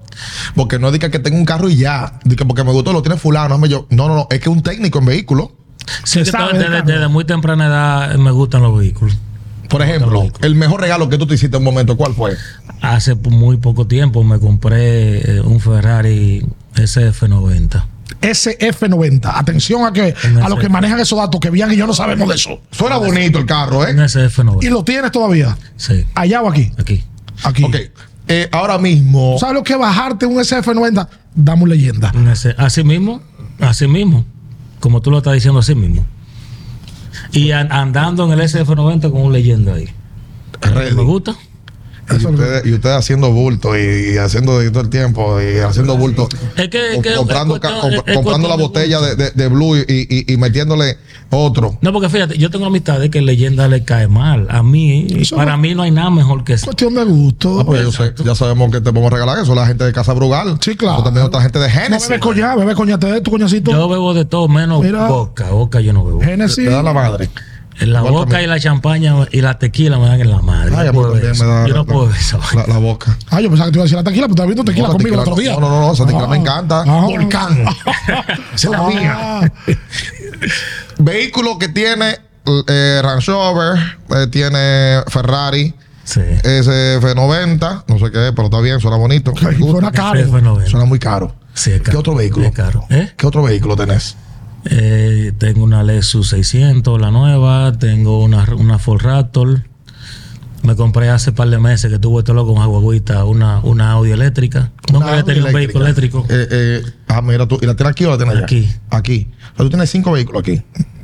Speaker 2: Porque no digas que tengo un carro y ya. Diga porque me gustó, lo tiene fulano. Hazme yo. No, no, no. Es que un técnico en vehículo.
Speaker 3: Sí,
Speaker 1: Se
Speaker 3: que
Speaker 1: sabe
Speaker 3: todo-
Speaker 1: del
Speaker 3: desde,
Speaker 1: carro.
Speaker 3: desde muy temprana edad eh, me gustan los vehículos.
Speaker 2: Por ejemplo, el mejor regalo que tú te hiciste en un momento, ¿cuál fue?
Speaker 3: Hace po- muy poco tiempo me compré eh, un Ferrari SF90.
Speaker 1: SF90, atención a que
Speaker 3: Un
Speaker 1: a los que
Speaker 3: SF.
Speaker 1: manejan esos datos que Bian y yo no sabemos de eso.
Speaker 2: Suena bonito el carro,
Speaker 3: Un
Speaker 2: ¿eh?
Speaker 1: Y
Speaker 3: SF90.
Speaker 1: lo tienes todavía,
Speaker 3: Sí,
Speaker 1: allá o aquí,
Speaker 3: aquí.
Speaker 1: aquí.
Speaker 2: Ok. Eh, ahora mismo.
Speaker 1: ¿Sabes lo que es bajarte un SF90? Damos leyenda.
Speaker 3: Un S- Así mismo, así mismo. Como tú lo estás diciendo, así mismo. Y an- andando en el SF90 con un leyenda ahí.
Speaker 2: ready.
Speaker 3: Me gusta.
Speaker 2: Y ustedes, y ustedes haciendo bulto y, y haciendo de todo el tiempo y haciendo bulto.
Speaker 3: Es que-
Speaker 2: Com-
Speaker 3: Eh, que-
Speaker 2: comprando
Speaker 3: es cuestión-
Speaker 2: ca- comp-
Speaker 3: es- es
Speaker 2: comprando la
Speaker 3: cuestión de
Speaker 2: botella de, de- de Blue y, y- y metiéndole otro.
Speaker 3: No, porque fíjate, yo tengo amistades que leyenda le cae mal. A mí,
Speaker 1: Eso
Speaker 3: para
Speaker 1: no-
Speaker 3: mí no hay nada mejor que eso.
Speaker 1: Cuestión de gusto.
Speaker 2: Ah, pues yo sé, ya sabemos que te podemos regalar eso. La gente de Casa Brugal.
Speaker 1: Sí, claro.
Speaker 2: O también otra gente de
Speaker 1: No
Speaker 2: Genesis.
Speaker 1: bebes coña, bebes coña, te de tu coñacito.
Speaker 3: Yo bebo de todo menos
Speaker 1: Mira.
Speaker 3: boca. Boca yo no bebo.
Speaker 2: te,
Speaker 1: Genesis.
Speaker 2: da la madre.
Speaker 3: En la
Speaker 2: Eh. Igual que a
Speaker 3: boca
Speaker 2: mí.
Speaker 3: y la champaña y la tequila me dan en la madre.
Speaker 2: Ay, a
Speaker 3: yo,
Speaker 2: mí
Speaker 3: puedo
Speaker 2: también me da
Speaker 3: yo
Speaker 2: la-
Speaker 3: no puedo ver eso.
Speaker 2: La, la boca.
Speaker 1: Ah, yo pensaba que te iba a decir la tequila, pero te has visto tequila
Speaker 2: No, la
Speaker 1: conmigo el
Speaker 2: tequila-
Speaker 1: otro día.
Speaker 2: No, no, no, esa tequila
Speaker 1: Ah.
Speaker 2: me encanta.
Speaker 1: Ah.
Speaker 2: Volcán.
Speaker 1: Esa es la mía.
Speaker 2: Vehículo que tiene eh, Range Rover, eh, tiene Ferrari.
Speaker 3: Sí.
Speaker 2: SF90, no sé qué es, pero está bien, suena bonito. Me
Speaker 1: Ay,
Speaker 2: gusta.
Speaker 1: Suena caro.
Speaker 3: SF90.
Speaker 2: Suena muy caro.
Speaker 3: Sí, es caro.
Speaker 2: ¿Qué otro vehículo?
Speaker 3: Es caro. ¿Eh?
Speaker 2: ¿Qué otro vehículo tenés?
Speaker 3: Eh, tengo una Lexus 600, la nueva. Tengo una, una Ford Raptor. Me compré hace par de meses que tuve esto loco con Aguagüita una, una Audi eléctrica. Nunca había tenido un vehículo eléctrico.
Speaker 2: Ah, Eh, eh, ah, mira tú, ¿y la tienes aquí o la tienes allá?
Speaker 3: Aquí.
Speaker 2: Aquí. O sea, tú tienes cinco vehículos aquí.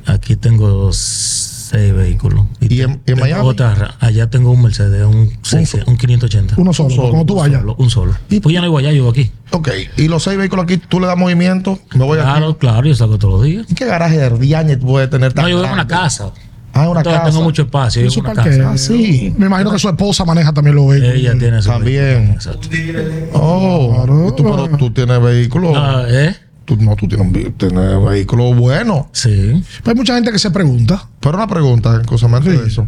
Speaker 3: Aquí tengo seis vehículos.
Speaker 2: ¿Y en- en
Speaker 3: tengo
Speaker 2: Miami?
Speaker 3: otra. allá tengo un Mercedes, un, 600, un 580.
Speaker 1: Uno solo, como tú
Speaker 3: un
Speaker 1: vayas.
Speaker 3: solo, un solo. Pues ya no iba allá, yo aquí.
Speaker 2: Ok, y los seis vehículos aquí, tú le das movimiento, me voy a.
Speaker 3: Claro, claro, yo saco todos los días.
Speaker 2: ¿Qué garaje de Diáñez puede tener tan
Speaker 3: No, yo vivo en una
Speaker 2: grande?
Speaker 3: casa.
Speaker 2: Ah, una
Speaker 3: Entonces,
Speaker 2: casa.
Speaker 3: Tengo mucho espacio. Yo
Speaker 1: Eso
Speaker 3: vivo en una
Speaker 1: para
Speaker 3: casa.
Speaker 1: que-
Speaker 2: sí.
Speaker 1: Me imagino que su esposa maneja también los vehículos.
Speaker 3: Ella tiene su
Speaker 2: También.
Speaker 3: vehículo, Exacto.
Speaker 2: Oh,
Speaker 1: Claro.
Speaker 2: ¿y tú, pero tú tienes vehículo.
Speaker 3: Ah, ¿eh?
Speaker 2: Tú, no, tú tienes un vi- tienes vehículo bueno.
Speaker 3: Sí.
Speaker 1: Pero hay Pues mucha gente que se pregunta.
Speaker 2: Pero una pregunta, cosamente de eso.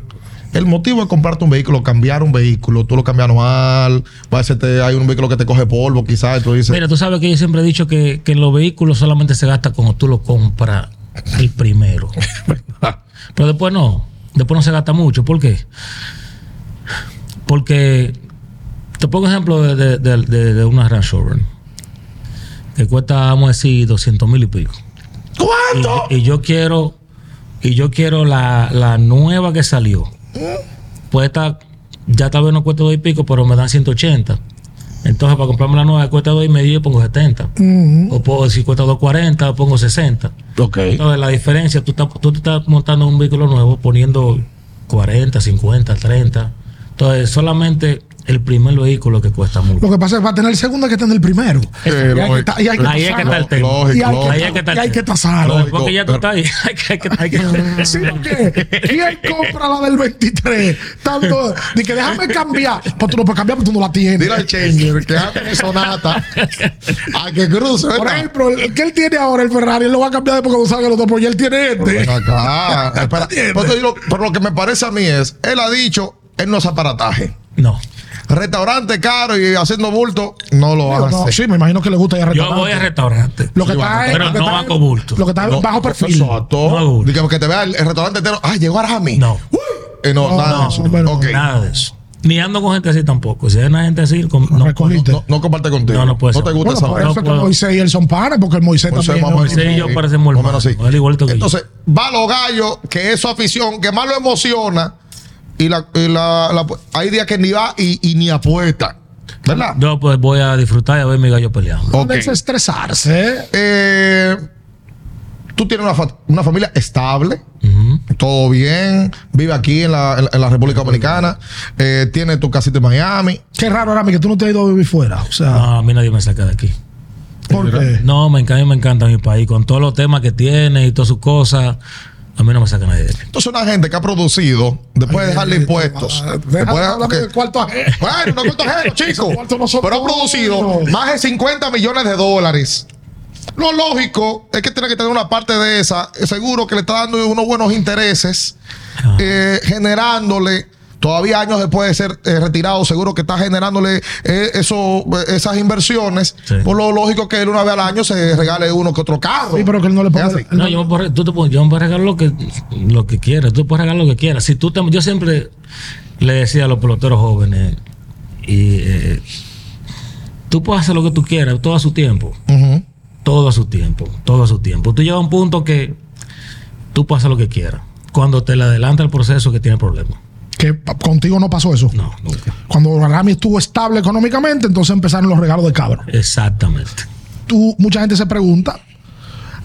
Speaker 2: El motivo de comprarte un vehículo, cambiar un vehículo, tú lo cambias anual, va a ser te- hay un vehículo que te coge polvo, quizás, y tú dices,
Speaker 3: Mira, tú sabes que yo siempre he dicho que, que los vehículos solamente se gasta cuando tú lo compras el primero. Pero después no. Después no se gasta mucho. ¿Por qué? Porque te pongo ejemplo de, de- de- de- de una Range Rover que cuesta, vamos a decir, 200 mil y pico.
Speaker 2: ¿cuánto?
Speaker 3: Y, y yo quiero, y yo quiero la, la nueva que salió. Pues esta ya tal vez no cuesta dos y pico, pero me dan 180. Entonces, para comprarme la nueva que cuesta dos y medio, yo pongo 70. O puedo, si cuesta 240, pongo 60.
Speaker 2: Ok.
Speaker 3: Entonces, la diferencia, tú, estás, tú te estás montando un vehículo nuevo poniendo 40, 50, 30. Entonces, solamente el primer vehículo que cuesta mucho.
Speaker 1: Lo que pasa es que va a tener el segundo hay que tener el primero.
Speaker 2: Sí,
Speaker 1: y hay que
Speaker 2: lógico.
Speaker 1: ta- y hay que
Speaker 3: Ahí es que
Speaker 1: tasarlo.
Speaker 3: está el tema.
Speaker 1: Y hay
Speaker 2: Lógico,
Speaker 1: que-
Speaker 3: Ahí es que está el
Speaker 1: y hay que
Speaker 3: tema.
Speaker 1: tasarlo.
Speaker 3: Pero después que ya tú
Speaker 2: pero-
Speaker 3: estás ahí, hay que- hay que- hay que-
Speaker 1: Sí, ¿o qué? ¿Quién compra la del 23? Tanto. Ni que déjame cambiar. Pues tú no puedes cambiar porque tú no la tienes.
Speaker 2: Dile al changer que ande en sonata a que cruce.
Speaker 1: Por
Speaker 2: ¿verdad?
Speaker 1: ejemplo, el, el que él tiene ahora, el Ferrari, él lo va a cambiar después cuando salga el otro, porque ya él tiene
Speaker 2: Pero ven
Speaker 1: este.
Speaker 2: acá. Ah, Espera. Pero, te digo, pero lo que me parece a mí es, él ha dicho, él no es aparataje.
Speaker 3: No.
Speaker 2: Restaurante caro y haciendo bulto, no lo hace.
Speaker 1: No, sí, me imagino que le gusta ya
Speaker 3: Yo
Speaker 1: restaurante.
Speaker 3: voy a restaurante.
Speaker 1: Lo que
Speaker 2: Sí,
Speaker 1: está
Speaker 2: bajo,
Speaker 1: es-
Speaker 3: pero
Speaker 1: lo que
Speaker 3: no
Speaker 1: está es-
Speaker 3: bajo bulto.
Speaker 1: Lo que está es
Speaker 2: No,
Speaker 1: bajo perfil.
Speaker 2: Exacto.
Speaker 3: No hago bulto.
Speaker 2: Dígame que te vea el, el restaurante entero. Ah, llegó Arami.
Speaker 3: No.
Speaker 2: Uy. Eh, no,
Speaker 1: No,
Speaker 2: nada. de
Speaker 1: no,
Speaker 2: eso.
Speaker 1: bueno,
Speaker 2: Ok.
Speaker 3: Nada de eso. Ni ando con gente así tampoco. Si hay una gente así, con- no,
Speaker 1: Recogiste.
Speaker 2: No, no comparte contigo.
Speaker 3: No, no puede
Speaker 2: te
Speaker 3: ser.
Speaker 2: gusta
Speaker 1: Bueno,
Speaker 2: esa
Speaker 1: por eso
Speaker 2: vaina.
Speaker 1: es que
Speaker 3: puedo.
Speaker 1: Moisés y él son panas, porque el Moisés
Speaker 2: Moisés,
Speaker 1: también.
Speaker 2: más
Speaker 1: ¿no?
Speaker 2: o menos
Speaker 3: pues, Moisés y yo
Speaker 2: así.
Speaker 3: parecemos
Speaker 2: Más o menos
Speaker 3: hermanos.
Speaker 2: así.
Speaker 3: Él igualito que yo.
Speaker 2: Entonces, va los gallos, que es su afición, que más lo emociona. Y la, y la- la- hay días que ni va y, y ni apuesta. ¿Verdad?
Speaker 3: yo pues voy a disfrutar y a ver mi gallo peleando.
Speaker 1: No
Speaker 2: Ok.
Speaker 1: desestresarse.
Speaker 2: Eh, tú tienes una, fa- una familia estable.
Speaker 3: Ujú.
Speaker 2: Todo bien. Vive aquí en la, en- en la República Dominicana. Eh, tiene tu casita en Miami.
Speaker 1: Qué raro, Arami, que tú no te has ido a vivir fuera. O sea,
Speaker 3: No, a mí nadie me saca de aquí.
Speaker 1: porque.
Speaker 3: No, me encanta, me encanta mi país. Con todos los temas que tiene y todas sus cosas, a mí no me saca nadie de aquí.
Speaker 2: Entonces, una gente que ha producido, después de dejarle impuestos,
Speaker 1: Deja
Speaker 2: después
Speaker 1: de
Speaker 2: de-
Speaker 1: Ah, hablar
Speaker 2: ok.
Speaker 1: del cuarto ajeno.
Speaker 2: Bueno, no cuento ajeno, chico.
Speaker 1: Cuarto no son
Speaker 2: Pero ha
Speaker 1: tuyos.
Speaker 2: producido más de 50 millones de dólares. Lo lógico es que tiene que tener una parte de esa. eh, Seguro que le está dando unos buenos intereses,
Speaker 3: Ah.
Speaker 2: eh, generándole. Todavía años después de ser eh, retirado, seguro que está generándole eh, eso, esas inversiones.
Speaker 3: Sí.
Speaker 2: Por lo lógico que él una vez al año se regale uno que otro carro.
Speaker 1: Sí, pero que él no le ponga.
Speaker 2: Ya sé.
Speaker 1: él
Speaker 3: No, yo me, puedo, re- tú te puedes- yo me puedo regalar lo que, lo que quieras, tú puedes regalar lo que quieras. Si tú te- yo siempre le decía a los peloteros jóvenes, y, eh, tú puedes hacer lo que tú quieras, todo a su tiempo,
Speaker 2: Ujú.
Speaker 3: todo a su tiempo, todo a su tiempo. Tú llegas a un punto que tú puedes hacer lo que quieras. Cuando te le adelanta el proceso que tiene problemas.
Speaker 1: Que pa- contigo no pasó eso.
Speaker 3: No, nunca.
Speaker 1: Cuando Arami estuvo estable económicamente, entonces empezaron los regalos de cabro.
Speaker 3: Exactamente.
Speaker 1: Tú, mucha gente se pregunta.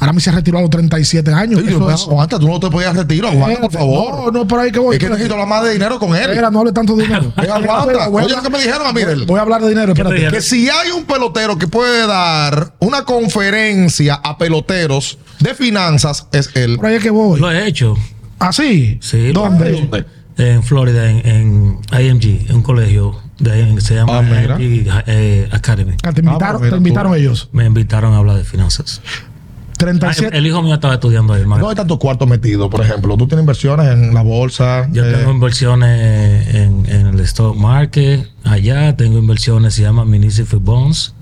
Speaker 1: Arami se retiró a los 37 años.
Speaker 2: Sí,
Speaker 1: Eso
Speaker 2: yo, pero
Speaker 1: es- eh,
Speaker 2: aguanta, tú no te podías retirar, aguanta, por favor.
Speaker 1: No, no, por ahí que voy.
Speaker 2: es que necesito hablar más de dinero con él.
Speaker 1: Espera, no hable tanto de dinero.
Speaker 2: Eh, aguanta. Oye lo que me dijeron a mí de él.
Speaker 1: Voy a hablar de dinero,
Speaker 3: ¿Qué te
Speaker 1: espérate.
Speaker 3: dijeron?
Speaker 2: Que si hay un pelotero que puede dar una conferencia a peloteros de finanzas, es él.
Speaker 1: Por ahí es que voy.
Speaker 3: Lo he hecho.
Speaker 1: ¿Así?
Speaker 3: Sí, lo-
Speaker 1: ¿Dónde?
Speaker 3: En Florida, en, en IMG, en un colegio, de ahí, se llama
Speaker 2: Ah, mira.
Speaker 3: IMG eh, Academy.
Speaker 1: Ah, Te invitaron,
Speaker 2: pues mira
Speaker 1: te
Speaker 2: tú.
Speaker 1: invitaron ellos.
Speaker 3: Me invitaron a hablar de finanzas. Ah,
Speaker 1: 37.
Speaker 3: el hijo mío estaba estudiando ahí, hermano.
Speaker 2: No hay tantos cuartos metidos, por ejemplo. Tú tienes inversiones en la bolsa.
Speaker 3: Yo
Speaker 2: eh,
Speaker 3: tengo inversiones en, en el stock market, allá tengo inversiones, se llama Municipal Bonds,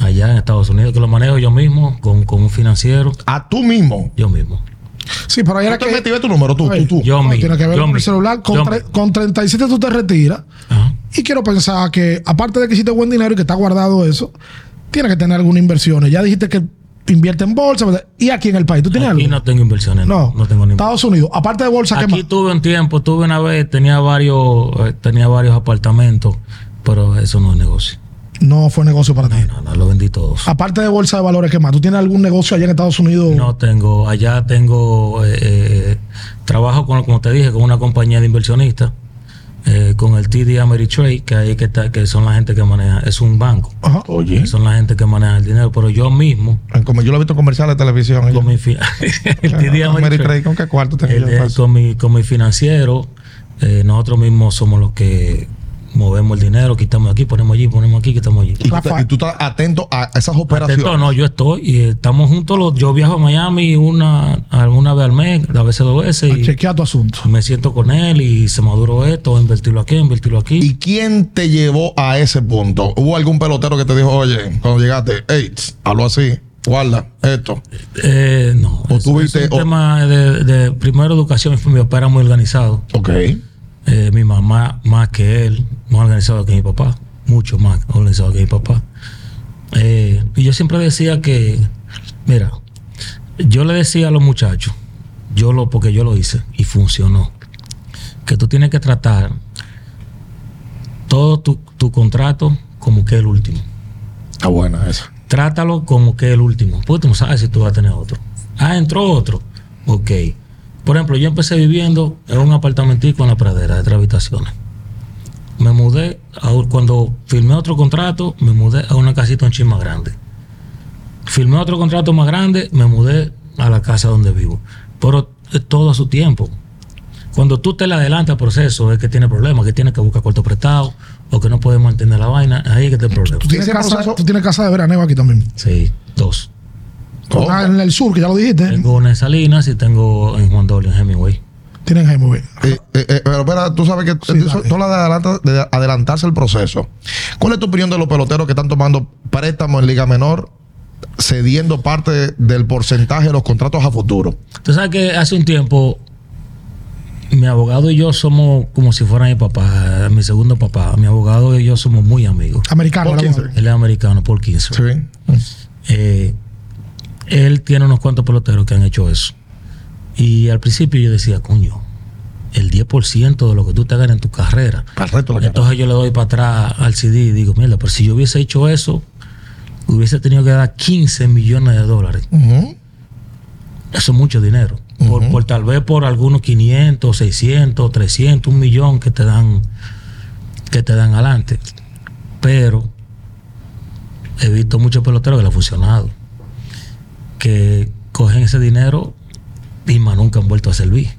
Speaker 3: allá en Estados Unidos, que lo manejo yo mismo, con, con un financiero,
Speaker 2: a tú mismo.
Speaker 3: yo mismo.
Speaker 1: Sí, pero ahí
Speaker 2: Yo
Speaker 1: era
Speaker 2: te
Speaker 1: que.
Speaker 2: metí, ve tu número, tú, tú, tú.
Speaker 3: Yo
Speaker 1: No,
Speaker 3: mismo.
Speaker 1: tiene que ver
Speaker 3: yo
Speaker 1: con el
Speaker 3: mismo,
Speaker 1: celular. Con,
Speaker 3: yo
Speaker 1: tre-
Speaker 3: mismo.
Speaker 1: con 37 tú te retiras.
Speaker 3: Ajá.
Speaker 1: Y quiero pensar que, aparte de que hiciste buen dinero y que está guardado eso, tiene que tener alguna inversión. Ya dijiste que invierte en bolsa. ¿verdad? ¿Y aquí en el país? ¿Tú tienes
Speaker 3: Aquí
Speaker 1: algo?
Speaker 3: no tengo inversiones, no, no tengo ni
Speaker 1: Estados Unidos. Aparte de bolsa, ¿qué
Speaker 3: Aquí
Speaker 1: más?
Speaker 3: tuve un tiempo, tuve una vez, tenía varios, eh, tenía varios apartamentos, pero eso no es negocio.
Speaker 1: No fue negocio para ti.
Speaker 3: No, no, lo vendí todos.
Speaker 1: Aparte de bolsa de valores, ¿qué más? ¿Tú tienes algún negocio allá en Estados Unidos?
Speaker 3: No tengo, allá tengo, eh, eh, trabajo con, como te dije, con una compañía de inversionistas, eh, con el TD Ameritrade, que ahí que está, que son la gente que maneja, es un banco,
Speaker 1: Ajá.
Speaker 2: Oye.
Speaker 3: son la gente que maneja el dinero, pero yo mismo,
Speaker 2: Como yo lo he visto en comerciales de televisión.
Speaker 3: con este
Speaker 2: yo-
Speaker 3: mi, fi- el TD
Speaker 2: Ah,
Speaker 3: Ameritrade,
Speaker 2: Ameritrade, ¿Con qué cuarto tenía
Speaker 3: el-
Speaker 2: yo
Speaker 3: el-
Speaker 2: para eso?
Speaker 3: con, mi, con mi financiero, eh, nosotros mismos somos los que movemos el dinero, quitamos aquí, ponemos allí, ponemos aquí, quitamos allí.
Speaker 2: Y tú,
Speaker 1: Rafa-
Speaker 2: te- y tú estás atento a esas operaciones.
Speaker 3: Atento, no, yo estoy y eh, estamos juntos. los- yo viajo a Miami una, alguna vez al mes, a veces dos veces.
Speaker 1: A
Speaker 3: y
Speaker 1: chequear tu asunto.
Speaker 3: pues, me siento con él y se maduró esto, invertirlo aquí, invertirlo aquí.
Speaker 2: ¿Y quién te llevó a ese punto? ¿Hubo algún pelotero que te dijo, oye, cuando llegaste, hey, tss, hazlo así, guarda esto?
Speaker 3: Eh, no,
Speaker 2: ¿O
Speaker 3: es,
Speaker 2: tuviste-
Speaker 3: es un
Speaker 2: o-
Speaker 3: tema de, de primero educación. Mi papá era muy organizado.
Speaker 2: Ok.
Speaker 3: Eh, mi mamá más que él, más organizado que mi papá, mucho más organizado que mi papá. Eh, y yo siempre decía que, mira, yo le decía a los muchachos, yo lo, porque yo lo hice y funcionó, que tú tienes que tratar todo tu, tu contrato como que el último.
Speaker 2: Está buena esa.
Speaker 3: Trátalo como que el último, porque tú no sabes si tú vas a tener otro. Ah, entró otro. Ok. Por ejemplo, yo empecé viviendo en un apartamentico en la pradera de tres habitaciones. Me mudé, a un- cuando firmé otro contrato, me mudé a una casita un chin más grande. Firmé otro contrato más grande, me mudé a la casa donde vivo. Pero es todo a su tiempo. Cuando tú te le adelantas al proceso, es que tiene problemas, que tiene que buscar corto prestado o que no puede mantener la vaina, ahí es que está el problema.
Speaker 1: ¿Tú tienes,
Speaker 2: Ese
Speaker 1: casa,
Speaker 2: proceso-
Speaker 1: tú tienes casa de veraneo aquí también.
Speaker 3: Sí, dos.
Speaker 2: ¿Cómo?
Speaker 1: Ah, en el sur, que ya lo dijiste.
Speaker 3: Tengo una en Salinas y tengo en Juan Dolio, en Hemingway.
Speaker 1: Tienen Jaime Bay.
Speaker 2: Eh, eh, eh, pero espera, tú sabes que
Speaker 1: Sí,
Speaker 2: eso-
Speaker 1: dale.
Speaker 2: todo lo de, adelanta- de adelantarse el proceso. ¿Cuál es tu opinión de los peloteros que están tomando préstamos en Liga Menor, cediendo parte de- del porcentaje de los contratos a futuro?
Speaker 3: Tú sabes que hace un tiempo mi abogado y yo somos como si fuera mi papá, mi segundo papá. Mi abogado y yo somos muy amigos.
Speaker 1: Americano,
Speaker 2: Por
Speaker 1: la
Speaker 2: 15.
Speaker 1: voz.
Speaker 3: Él es americano, por 15. Eh, él tiene unos cuantos peloteros que han hecho eso. Y al principio yo decía, coño, el 10% de lo que tú te ganas en tu carrera
Speaker 2: Para el resto de la carrera.
Speaker 3: Entonces yo le doy para atrás al CD y digo, mierda, pero si yo hubiese hecho eso, hubiese tenido que dar 15 millones de dólares.
Speaker 2: Ujú,
Speaker 3: Eso es mucho dinero. por, por tal vez por algunos 500, 600, 300, un millón que te dan que te dan adelante. Pero he visto muchos peloteros que le ha funcionado. Que cogen ese dinero y más nunca han vuelto a servir.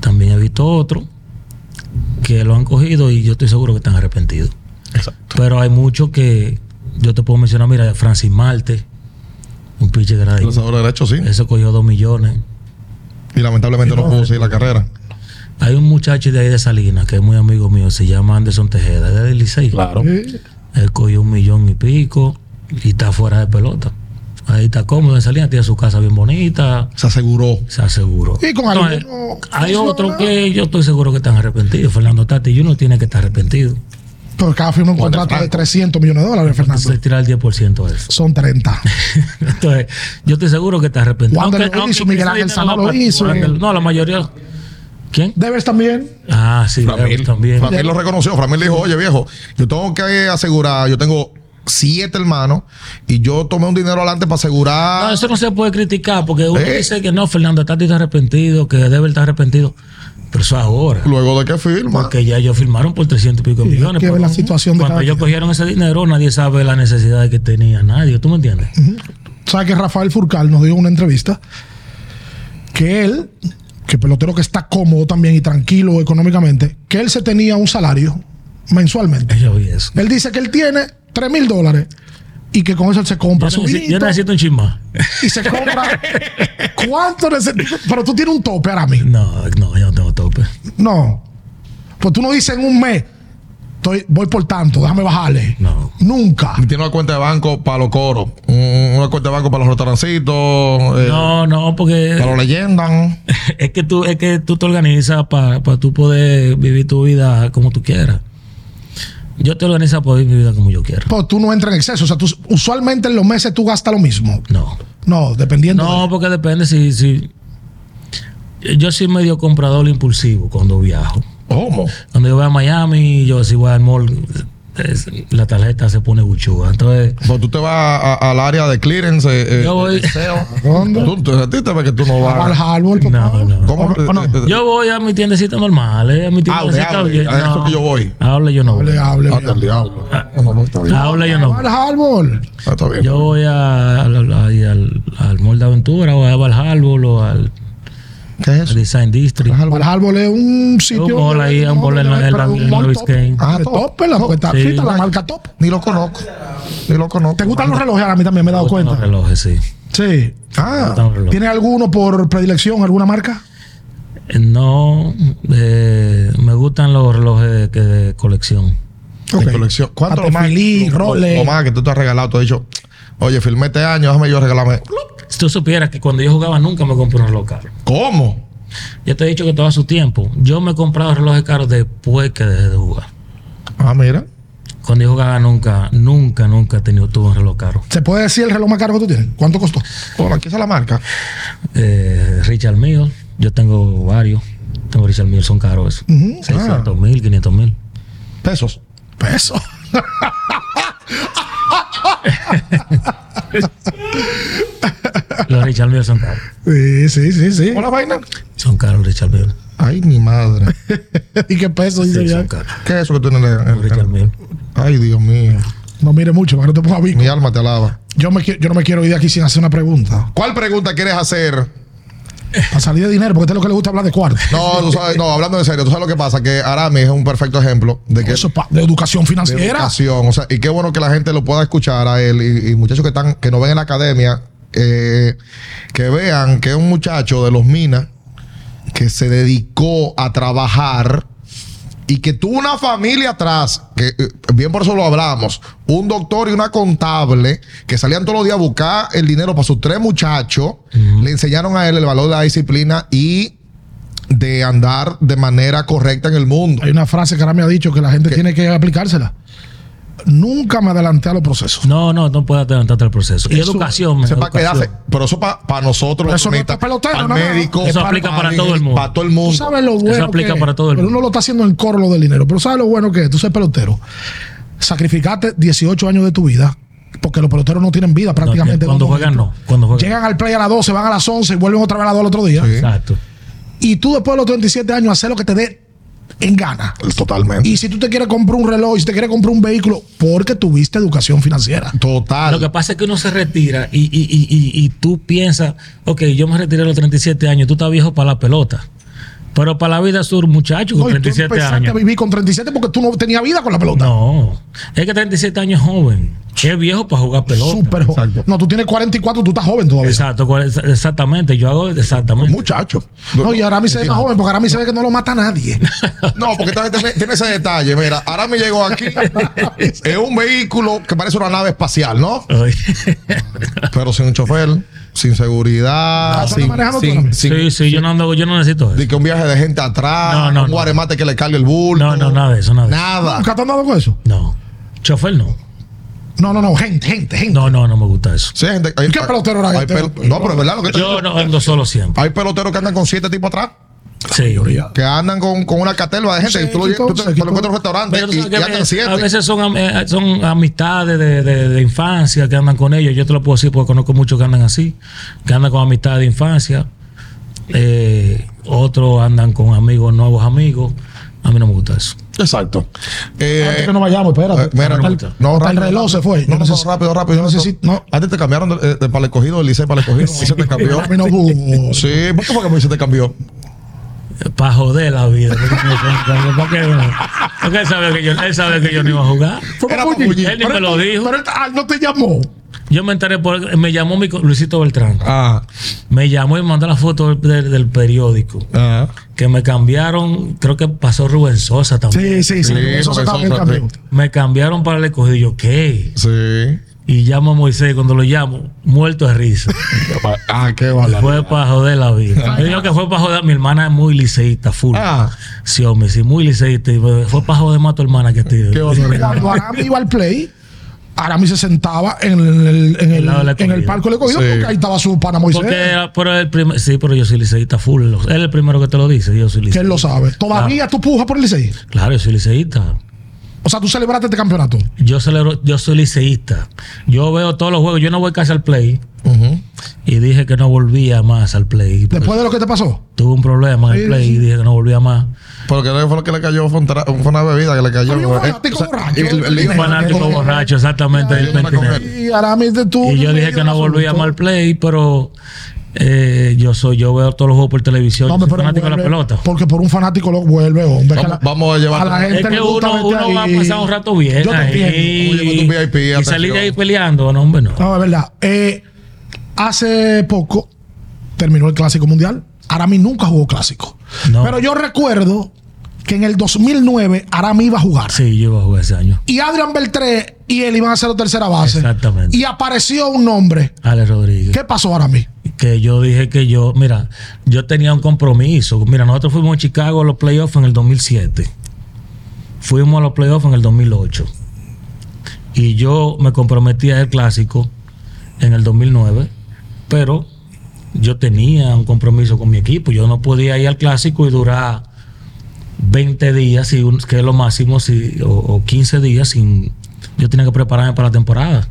Speaker 3: También he visto otros que lo han cogido y yo estoy seguro que están arrepentidos.
Speaker 2: Exacto.
Speaker 3: Pero hay muchos que yo te puedo mencionar, mira, Francis Marte, un pinche grande.
Speaker 2: Lanzador derecho, sí.
Speaker 3: Ese cogió dos millones.
Speaker 2: Y lamentablemente no pudo seguir la carrera.
Speaker 3: Hay un muchacho de ahí de Salinas que es muy amigo mío, se llama Anderson Tejeda, es del Licey.
Speaker 4: Claro.
Speaker 1: Eh,
Speaker 3: Él cogió un millón y pico y está fuera de pelota. Ahí está cómodo en Salinas, tiene su casa bien bonita,
Speaker 2: Se aseguró.
Speaker 3: se aseguró.
Speaker 1: Y con
Speaker 3: Entonces,
Speaker 1: algunos
Speaker 3: eh, hay
Speaker 1: funciona.
Speaker 3: otros que yo estoy seguro que están arrepentidos. Fernando Tati y uno tiene que estar arrepentido.
Speaker 1: Ah, Pero cada firma un
Speaker 2: Walter
Speaker 1: contrato de
Speaker 2: Franco.
Speaker 1: 300 millones de dólares, Fernando.
Speaker 3: Entonces, tirar el 10% de eso.
Speaker 1: Son 30.
Speaker 3: Entonces, yo estoy seguro que está arrepentido.
Speaker 1: Wander lo hizo, Miguel
Speaker 3: ese
Speaker 1: Ángel
Speaker 3: dinero
Speaker 1: Sano
Speaker 3: va
Speaker 1: lo
Speaker 3: para-
Speaker 1: hizo.
Speaker 3: Wander- No, la mayoría. ¿Quién?
Speaker 1: Debes también.
Speaker 3: Ah, sí,
Speaker 2: Framil,
Speaker 3: Everton también.
Speaker 2: Framil lo reconoció. Framil dijo, oye viejo, yo tengo que asegurar, yo tengo siete hermanos y yo tomé un dinero adelante para asegurar.
Speaker 3: No, eso no se puede criticar porque uno
Speaker 2: Ah. Eh.
Speaker 3: dice que no, Fernando Tati está arrepentido, que debe estar arrepentido. Pero eso ahora.
Speaker 2: Luego de que firma.
Speaker 3: Porque ya ellos firmaron por 300 y pico de
Speaker 1: hay
Speaker 3: millones.
Speaker 1: que ver
Speaker 3: pero
Speaker 1: la situación de
Speaker 3: Cuando
Speaker 1: cada
Speaker 3: ellos
Speaker 1: quien.
Speaker 3: cogieron ese dinero, nadie sabe la necesidad que tenía nadie. ¿Tú me entiendes?
Speaker 1: ¿Sabes que Rafael Furcal nos dio una entrevista? Que él, que pelotero que está cómodo también y tranquilo económicamente, que él se tenía un salario mensualmente.
Speaker 3: Yo vi eso.
Speaker 1: Él dice que él tiene 3 mil dólares y que con eso él se compra
Speaker 3: Yo,
Speaker 1: su
Speaker 3: necesito,
Speaker 1: vinito
Speaker 3: yo necesito un chisma.
Speaker 1: y se compra. ¿Cuánto necesitas? Pero tú tienes un tope ahora mismo.
Speaker 3: No, no, yo no tengo tope.
Speaker 1: No. Pues tú no dices en un mes, estoy, voy por tanto, déjame bajarle.
Speaker 3: No.
Speaker 1: Nunca.
Speaker 2: Tiene una cuenta de banco para los coros, un- una cuenta de banco para los restaurancitos, eh,
Speaker 3: No, no, porque
Speaker 2: para los leyendas.
Speaker 3: es que tú, es que tú te organizas para tú poder vivir tu vida como tú quieras. Yo te organizo para vivir mi vida como yo quiero.
Speaker 1: Pues tú no entras en exceso. O sea, tú, usualmente en los meses tú gastas lo mismo.
Speaker 3: No.
Speaker 1: No, dependiendo.
Speaker 3: No,
Speaker 1: de-
Speaker 3: porque depende si, si. Yo soy medio comprador impulsivo cuando viajo.
Speaker 2: ¿Cómo?
Speaker 3: Cuando yo voy a Miami, yo si voy al mall, es- la tarjeta se pone buchúa. Entonces,
Speaker 2: Cuando tú te vas a- a- al área de clearance, eh, eh,
Speaker 3: yo voy.
Speaker 1: ¿Dónde?
Speaker 2: tú, tú- a ti te ve que tú no
Speaker 1: Al
Speaker 2: vas.
Speaker 1: árbol, papá.
Speaker 3: No, no.
Speaker 2: ¿Cómo?
Speaker 1: ¿O no?
Speaker 2: Eh, eh,
Speaker 3: Yo voy a mi tiendecita normal, eh, a mi
Speaker 2: Hable,
Speaker 3: tiendecita
Speaker 2: hable,
Speaker 3: bien.
Speaker 2: a eso
Speaker 3: No.
Speaker 2: que yo voy.
Speaker 3: Hable yo no voy.
Speaker 1: Hable, hable.
Speaker 2: hasta el diablo. No, no, está bien.
Speaker 3: Hable yo no voy.
Speaker 1: Al árbol.
Speaker 2: Ah, Está bien.
Speaker 3: Ah, Yo voy a- al, ahí al, al Mall de Aventura o a Val Harbor o al
Speaker 2: ¿Qué es
Speaker 3: al
Speaker 2: eso?
Speaker 3: Design District.
Speaker 2: Al árbol.
Speaker 1: Al árbol es un sitio.
Speaker 3: Un mall ahí, un mall en la- en la-
Speaker 1: pero un
Speaker 3: en
Speaker 1: mall
Speaker 3: la
Speaker 1: top.
Speaker 3: Biscayne.
Speaker 1: Ah, top,
Speaker 2: top.
Speaker 1: pues, la, cuenta-
Speaker 3: Sí.
Speaker 1: fíjate, la marca top.
Speaker 2: Ni lo conozco. Ni lo conozco.
Speaker 1: ¿Te gustan los relojes? A mí también me he dado
Speaker 3: Me gustan
Speaker 1: cuenta.
Speaker 3: Los relojes, sí.
Speaker 1: Sí.
Speaker 3: Me
Speaker 2: Ah,
Speaker 3: gustan los relojes.
Speaker 1: ¿Tiene alguno por predilección, alguna marca?
Speaker 3: No, eh, me gustan los relojes que de colección.
Speaker 2: de
Speaker 1: Ok.
Speaker 2: colección. ¿Cuánto lo más?
Speaker 1: Patefilí,
Speaker 2: lo-
Speaker 1: Rolex.
Speaker 2: Lo más que tú te has regalado, tú has dicho, oye, firmé este año, déjame yo regalarme.
Speaker 3: Si tú supieras que cuando yo jugaba nunca me compré un reloj caro.
Speaker 2: ¿Cómo?
Speaker 3: Yo te he dicho que todo a su tiempo. Yo me he comprado relojes caros después que dejé de jugar.
Speaker 2: Ah, mira.
Speaker 3: Cuando yo jugaba nunca, nunca, nunca he tenido tuve un reloj caro.
Speaker 1: ¿Se puede decir el reloj más caro que tú tienes? ¿Cuánto costó?
Speaker 2: Bueno, aquí está la marca.
Speaker 3: Eh, Richard Mille, yo tengo varios. Tengo Richard Mille, son caros esos.
Speaker 1: Ujú. ah.
Speaker 3: 600 mil, 500 mil.
Speaker 2: Pesos.
Speaker 1: Peso.
Speaker 3: Los Richard Mille son caros.
Speaker 1: Sí, sí, sí, sí.
Speaker 2: ¿Cómo la vaina?
Speaker 3: Son caros los Richard Mille.
Speaker 2: Ay, mi madre.
Speaker 1: ¿Y qué peso? dice
Speaker 3: Sí,
Speaker 1: ya?
Speaker 3: son caros.
Speaker 2: ¿Qué es eso que tú tienes? en
Speaker 3: Los
Speaker 2: el- en
Speaker 3: Richard
Speaker 2: el-
Speaker 3: Mille.
Speaker 2: Ay, Dios mío.
Speaker 1: No mire mucho, para que no te ponga bico.
Speaker 2: Mi alma te alaba.
Speaker 1: Yo, me, qui- yo no me quiero ir de aquí sin hacer una pregunta.
Speaker 2: ¿Cuál pregunta quieres hacer?
Speaker 1: Para salir de dinero, porque a usted lo que le gusta hablar de cuarto.
Speaker 2: No, tú sabes, no, hablando en serio, tú sabes lo que pasa, que Aramis es un perfecto ejemplo de que
Speaker 1: Eso es pa- de educación
Speaker 2: de
Speaker 1: financiera.
Speaker 2: educación, o sea, y qué bueno que la gente lo pueda escuchar a él y, y muchachos que están que no ven en la academia eh, que vean que es un muchacho de los minas que se dedicó a trabajar y que tuvo una familia atrás, que eh, bien por eso lo hablamos, un doctor y una contable que salían todos los días a buscar el dinero para sus tres muchachos, le enseñaron a él el valor de la disciplina y de andar de manera correcta en el mundo.
Speaker 1: Hay una frase que ahora me ha dicho que la gente tiene que aplicársela. Nunca me adelanté a los procesos.
Speaker 3: No, no, no puedes adelantarte al proceso. Y
Speaker 1: Eso-
Speaker 3: educación,
Speaker 2: Eso es para
Speaker 3: educación.
Speaker 2: quedarse. Pero eso para nosotros,
Speaker 1: Pero
Speaker 2: los
Speaker 1: eso no es
Speaker 2: cronistas,
Speaker 1: para peloteros,
Speaker 2: para
Speaker 1: nada más.
Speaker 2: médicos,
Speaker 3: Eso aplica para todo el mundo.
Speaker 2: Para todo el
Speaker 1: Tú
Speaker 2: mundo.
Speaker 1: sabes lo bueno.
Speaker 3: aplica
Speaker 1: que-
Speaker 3: para todo el
Speaker 1: Pero
Speaker 3: mundo.
Speaker 1: uno lo está haciendo en coro lo del dinero. Pero sabes lo bueno que es. Tú eres pelotero. Sacrificaste 18 años de tu vida. Porque porque los peloteros no tienen vida prácticamente. en
Speaker 3: cuando
Speaker 1: un
Speaker 3: juegan,
Speaker 1: momento.
Speaker 3: no. Cuando juegan.
Speaker 1: Llegan al play a las 12, van a las 11 y vuelven otra vez a las 2 al otro día.
Speaker 2: Sí.
Speaker 3: Exacto.
Speaker 1: Y tú después de los 37 años haces lo que te dé en gana.
Speaker 2: Totalmente.
Speaker 1: Y si tú te quieres comprar un reloj, y si te quieres comprar un vehículo, porque tuviste educación financiera.
Speaker 2: Total.
Speaker 3: Lo que pasa es que uno se retira y, y- y- y- y tú piensas, ok, yo me retiré a los 37 años, tú estás viejo para la pelota. Pero para la vida sur, muchacho, con
Speaker 1: No, y tú
Speaker 3: 37
Speaker 1: empezaste
Speaker 3: años.
Speaker 1: a vivir con 37 porque tú no tenías vida con la pelota.
Speaker 3: No, es que 37 años es joven. Es viejo para jugar pelota.
Speaker 1: Súper joven.
Speaker 2: Exacto.
Speaker 1: No, tú tienes 44, tú estás joven todavía.
Speaker 3: Exacto, cual- exactamente. Yo hago exactamente.
Speaker 2: Muchacho.
Speaker 1: No, y ahora a mí se ve más joven porque ahora a mí se ve que no lo mata nadie.
Speaker 2: No, porque esta gente tiene- tiene ese detalle. Mira, ahora me llegó aquí. es un vehículo que parece una nave espacial, ¿no?
Speaker 3: Ay.
Speaker 2: Pero sin un chofer, sin seguridad,
Speaker 1: Ah, ¿tú
Speaker 2: sin,
Speaker 1: andas manejando
Speaker 2: sin-
Speaker 1: tú también?
Speaker 2: sin-
Speaker 3: sí, sí, yo no ando, yo no necesito eso.
Speaker 2: de que un viaje de gente atrás,
Speaker 3: No, no,
Speaker 2: un
Speaker 3: no.
Speaker 2: guaremate que le cargue el bulto.
Speaker 3: No, no, nada de eso, nada de eso.
Speaker 2: Nada.
Speaker 1: ¿Nunca te han dado con eso?
Speaker 3: No. Chofer no.
Speaker 1: No, no, no, gente, gente, gente.
Speaker 3: No, no, no me gusta eso.
Speaker 2: Sí, hay gente- hay-
Speaker 1: ¿Qué pelotero era
Speaker 2: hay
Speaker 1: este?
Speaker 2: pel- No, pero es verdad lo que te
Speaker 3: Yo
Speaker 2: digo.
Speaker 3: no ando solo siempre.
Speaker 2: Hay peloteros que andan con siete tipos atrás.
Speaker 3: Sí.
Speaker 2: Que andan con, con una catelva de gente.
Speaker 1: Sí,
Speaker 2: y tú lo, lle-
Speaker 1: quitó,
Speaker 2: tú te,
Speaker 1: se
Speaker 2: te lo
Speaker 1: quitó.
Speaker 2: encuentras en un restaurante
Speaker 3: Pero tú
Speaker 2: y,
Speaker 3: sabes que
Speaker 2: y
Speaker 3: a
Speaker 2: andan
Speaker 3: veces-
Speaker 2: siete.
Speaker 3: a veces son, am- eh, son amistades de, de- de infancia que andan con ellos. Yo te lo puedo decir porque conozco muchos que andan así, que andan con amistades de infancia. Eh, otros andan con amigos, nuevos amigos. A mí no me gusta eso.
Speaker 2: Exacto. Eh,
Speaker 1: Antes que no vayamos, espérate.
Speaker 2: Eh, mira,
Speaker 1: Hasta el-
Speaker 2: no, no,
Speaker 1: hasta el
Speaker 2: rápido,
Speaker 1: reloj se fue. Yo
Speaker 2: No, no,
Speaker 1: necesito-
Speaker 2: no, rápido, rápido.
Speaker 1: yo necesito- no.
Speaker 2: Antes te cambiaron de, de- para el escogido, del Licey para el escogido. se te cambió.
Speaker 1: A mí no hubo-
Speaker 2: Sí, ¿por qué fue que Moisés te cambió?
Speaker 3: Para joder la vida. ¿Por qué no? Porque él sabe que yo, él sabe que yo no iba a jugar.
Speaker 1: Fue
Speaker 2: Era
Speaker 1: Papuchi.
Speaker 2: Papuchi.
Speaker 3: Él ni me lo dijo.
Speaker 1: Pero él- ah, no te llamó.
Speaker 3: Yo me enteré por. Me llamó mi co- Luisito Beltrán.
Speaker 2: Ah,
Speaker 3: Me llamó y me mandó la foto del- del- del periódico.
Speaker 2: ah.
Speaker 3: que me cambiaron, creo que pasó Rubén Sosa
Speaker 1: Sí,
Speaker 3: también.
Speaker 1: sí, sí.
Speaker 2: Sí,
Speaker 1: eso se
Speaker 2: porque
Speaker 1: estaba
Speaker 2: son-
Speaker 1: bien
Speaker 2: son-
Speaker 1: cambiado.
Speaker 3: Me cambiaron para el escogido. Y Yo, ¿qué?
Speaker 2: Sí.
Speaker 3: Y llamo a Moisés. Cuando lo llamo, muerto de risa.
Speaker 2: Ah, qué bala.
Speaker 3: Fue para joder la vida. Yo digo que fue para joder. Mi hermana es muy liceísta, full.
Speaker 2: Ah,
Speaker 3: Sí, hombre, sí, muy liceísta. Y Fue para joder más a tu hermana que a ti.
Speaker 2: qué bala.
Speaker 1: Cuando Arami iba al play, Arami se sentaba en el, en
Speaker 3: Al lado
Speaker 1: el,
Speaker 3: del
Speaker 1: en el
Speaker 3: escogido.
Speaker 1: palco del escogido
Speaker 2: Sí.
Speaker 1: porque ahí estaba su pana Moisés.
Speaker 3: Porque era- pero el primer, sí, pero yo soy liceísta full. Él es el primero que te lo dice. Yo soy
Speaker 1: que él
Speaker 3: liceísta.
Speaker 1: lo sabe. ¿Todavía
Speaker 3: Ah.
Speaker 1: tú pujas por el Licey?
Speaker 3: Claro, yo soy liceísta.
Speaker 1: O sea, tú celebraste este campeonato.
Speaker 3: Yo celebro, yo soy liceísta. Yo veo todos los juegos. Yo no voy casi al play.
Speaker 2: Ujú.
Speaker 3: Y dije que no volvía más al play.
Speaker 1: Después de lo que te pasó.
Speaker 3: Tuve un problema en
Speaker 1: Sí,
Speaker 3: el play
Speaker 1: sí.
Speaker 3: y dije que no volvía más.
Speaker 2: Pero que fue lo que le cayó fue, un tra- fue una bebida que le cayó.
Speaker 1: Había un
Speaker 2: güey.
Speaker 1: fanático
Speaker 2: O sea,
Speaker 1: borracho.
Speaker 2: el- el- el-
Speaker 1: Un
Speaker 3: Fanático
Speaker 2: el-
Speaker 3: borracho, exactamente. del
Speaker 2: yo no me
Speaker 3: Pentinel.
Speaker 2: acuerdo.
Speaker 1: Y Arami de tú.
Speaker 3: y yo dije que no volvía más al play, pero eh, yo soy, yo veo todos los juegos por televisión.
Speaker 1: Hombre,
Speaker 3: yo soy
Speaker 1: pero
Speaker 3: fanático de la
Speaker 1: vuelve,
Speaker 3: pelota.
Speaker 1: Porque por un fanático lo vuelve, hombre. que
Speaker 2: Vamos-
Speaker 1: la-
Speaker 2: vamos a llevar-
Speaker 1: la gente
Speaker 3: Es que
Speaker 1: le gusta
Speaker 3: uno,
Speaker 1: verte
Speaker 3: uno va a
Speaker 1: ahí.
Speaker 3: pasar un rato bien.
Speaker 1: Yo te
Speaker 3: ahí.
Speaker 1: entiendo.
Speaker 2: Oye, con tu VIP,
Speaker 3: y salir
Speaker 2: atención.
Speaker 3: de ahí peleando, no, hombre, no.
Speaker 1: No, es verdad. Eh, hace poco terminó el Clásico Mundial. Arami nunca jugó Clásico.
Speaker 3: No.
Speaker 1: Pero yo recuerdo que en el 2009 Arami iba a jugar.
Speaker 3: Sí, yo iba a jugar ese año.
Speaker 1: Y Adrian Beltré y él iban a hacer la tercera base.
Speaker 3: Exactamente.
Speaker 1: Y apareció un nombre.
Speaker 3: Alex Rodríguez.
Speaker 1: ¿Qué pasó Arami?
Speaker 3: que yo dije que yo, mira, yo tenía un compromiso. Mira, nosotros fuimos a Chicago a los playoffs en el 2007. Fuimos a los playoffs en el 2008. Y yo me comprometí a el clásico en el 2009, pero yo tenía un compromiso con mi equipo. Yo no podía ir al clásico y durar 20 días, si un- que es lo máximo, si, o, o 15 días sin... Yo tenía que prepararme para la temporada.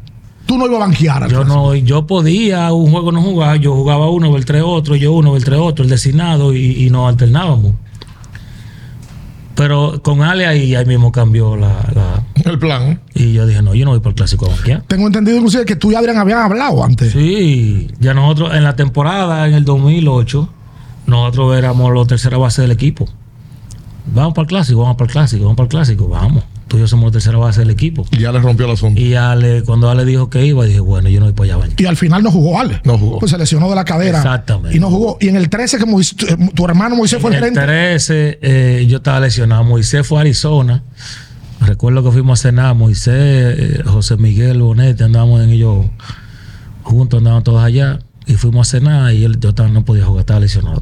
Speaker 1: Tú no ibas a banquear. al
Speaker 3: Yo
Speaker 1: Clásico.
Speaker 3: no, yo podía un juego no jugar, yo jugaba uno, Beltré otro, yo uno, Beltré otro, el designado y, y nos alternábamos. Pero con Ale ahí, ahí mismo cambió la, la-
Speaker 2: El plan.
Speaker 3: Y yo dije, no, yo no voy para el clásico a banquear.
Speaker 1: Tengo entendido inclusive que tú y Adrian habían hablado antes.
Speaker 3: Sí, ya nosotros en la temporada, en el 2008, nosotros éramos los tercera base del equipo. Vamos para el clásico, vamos para el clásico, vamos para el clásico, vamos. Tú y yo somos la tercera base del equipo.
Speaker 2: Y ya le rompió el asunto.
Speaker 3: Y Ale, cuando Ale dijo que iba, dije, bueno, yo no voy para allá a banquear.
Speaker 1: Y al final no jugó Ale.
Speaker 2: No jugó.
Speaker 1: Pues se lesionó de la cadera.
Speaker 3: Exactamente.
Speaker 1: Y no jugó. Y en el 13 que Moisés- tu, eh, tu hermano Moisés fue el
Speaker 3: En el
Speaker 1: gerente.
Speaker 3: 13 eh, yo estaba lesionado. Moisés fue a Arizona. Recuerdo que fuimos a cenar. Moisés, eh, José Miguel Bonetti, andábamos en ellos juntos, andábamos todos allá. Y fuimos a cenar y él, yo estaba- no podía jugar, estaba lesionado.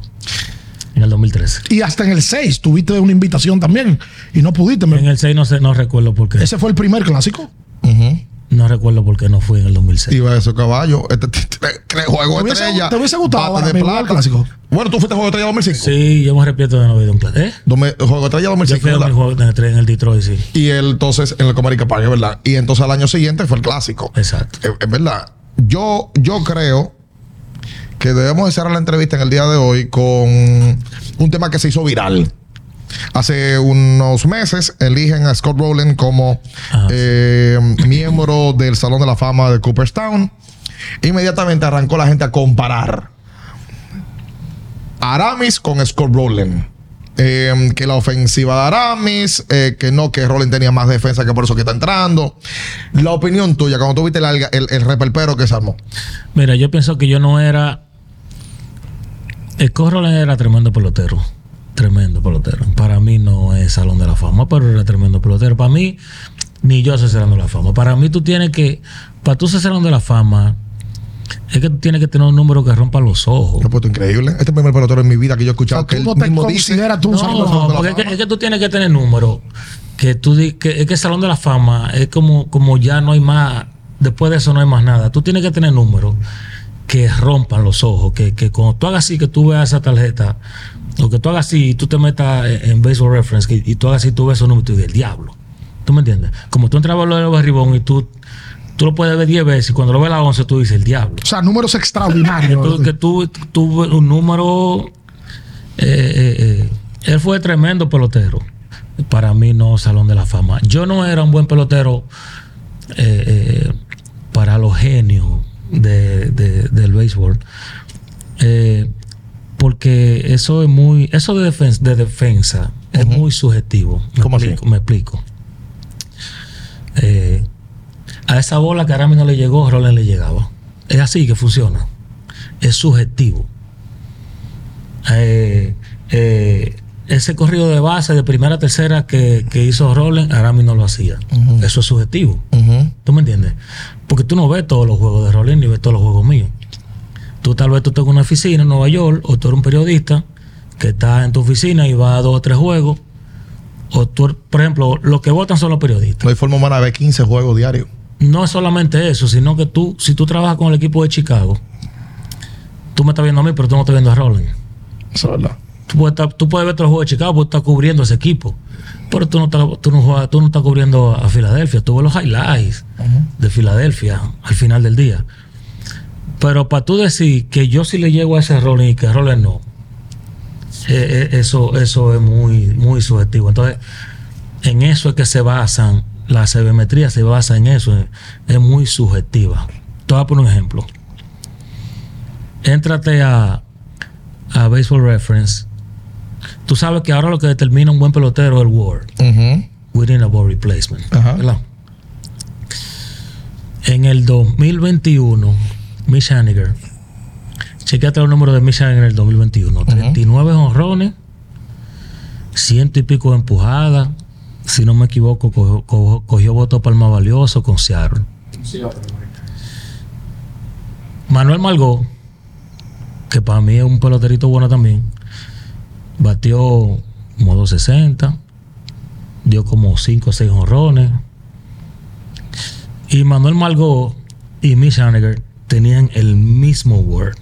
Speaker 3: En el 2013.
Speaker 1: Y hasta en el 6 tuviste una invitación también. Y no pudiste. me-
Speaker 3: En el 6 no, sé, no recuerdo por qué.
Speaker 1: Ese fue el primer clásico.
Speaker 2: Ujú.
Speaker 3: No recuerdo por qué no fui en el 2006.
Speaker 2: Iba de su caballo. Este, este, este, este juego
Speaker 1: ¿Te hubiese-
Speaker 2: estrella.
Speaker 1: te hubiese gustado
Speaker 2: bate
Speaker 1: ahora
Speaker 2: de
Speaker 1: mismo el
Speaker 2: plata.
Speaker 1: clásico?
Speaker 2: Bueno, tú fuiste a Juego de Estrella 2005.
Speaker 3: Sí, yo me arrepiento de no haber ido a un clásico. ¿Eh?
Speaker 2: Dome- Juego de Estrella
Speaker 3: Yo
Speaker 2: 2005.
Speaker 3: fui a
Speaker 2: ¿verdad?
Speaker 3: mi juego de estrella en el Detroit, sí.
Speaker 2: Y él entonces en el Comerica Park, es verdad. Y entonces al año siguiente fue el clásico.
Speaker 3: Exacto.
Speaker 2: Eh, Es, es verdad. Yo, yo creo que debemos de cerrar la entrevista en el día de hoy con un tema que se hizo viral. Hace unos meses eligen a Scott Rowland como
Speaker 3: Ah, sí.
Speaker 2: eh, miembro del Salón de la Fama de Cooperstown. Inmediatamente arrancó la gente a comparar Aramis con Scott Rowland. Eh, que la ofensiva de Aramis, eh, que no, que Rowland tenía más defensa que por eso que está entrando. La opinión tuya, cuando tú viste el, alga- el, el repelpero que se armó.
Speaker 3: Mira, yo pienso que yo no era. El Corroland era tremendo pelotero. Tremendo pelotero. Para mí no es Salón de la Fama, pero era tremendo pelotero. Para mí, ni yo soy Salón de la Fama. Para mí, tú tienes que. Para tú ser Salón de la Fama, es que tú tienes que tener un número que rompa los ojos.
Speaker 2: Lo he puesto increíble. Este es el primer pelotero en mi vida que yo he
Speaker 1: O
Speaker 2: escuchado
Speaker 1: sea, tú
Speaker 2: que él
Speaker 1: no te
Speaker 2: mismo dice.
Speaker 1: consideras tú un salón.
Speaker 2: Salón de
Speaker 3: No,
Speaker 2: la
Speaker 3: porque es que,
Speaker 2: Fama.
Speaker 3: es que tú tienes que tener números. Que tú di- que, es que el Salón de la Fama es como, como ya no hay más, después de eso no hay más nada. Tú tienes que tener números que rompan los ojos, que, que cuando tú hagas así, que tú veas esa tarjeta, o que tú hagas así y tú te metas en, en Baseball Reference, que- y tú hagas así, tú ves esos números y tú dices, el diablo. ¿Tú me entiendes? Como tú entrabas a lo de los barribón y tú, tú lo puedes ver 10 veces, y cuando lo ves a las 11 tú dices, el diablo.
Speaker 1: O sea, números
Speaker 3: Tú-
Speaker 1: extraordinarios.
Speaker 3: que tú, tú un número. eh, eh, eh, él fue tremendo pelotero. Para mí, no Salón de la Fama. Yo no era un buen pelotero eh, eh, para los genios de- de- del béisbol. Eh, porque eso es muy. Eso de, defen- de defensa es muy subjetivo. Me
Speaker 2: ¿Cómo así?
Speaker 3: explico, Me explico. Eh, a esa bola que Arami no le llegó, Roland le llegaba. Es así que funciona. Es subjetivo. Eh, eh, ese corrido de base de primera a tercera que, que hizo Roland, Arami no lo hacía. Eso es subjetivo.
Speaker 2: Ujú.
Speaker 3: ¿Tú me entiendes? Porque tú no ves todos los juegos de Rolín ni ves todos los juegos míos. Tú tal vez tú tengas una oficina en Nueva York o tú eres un periodista que está en tu oficina y va a dos o tres juegos. O tú, por ejemplo, los que votan son los periodistas.
Speaker 2: No hay forma humana de ver 15 juegos diarios.
Speaker 3: No es solamente eso, sino que tú, si tú trabajas con el equipo de Chicago, tú me estás viendo a mí, pero tú no estás viendo a Roland.
Speaker 2: Eso es verdad.
Speaker 3: Tú puedes, estar- tú puedes ver todos los juegos de Chicago porque tú estás cubriendo ese equipo. Pero tú no, estás- tú no juegas- tú no estás cubriendo a Filadelfia. Tú ves los highlights de Filadelfia al final del día. Pero para tú decir que yo sí le llego a ese Rollins y que Rollins no, eh, eh, eso, eso es muy, muy subjetivo. Entonces, en eso es que se basan, la sebemetría se basa en eso, eh, es muy subjetiva. Te voy a poner un ejemplo. Éntrate a, a Baseball Reference. Tú sabes que ahora lo que determina un buen pelotero es el WAR,
Speaker 2: Ujú.
Speaker 3: Winning a Ball Replacement.
Speaker 2: Ajá.
Speaker 3: ¿verdad? En el 2021, Mitch Haniger, chequeate los números de Mitch Haniger en el 2021. 39 honrones, ciento y pico de empujadas. Si no me equivoco, cogió, cogió- cogió voto palma valioso con Seattle. Manuel Margot, que para mí es un peloterito bueno también, batió como 260, dio como 5 o 6 honrones. Y Manuel Margot y Mitch Haniger tenían el mismo word.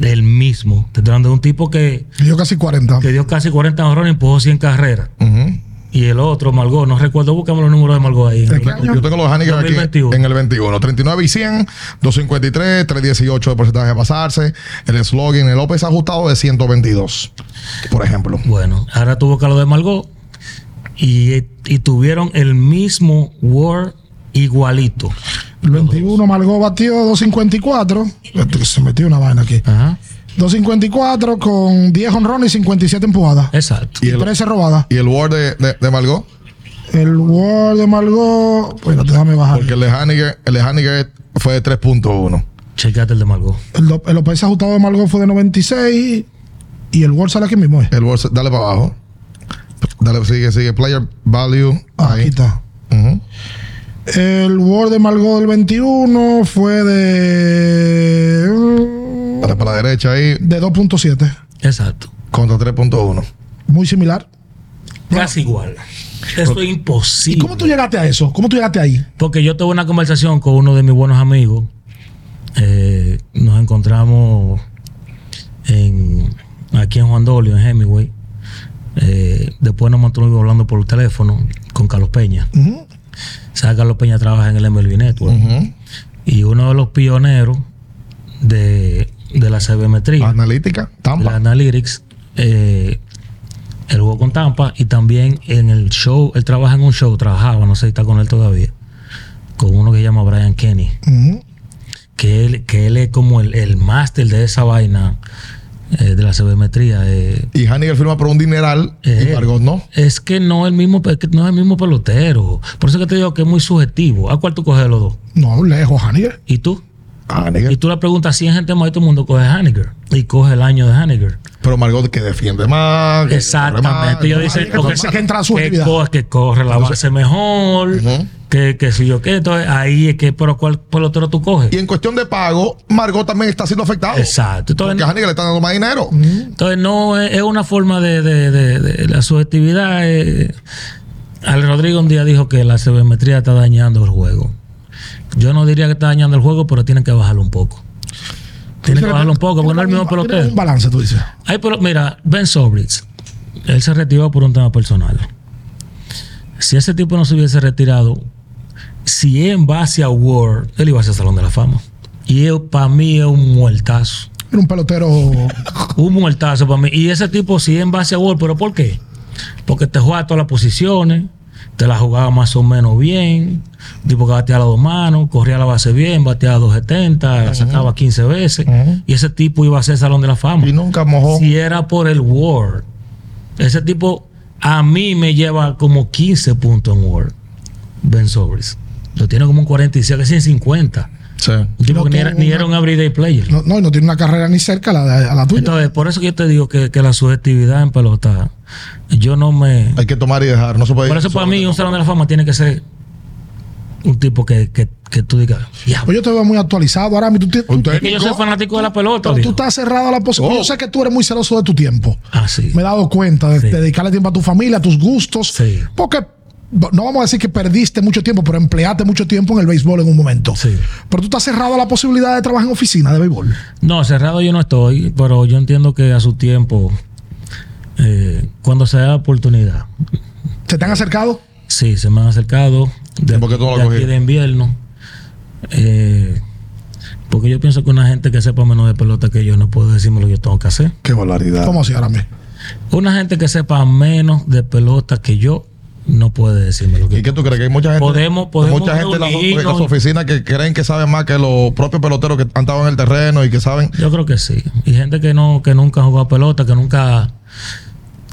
Speaker 3: El mismo. Te estoy hablando de un tipo que,
Speaker 1: Y Yo casi 40.
Speaker 3: que dio casi 40 honrones y empujó 100 carreras.
Speaker 2: Ujú.
Speaker 3: Y el otro, Margot, no recuerdo, buscamos los números de Margot ahí.
Speaker 1: ¿De qué año?
Speaker 2: Yo tengo los Hannigan aquí
Speaker 3: 2021.
Speaker 2: en el 21. 39 y 100, 253, 318 de porcentaje de pasarse. El slogan, el López ajustado de 122, por ejemplo.
Speaker 3: Bueno, ahora tuvo que lo de Margot y, y tuvieron el mismo Word igualito.
Speaker 1: El 21 Margot batió 254. Este, Se metió una vaina aquí.
Speaker 3: Ajá.
Speaker 1: 254 con 10 honrones y 57 empujadas.
Speaker 3: Exacto.
Speaker 1: Y
Speaker 2: el-
Speaker 1: 13 robadas.
Speaker 2: ¿Y el Word de, de, de Margot?
Speaker 1: El Word de Margot. Espérate, déjame bajar.
Speaker 2: Porque el de Hannigan, el de Hannigan fue de 3.1.
Speaker 3: Checate el de Margot.
Speaker 1: El, do- el OPS ajustado de Margot fue de 96. Y el Word sale aquí mismo. ¿eh?
Speaker 2: El Word, se- dale para abajo. Dale, sigue, sigue. Player Value.
Speaker 1: Ah, Aquí
Speaker 2: Ahí.
Speaker 1: está.
Speaker 2: Ujú.
Speaker 1: El Word de Margot del 21 fue de. mm,
Speaker 2: Dale para la derecha ahí.
Speaker 1: de 2.7.
Speaker 3: Exacto.
Speaker 2: Contra 3.1.
Speaker 1: Muy similar.
Speaker 3: Casi igual. Eso es imposible.
Speaker 1: ¿Cómo tú llegaste a eso? ¿Cómo tú llegaste ahí?
Speaker 3: Porque yo tuve una conversación con uno de mis buenos amigos. Eh, nos encontramos en, aquí en Juan Dolio, en Hemingway. Eh, después nos mantuvimos hablando por teléfono con Carlos Peña.
Speaker 1: Ujú.
Speaker 3: O sea, Carlos Peña trabaja en el MLB Network.
Speaker 2: Ujú.
Speaker 3: Y uno de los pioneros de, de la
Speaker 1: Ah,
Speaker 3: sabermetría,
Speaker 2: Analítica,
Speaker 3: de la
Speaker 2: Tampa.
Speaker 3: Analytics, eh, él jugó con Tampa y también en el show, él trabaja en un show, trabajaba, no sé si está con él todavía, con uno que se llama Brian Kenny
Speaker 1: Ujú.
Speaker 3: que él, que él es como el, el máster de esa vaina eh, de la sabermetría. eh.
Speaker 2: Y Hannibal firma por un dineral
Speaker 3: Eh.
Speaker 2: y Vargas no.
Speaker 3: Es que no es el mismo, es que no es el mismo pelotero. Por eso que te digo que es muy subjetivo. ¿A cuál tú coges de los dos?
Speaker 1: No, lejos, Haniger.
Speaker 3: ¿Y tú? Y
Speaker 2: Hanniger.
Speaker 3: tú le preguntas 100 gente más y todo el mundo coge Hanniger. Y coge el año de Hanniger.
Speaker 2: Pero Margot que defiende más. que corre más,
Speaker 3: Exactmente. Yo dice
Speaker 2: Hanniger,
Speaker 1: porque
Speaker 2: normal.
Speaker 1: se que entra a su
Speaker 3: que,
Speaker 1: actividad.
Speaker 3: corre, que corre la base mejor,
Speaker 2: Ujú.
Speaker 3: que, que si yo qué. Entonces ahí es que, pero ¿cuál pelotero tú coges?
Speaker 2: Y en cuestión de pago, Margot también está siendo afectado.
Speaker 3: Exacto. Mm. Entonces,
Speaker 2: Porque a Hanniger le están dando más dinero.
Speaker 3: Entonces, no es, es una forma de, de- de- de la subjetividad. eh. Al Rodrigo un día dijo que la sabermetría está dañando el juego. Yo no diría que está dañando el juego, pero tienen que bajarlo un poco. Tienen que bajarlo un poco, porque no es el
Speaker 1: Tiene
Speaker 3: mismo
Speaker 1: que haber
Speaker 3: pelotero.
Speaker 1: Un balance, tú dices.
Speaker 3: Hay pelo- mira, Ben Sobritz, él se retiró por un tema personal. Si ese tipo no se hubiese retirado, si en base a Ward, él iba a ser Salón de la Fama. Y para mí es un muertazo.
Speaker 1: Era un pelotero.
Speaker 3: Un muertazo para mí. Y ese tipo sí en base a gol, pero ¿por qué? Porque te jugaba todas las posiciones, te la jugaba más o menos bien, tipo que bateaba las dos manos, corría la base bien, bateaba 270, la sacaba 15 veces, y ese tipo iba a ser Salón de la Fama.
Speaker 2: Y nunca
Speaker 1: Oh.
Speaker 2: mojó.
Speaker 3: Si era por el Word, ese tipo a mí me lleva como 15 puntos en Word, Ben Sobris. Lo tiene como un 46, casi en 50.
Speaker 2: Sí.
Speaker 3: Un tipo
Speaker 1: No
Speaker 3: que ni era,
Speaker 1: tiene
Speaker 3: ni
Speaker 1: una-
Speaker 3: era un everyday player.
Speaker 1: No, no, y no tiene una carrera ni cerca a la, a la tuya.
Speaker 3: Entonces, por eso que yo te digo que, que la subjetividad en pelota, yo no me...
Speaker 2: Hay que tomar y dejar. No se puede
Speaker 3: Por eso para mí un Salón de la Fama tiene que ser un tipo que, que, que tú digas, "Ya,
Speaker 1: Pues yo te veo muy actualizado ahora mismo. Tú, ti- tú-
Speaker 2: Un
Speaker 3: es que yo soy
Speaker 2: técnico.
Speaker 3: fanático de la pelota.
Speaker 1: pero tú
Speaker 3: dijo.
Speaker 1: estás cerrado a la posibilidad.
Speaker 2: Oh.
Speaker 1: Yo sé que tú eres muy celoso de tu tiempo.
Speaker 3: Ah, sí.
Speaker 1: Me he dado cuenta de
Speaker 3: Sí.
Speaker 1: de dedicarle tiempo a tu familia, a tus gustos.
Speaker 3: Sí.
Speaker 1: Porque no vamos a decir que perdiste mucho tiempo, pero empleaste mucho tiempo en el béisbol en un momento.
Speaker 3: Sí.
Speaker 1: Pero tú estás cerrado a la posibilidad de trabajar en oficina de béisbol.
Speaker 3: No, cerrado yo no estoy, pero yo entiendo que a su tiempo, eh, cuando se da la oportunidad,
Speaker 1: ¿Se te han acercado?
Speaker 3: sí, se me han acercado de,
Speaker 2: ¿Por qué tú no la
Speaker 3: de aquí
Speaker 2: cogiste?
Speaker 3: de invierno. Eh, porque yo pienso que una gente que sepa menos de pelota que yo no puede decirme lo que yo tengo que hacer.
Speaker 2: Qué barbaridad.
Speaker 1: ¿Cómo así ahora mismo?
Speaker 3: Una gente que sepa menos de pelota que yo no puede decirme lo que
Speaker 2: ¿Y qué tú crees? Que hay mucha gente,
Speaker 3: Podemos- podemos
Speaker 2: mucha gente en las- en
Speaker 3: reunirnos.
Speaker 2: las oficinas que creen que saben más que los propios peloteros que han estado en el terreno y que saben.
Speaker 3: Yo creo que sí. Y gente que no, que nunca ha jugado pelota, que nunca,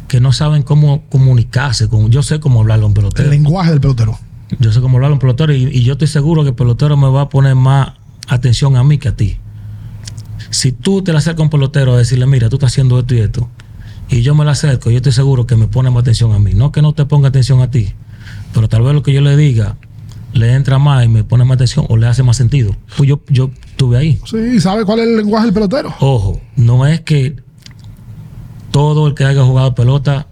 Speaker 3: que no saben cómo comunicarse. con- yo sé cómo hablarle a un
Speaker 1: El
Speaker 3: pelotero.
Speaker 1: lenguaje del pelotero.
Speaker 3: Yo sé cómo hablarle a un pelotero y, y yo estoy seguro que el pelotero me va a poner más atención a mí que a ti. Si tú te le acercas a un pelotero a decirle, mira, tú estás haciendo esto y esto, y yo me la acerco, yo estoy seguro que me pone más atención a mí. No que no te ponga atención a ti, pero tal vez lo que yo le diga le entra más y me pone más atención o le hace más sentido. Pues yo, yo estuve ahí.
Speaker 1: Sí, ¿sabe cuál es el lenguaje del pelotero?
Speaker 3: Ojo, no es que todo el que haya jugado pelota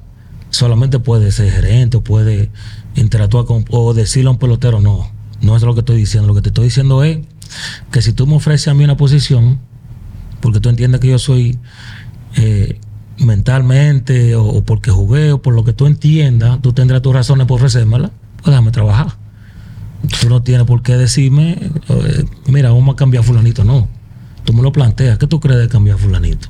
Speaker 3: solamente puede ser gerente o puede interactuar con o decirle a un pelotero no. No es lo que estoy diciendo. Lo que te estoy diciendo es que si tú me ofreces a mí una posición, porque tú entiendes que yo soy eh, mentalmente o, o porque jugué o por lo que tú entiendas, tú tendrás tus razones por ofrecérmela, pues déjame trabajar. Tú no tienes por qué decirme, eh, mira, vamos a cambiar a fulanito. No. Tú me lo planteas. ¿Qué tú crees de cambiar a fulanito?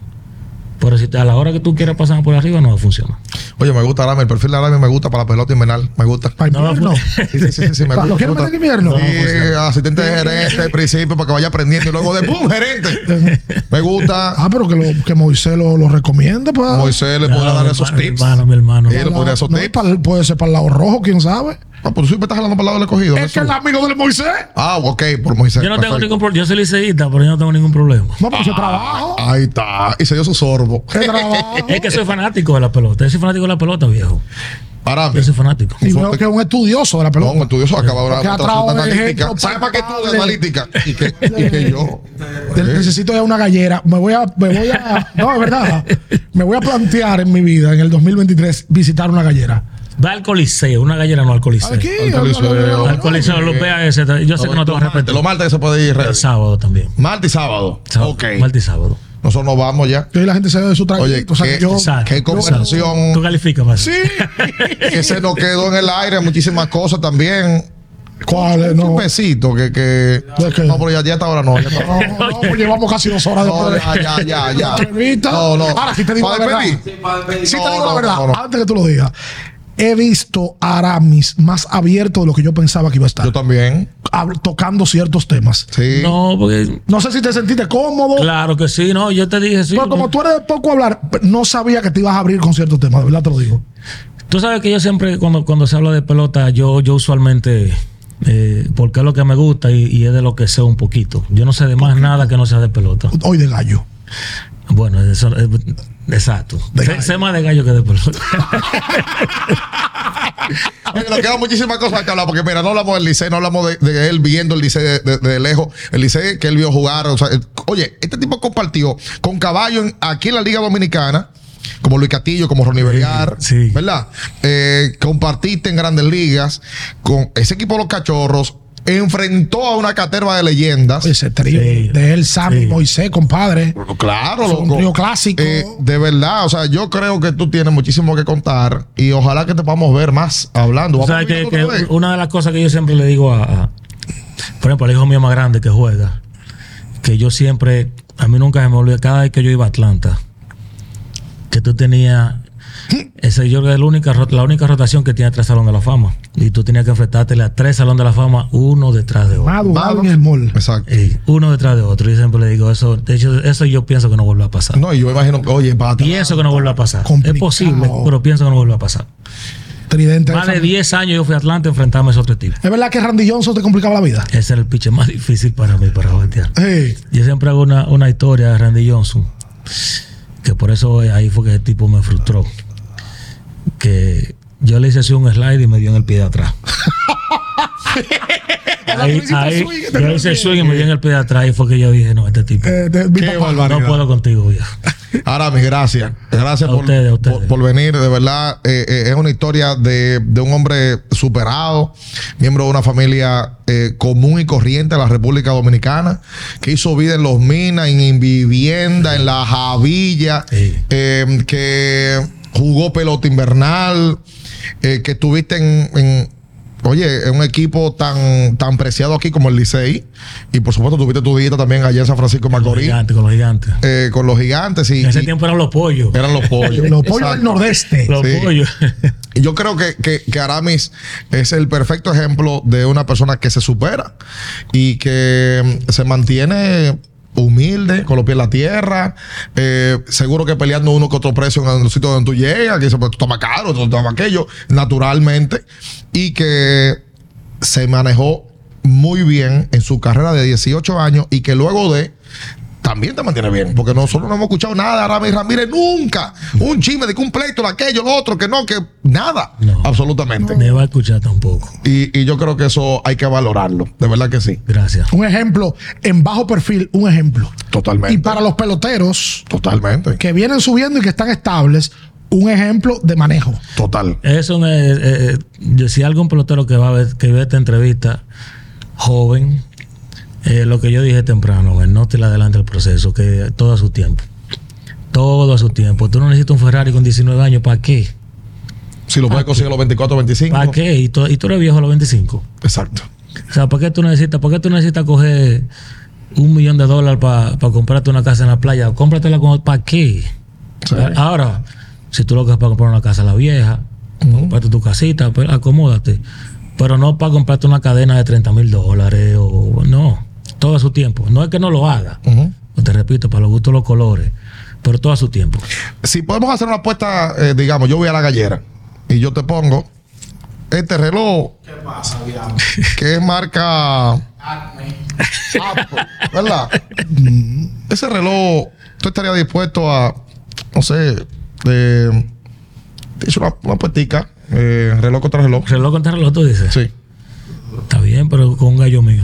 Speaker 3: Pero si te- a la hora que tú quieras pasar por arriba, no va a funcionar.
Speaker 2: Oye, me gusta Arame, el perfil de Arame me gusta para la pelota invernal. Me gusta.
Speaker 1: Para
Speaker 3: No,
Speaker 1: invierno.
Speaker 3: pues-
Speaker 2: Sí, sí, sí, sí, sí, me
Speaker 1: ¿Lo
Speaker 2: gusta,
Speaker 1: quiero
Speaker 2: me "Ah, gusta. pues.
Speaker 1: meter en invierno?
Speaker 2: Sí, asistente de gerente al principio para que vaya aprendiendo y luego de ¡pum! gerente. Me gusta.
Speaker 1: Ah, pero que, lo, que Moisés lo, lo recomiende. Pues.
Speaker 2: Moisés le podrá
Speaker 3: Ah,
Speaker 2: dar
Speaker 3: mi
Speaker 2: esos
Speaker 3: hermano,
Speaker 2: tips.
Speaker 3: Mi hermano, mi hermano.
Speaker 2: Sí, lo- podría esos
Speaker 1: No,
Speaker 2: tips.
Speaker 1: para- puede ser para el lado rojo, quién sabe.
Speaker 2: Ah, pues tú siempre estás hablando para el lado del escogido.
Speaker 1: Es que
Speaker 2: Jesús.
Speaker 1: el amigo del Moisés.
Speaker 2: Ah, ok, por Moisés.
Speaker 3: Yo no tengo
Speaker 2: perfecto.
Speaker 3: ningún problema. Yo soy liceísta, pero yo no tengo ningún problema.
Speaker 1: No,
Speaker 2: Ah,
Speaker 1: pero ese trabajo.
Speaker 2: Ahí está. Y se dio su sorbo.
Speaker 1: Ese trabajo.
Speaker 3: Es que soy fanático de la pelota. Yo soy fanático de la pelota, viejo.
Speaker 2: Arame.
Speaker 3: Yo soy fanático.
Speaker 1: Y veo que es un estudioso de la
Speaker 2: No, un
Speaker 1: pelota.
Speaker 2: estudioso acaba una
Speaker 1: Porque ha
Speaker 2: otra
Speaker 1: traído
Speaker 2: consulta analítica.
Speaker 1: ejemplos
Speaker 2: ¿Sabes para qué tú de
Speaker 1: palpables.
Speaker 2: analítica? Y que, y que yo. eh.
Speaker 1: Te- Necesito ya una gallera. Me voy a, me voy a, no, es verdad. Me voy a plantear en mi vida, en el 2023, visitar una gallera.
Speaker 3: Va al coliseo, una gallera no al coliseo.
Speaker 1: Aquí,
Speaker 2: Al Coliseo.
Speaker 3: Al coliseo, los PAS. Yo sé que no te vas a
Speaker 2: Los
Speaker 3: repetir.
Speaker 2: martes que se puede ir.
Speaker 3: El sábado también.
Speaker 2: Martes y sábado.
Speaker 3: Sábado,
Speaker 2: Ok.
Speaker 3: Martes y sábado.
Speaker 2: Nosotros nos vamos ya.
Speaker 1: Y hoy la gente se ve de su traguito.
Speaker 2: Oye,
Speaker 1: o sea, que
Speaker 2: qué-
Speaker 1: yo,
Speaker 3: Exacto,
Speaker 2: qué
Speaker 3: exacto.
Speaker 2: conversación.
Speaker 3: Tú calificas, más.
Speaker 1: sí.
Speaker 2: que se nos quedó en el aire muchísimas cosas también.
Speaker 1: ¿Cuál es? No,
Speaker 2: Un besito que, que...
Speaker 1: ¿De qué?
Speaker 2: No, pero ya, ya hasta ahora no. Ya hasta ahora
Speaker 1: no, no, pues llevamos casi dos horas
Speaker 2: no. No,
Speaker 1: después de
Speaker 2: ya, ya, ya, ya.
Speaker 1: entrevista.
Speaker 2: No, no.
Speaker 1: Ahora sí te digo la
Speaker 2: Padre
Speaker 1: verdad.
Speaker 2: Pedri,
Speaker 1: Sí, te
Speaker 2: No,
Speaker 1: digo la
Speaker 2: no,
Speaker 1: verdad,
Speaker 2: no, no.
Speaker 1: antes que tú lo digas. He visto a Aramis más abierto de lo que yo pensaba que iba a
Speaker 2: Yo
Speaker 1: estar,
Speaker 2: también.
Speaker 1: hab- tocando ciertos temas.
Speaker 2: Sí.
Speaker 3: No, porque.
Speaker 1: No sé si te sentiste cómodo,
Speaker 3: Claro que sí, no, yo te dije sí.
Speaker 1: pero como tú eres de poco hablar, no sabía que te ibas a abrir con ciertos temas, de verdad te lo digo.
Speaker 3: Tú sabes que yo siempre, cuando, cuando se habla de pelota, yo, yo usualmente, eh, porque es lo que me gusta y, y es de lo que sé un poquito. Yo no sé de más nada que no sea de pelota.
Speaker 1: Hoy de gallo.
Speaker 3: Bueno, eso, eh, exacto.
Speaker 1: De
Speaker 3: Sé,
Speaker 1: gallo.
Speaker 3: sé más de gallo que de pelota.
Speaker 2: Oye, nos quedan muchísimas cosas que hablar, porque mira, no hablamos del Licey, no hablamos de, de él viendo el Licey de, de- de lejos, el Licey que él vio jugar. o sea, el- oye, este tipo compartió con caballo en- aquí en la Liga Dominicana, como Luis Castillo, como Ronnie Vergar,
Speaker 3: sí.
Speaker 2: ¿verdad? Eh, compartiste en grandes ligas con ese equipo de los cachorros, enfrentó a una caterva de leyendas.
Speaker 3: Pues,
Speaker 1: Ese trío
Speaker 3: Sí.
Speaker 1: de él, Sammy,
Speaker 3: Sí.
Speaker 1: Moisés, compadre.
Speaker 2: Claro,
Speaker 1: Es un
Speaker 2: loco.
Speaker 1: trío clásico.
Speaker 2: Eh, de verdad, o sea, yo creo que tú tienes muchísimo que contar y ojalá que te podamos ver más hablando.
Speaker 3: O sea,
Speaker 2: Vamos
Speaker 3: que,
Speaker 2: viendo otra
Speaker 3: que
Speaker 2: vez.
Speaker 3: una de las cosas que yo siempre le digo a, a- por ejemplo, al hijo mío más grande que juega, que yo siempre, a mí nunca se me olvida, cada vez que yo iba a Atlanta, que tú tenías, ese yo era la única, ro- la única rotación que tiene tres Salón de la Fama, y tú tenías que enfrentarte a tres Salón de la Fama, uno detrás de otro.
Speaker 1: Maduro
Speaker 2: Vamos.
Speaker 1: en el mall.
Speaker 2: Exacto.
Speaker 3: Ey, uno detrás de otro. Y siempre le digo, eso, de hecho, eso yo pienso que no vuelve a pasar.
Speaker 2: No, y yo imagino que, oye, para ti.
Speaker 3: Pienso que no vuelve a pasar.
Speaker 1: Complicado.
Speaker 3: Es posible, pero pienso que no vuelve a pasar.
Speaker 1: Tridente.
Speaker 3: Más de
Speaker 1: esa-
Speaker 3: 10 años yo fui a Atlanta a enfrentarme a esos tres tipos.
Speaker 1: Es verdad que Randy Johnson te complicaba la vida.
Speaker 3: Ese era el pitcher más difícil para mí, para batear.
Speaker 1: Sí.
Speaker 3: Yo siempre hago una, una historia de Randy Johnson, que por eso eh, ahí fue que el tipo me frustró. Que yo le hice así un slide y me dio en el pie de atrás. ahí, ahí, yo hice el swing y me dio en el pie de atrás y fue que yo dije, no, este tipo,
Speaker 1: Eh, de- mi
Speaker 2: Qué
Speaker 1: papá.
Speaker 2: barbaridad.
Speaker 3: no puedo contigo, viejo.
Speaker 2: Aramis, gracias. Gracias
Speaker 3: A
Speaker 2: por,
Speaker 3: ustedes, a ustedes.
Speaker 2: por- por venir. De verdad, eh, eh, es una historia de, de un hombre superado, miembro de una familia eh, común y corriente de la República Dominicana, que hizo vida en los minas, en, en vivienda, en la javilla,
Speaker 3: Sí.
Speaker 2: eh, que jugó pelota invernal, eh, que estuviste en... en- Oye, en un equipo tan, tan preciado aquí como el Licey. Y por supuesto, tuviste tu dieta también allá en San Francisco de
Speaker 3: Con los
Speaker 2: Macorís.
Speaker 3: gigantes, con los gigantes.
Speaker 2: eh, con los gigantes y,
Speaker 3: En ese
Speaker 2: y-
Speaker 3: tiempo eran los pollos.
Speaker 2: eran los pollos.
Speaker 1: Los pollos
Speaker 2: Exacto.
Speaker 1: del nordeste.
Speaker 3: Los
Speaker 2: sí.
Speaker 3: pollos.
Speaker 2: Y Yo creo que, que, que Aramis es el perfecto ejemplo de una persona que se supera y que mm, se mantiene humilde, con los pies en la tierra, eh, seguro que peleando uno que otro precio en los sitios donde tú llegas, que dice, pues tú tomas caro, tú tomas aquello, naturalmente, y que se manejó muy bien en su carrera de 18 años y que luego de también te mantiene bien, porque nosotros no hemos escuchado nada de Aramis Ramírez nunca. Un chisme de que un pleito, de aquello, lo otro, que no, que nada,
Speaker 3: No.
Speaker 2: absolutamente.
Speaker 3: Me va a escuchar tampoco.
Speaker 2: Y, y yo creo que eso hay que valorarlo, de verdad que sí,
Speaker 3: Gracias.
Speaker 1: Un ejemplo, en bajo perfil, un ejemplo.
Speaker 2: totalmente.
Speaker 1: Y para los peloteros
Speaker 2: Totalmente,
Speaker 1: que vienen subiendo y que están estables, un ejemplo de manejo.
Speaker 2: total.
Speaker 3: Eso no es, eh, eh, yo- si algún pelotero que va a ver, que ve esta entrevista, joven, eh, lo que yo dije temprano, man, no te le adelante el proceso, que todo a su tiempo. Todo a su tiempo. Tú no necesitas un Ferrari con 19 años, ¿para qué?
Speaker 2: Si lo puedes conseguir a los 24, 25.
Speaker 3: ¿Para qué? Y, tú- y tú eres viejo a los 25.
Speaker 2: Exacto.
Speaker 3: O sea, ¿para qué tú necesitas, para qué tú necesitas coger un millón de dólares para comprarte una casa en la playa? Cómpratela con, ¿para qué?
Speaker 2: Sí.
Speaker 3: Ahora, si tú lo que es para comprar una casa a la vieja, comprarte tu casita, pues, acomódate. Pero no para comprarte una cadena de 30 mil dólares o no, todo a su tiempo. No es que no lo haga,
Speaker 2: Ujú.
Speaker 3: te repito, para los gustos los colores, pero todo a su tiempo.
Speaker 2: Si podemos hacer una apuesta, eh, digamos, yo voy a la gallera y yo te pongo este reloj que es marca Apple, ¿verdad? Mm, Ese reloj, tú estarías dispuesto a, no sé, eh, te hice una, una apuestica, eh, reloj contra reloj.
Speaker 3: Reloj contra reloj, tú dices.
Speaker 2: Sí.
Speaker 3: Está bien, pero con un gallo mío.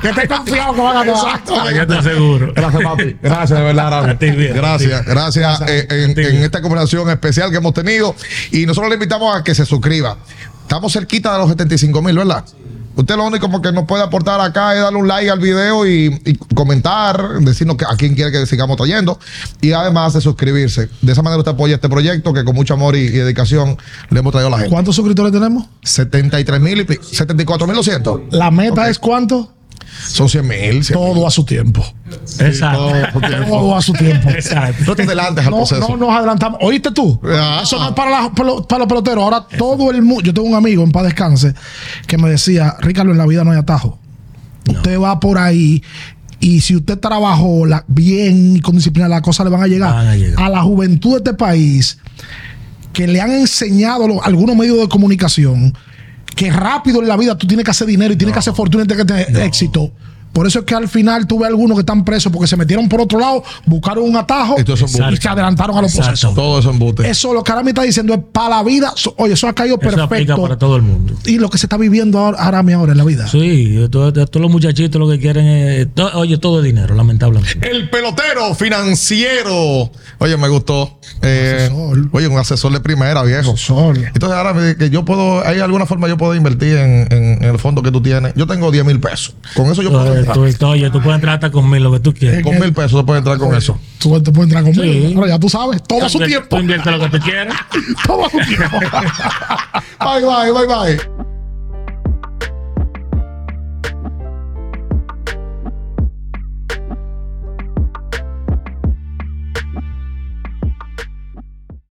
Speaker 1: Que te confiado que van a ganar.
Speaker 3: Ah, ya te aseguro.
Speaker 2: Gracias, papi. Gracias, de verdad, Raúl.
Speaker 3: A ti, bien.
Speaker 2: Gracias, gracias eh, en,
Speaker 3: ti,
Speaker 2: en
Speaker 3: bien.
Speaker 2: esta conversación especial que hemos tenido. Y nosotros le invitamos a que se suscriba. Estamos cerquita de los 75 mil, ¿verdad? Usted lo único que nos puede aportar acá es darle un like al video y, y comentar, decirnos que- a quién quiere que sigamos trayendo y además de suscribirse. De esa manera usted apoya este proyecto que con mucho amor y, y dedicación le hemos traído a la gente.
Speaker 1: ¿Cuántos suscriptores tenemos?
Speaker 2: 73 mil y pi- 74 mil 200.
Speaker 1: La meta es cuánto?
Speaker 2: Son 100 mil.
Speaker 1: Todo a su tiempo.
Speaker 3: Exacto.
Speaker 1: Todo a su tiempo.
Speaker 3: Exacto.
Speaker 2: No te adelantes al
Speaker 1: No,
Speaker 2: proceso.
Speaker 1: no nos adelantamos. ¿Oíste tú?
Speaker 2: Ah.
Speaker 1: Eso no es para, las- para los- para los peloteros. Ahora todo el mundo. Yo tengo un amigo en paz descanse que me decía: Ricardo, en la vida no hay atajo. Usted va por ahí y si usted trabajó la- bien y con disciplina, las cosas le van a llegar.
Speaker 3: Van a llegar.
Speaker 1: la juventud de este país que le han enseñado lo- algunos medios de comunicación que rápido en la vida tú tienes que hacer dinero y tienes que hacer fortuna y tienes que tener éxito. Por eso es que al final tuve algunos que están presos porque se metieron por otro lado, buscaron un atajo
Speaker 2: Esto es un
Speaker 1: y se adelantaron a los
Speaker 3: Exacto.
Speaker 1: procesos.
Speaker 2: Todo eso embute.
Speaker 1: Eso lo que ahora me está diciendo es para la vida. So- Oye, eso ha caído
Speaker 3: Eso aplica
Speaker 1: perfecto.
Speaker 3: para todo el mundo.
Speaker 1: Y lo que se está viviendo ahora, Arami, ahora en la vida.
Speaker 3: Sí, to- to- todos los muchachitos lo que quieren es. to- oye, todo es dinero, lamentablemente.
Speaker 2: El pelotero financiero. Oye, me gustó. Eh,
Speaker 1: asesor.
Speaker 2: oye, un asesor de primera, viejo.
Speaker 1: Sol.
Speaker 2: Entonces ahora me- que yo puedo, hay alguna forma yo puedo invertir en, en- en el fondo que tú tienes. Yo tengo 10 mil pesos. Con eso yo puedo
Speaker 3: Oye,
Speaker 2: entrar.
Speaker 3: tú, tú- oye, tú puedes entrar hasta con mil, lo que tú quieras.
Speaker 2: Con mil pesos puedes entrar con eso.
Speaker 1: Tú te puedes entrar conmigo.
Speaker 3: Sí.
Speaker 1: Ahora ya tú sabes, todo a su
Speaker 3: Tú
Speaker 1: tiempo.
Speaker 3: inviertes lo que tú quieras.
Speaker 1: Todo a su tiempo.
Speaker 2: Bye, bye, bye, bye.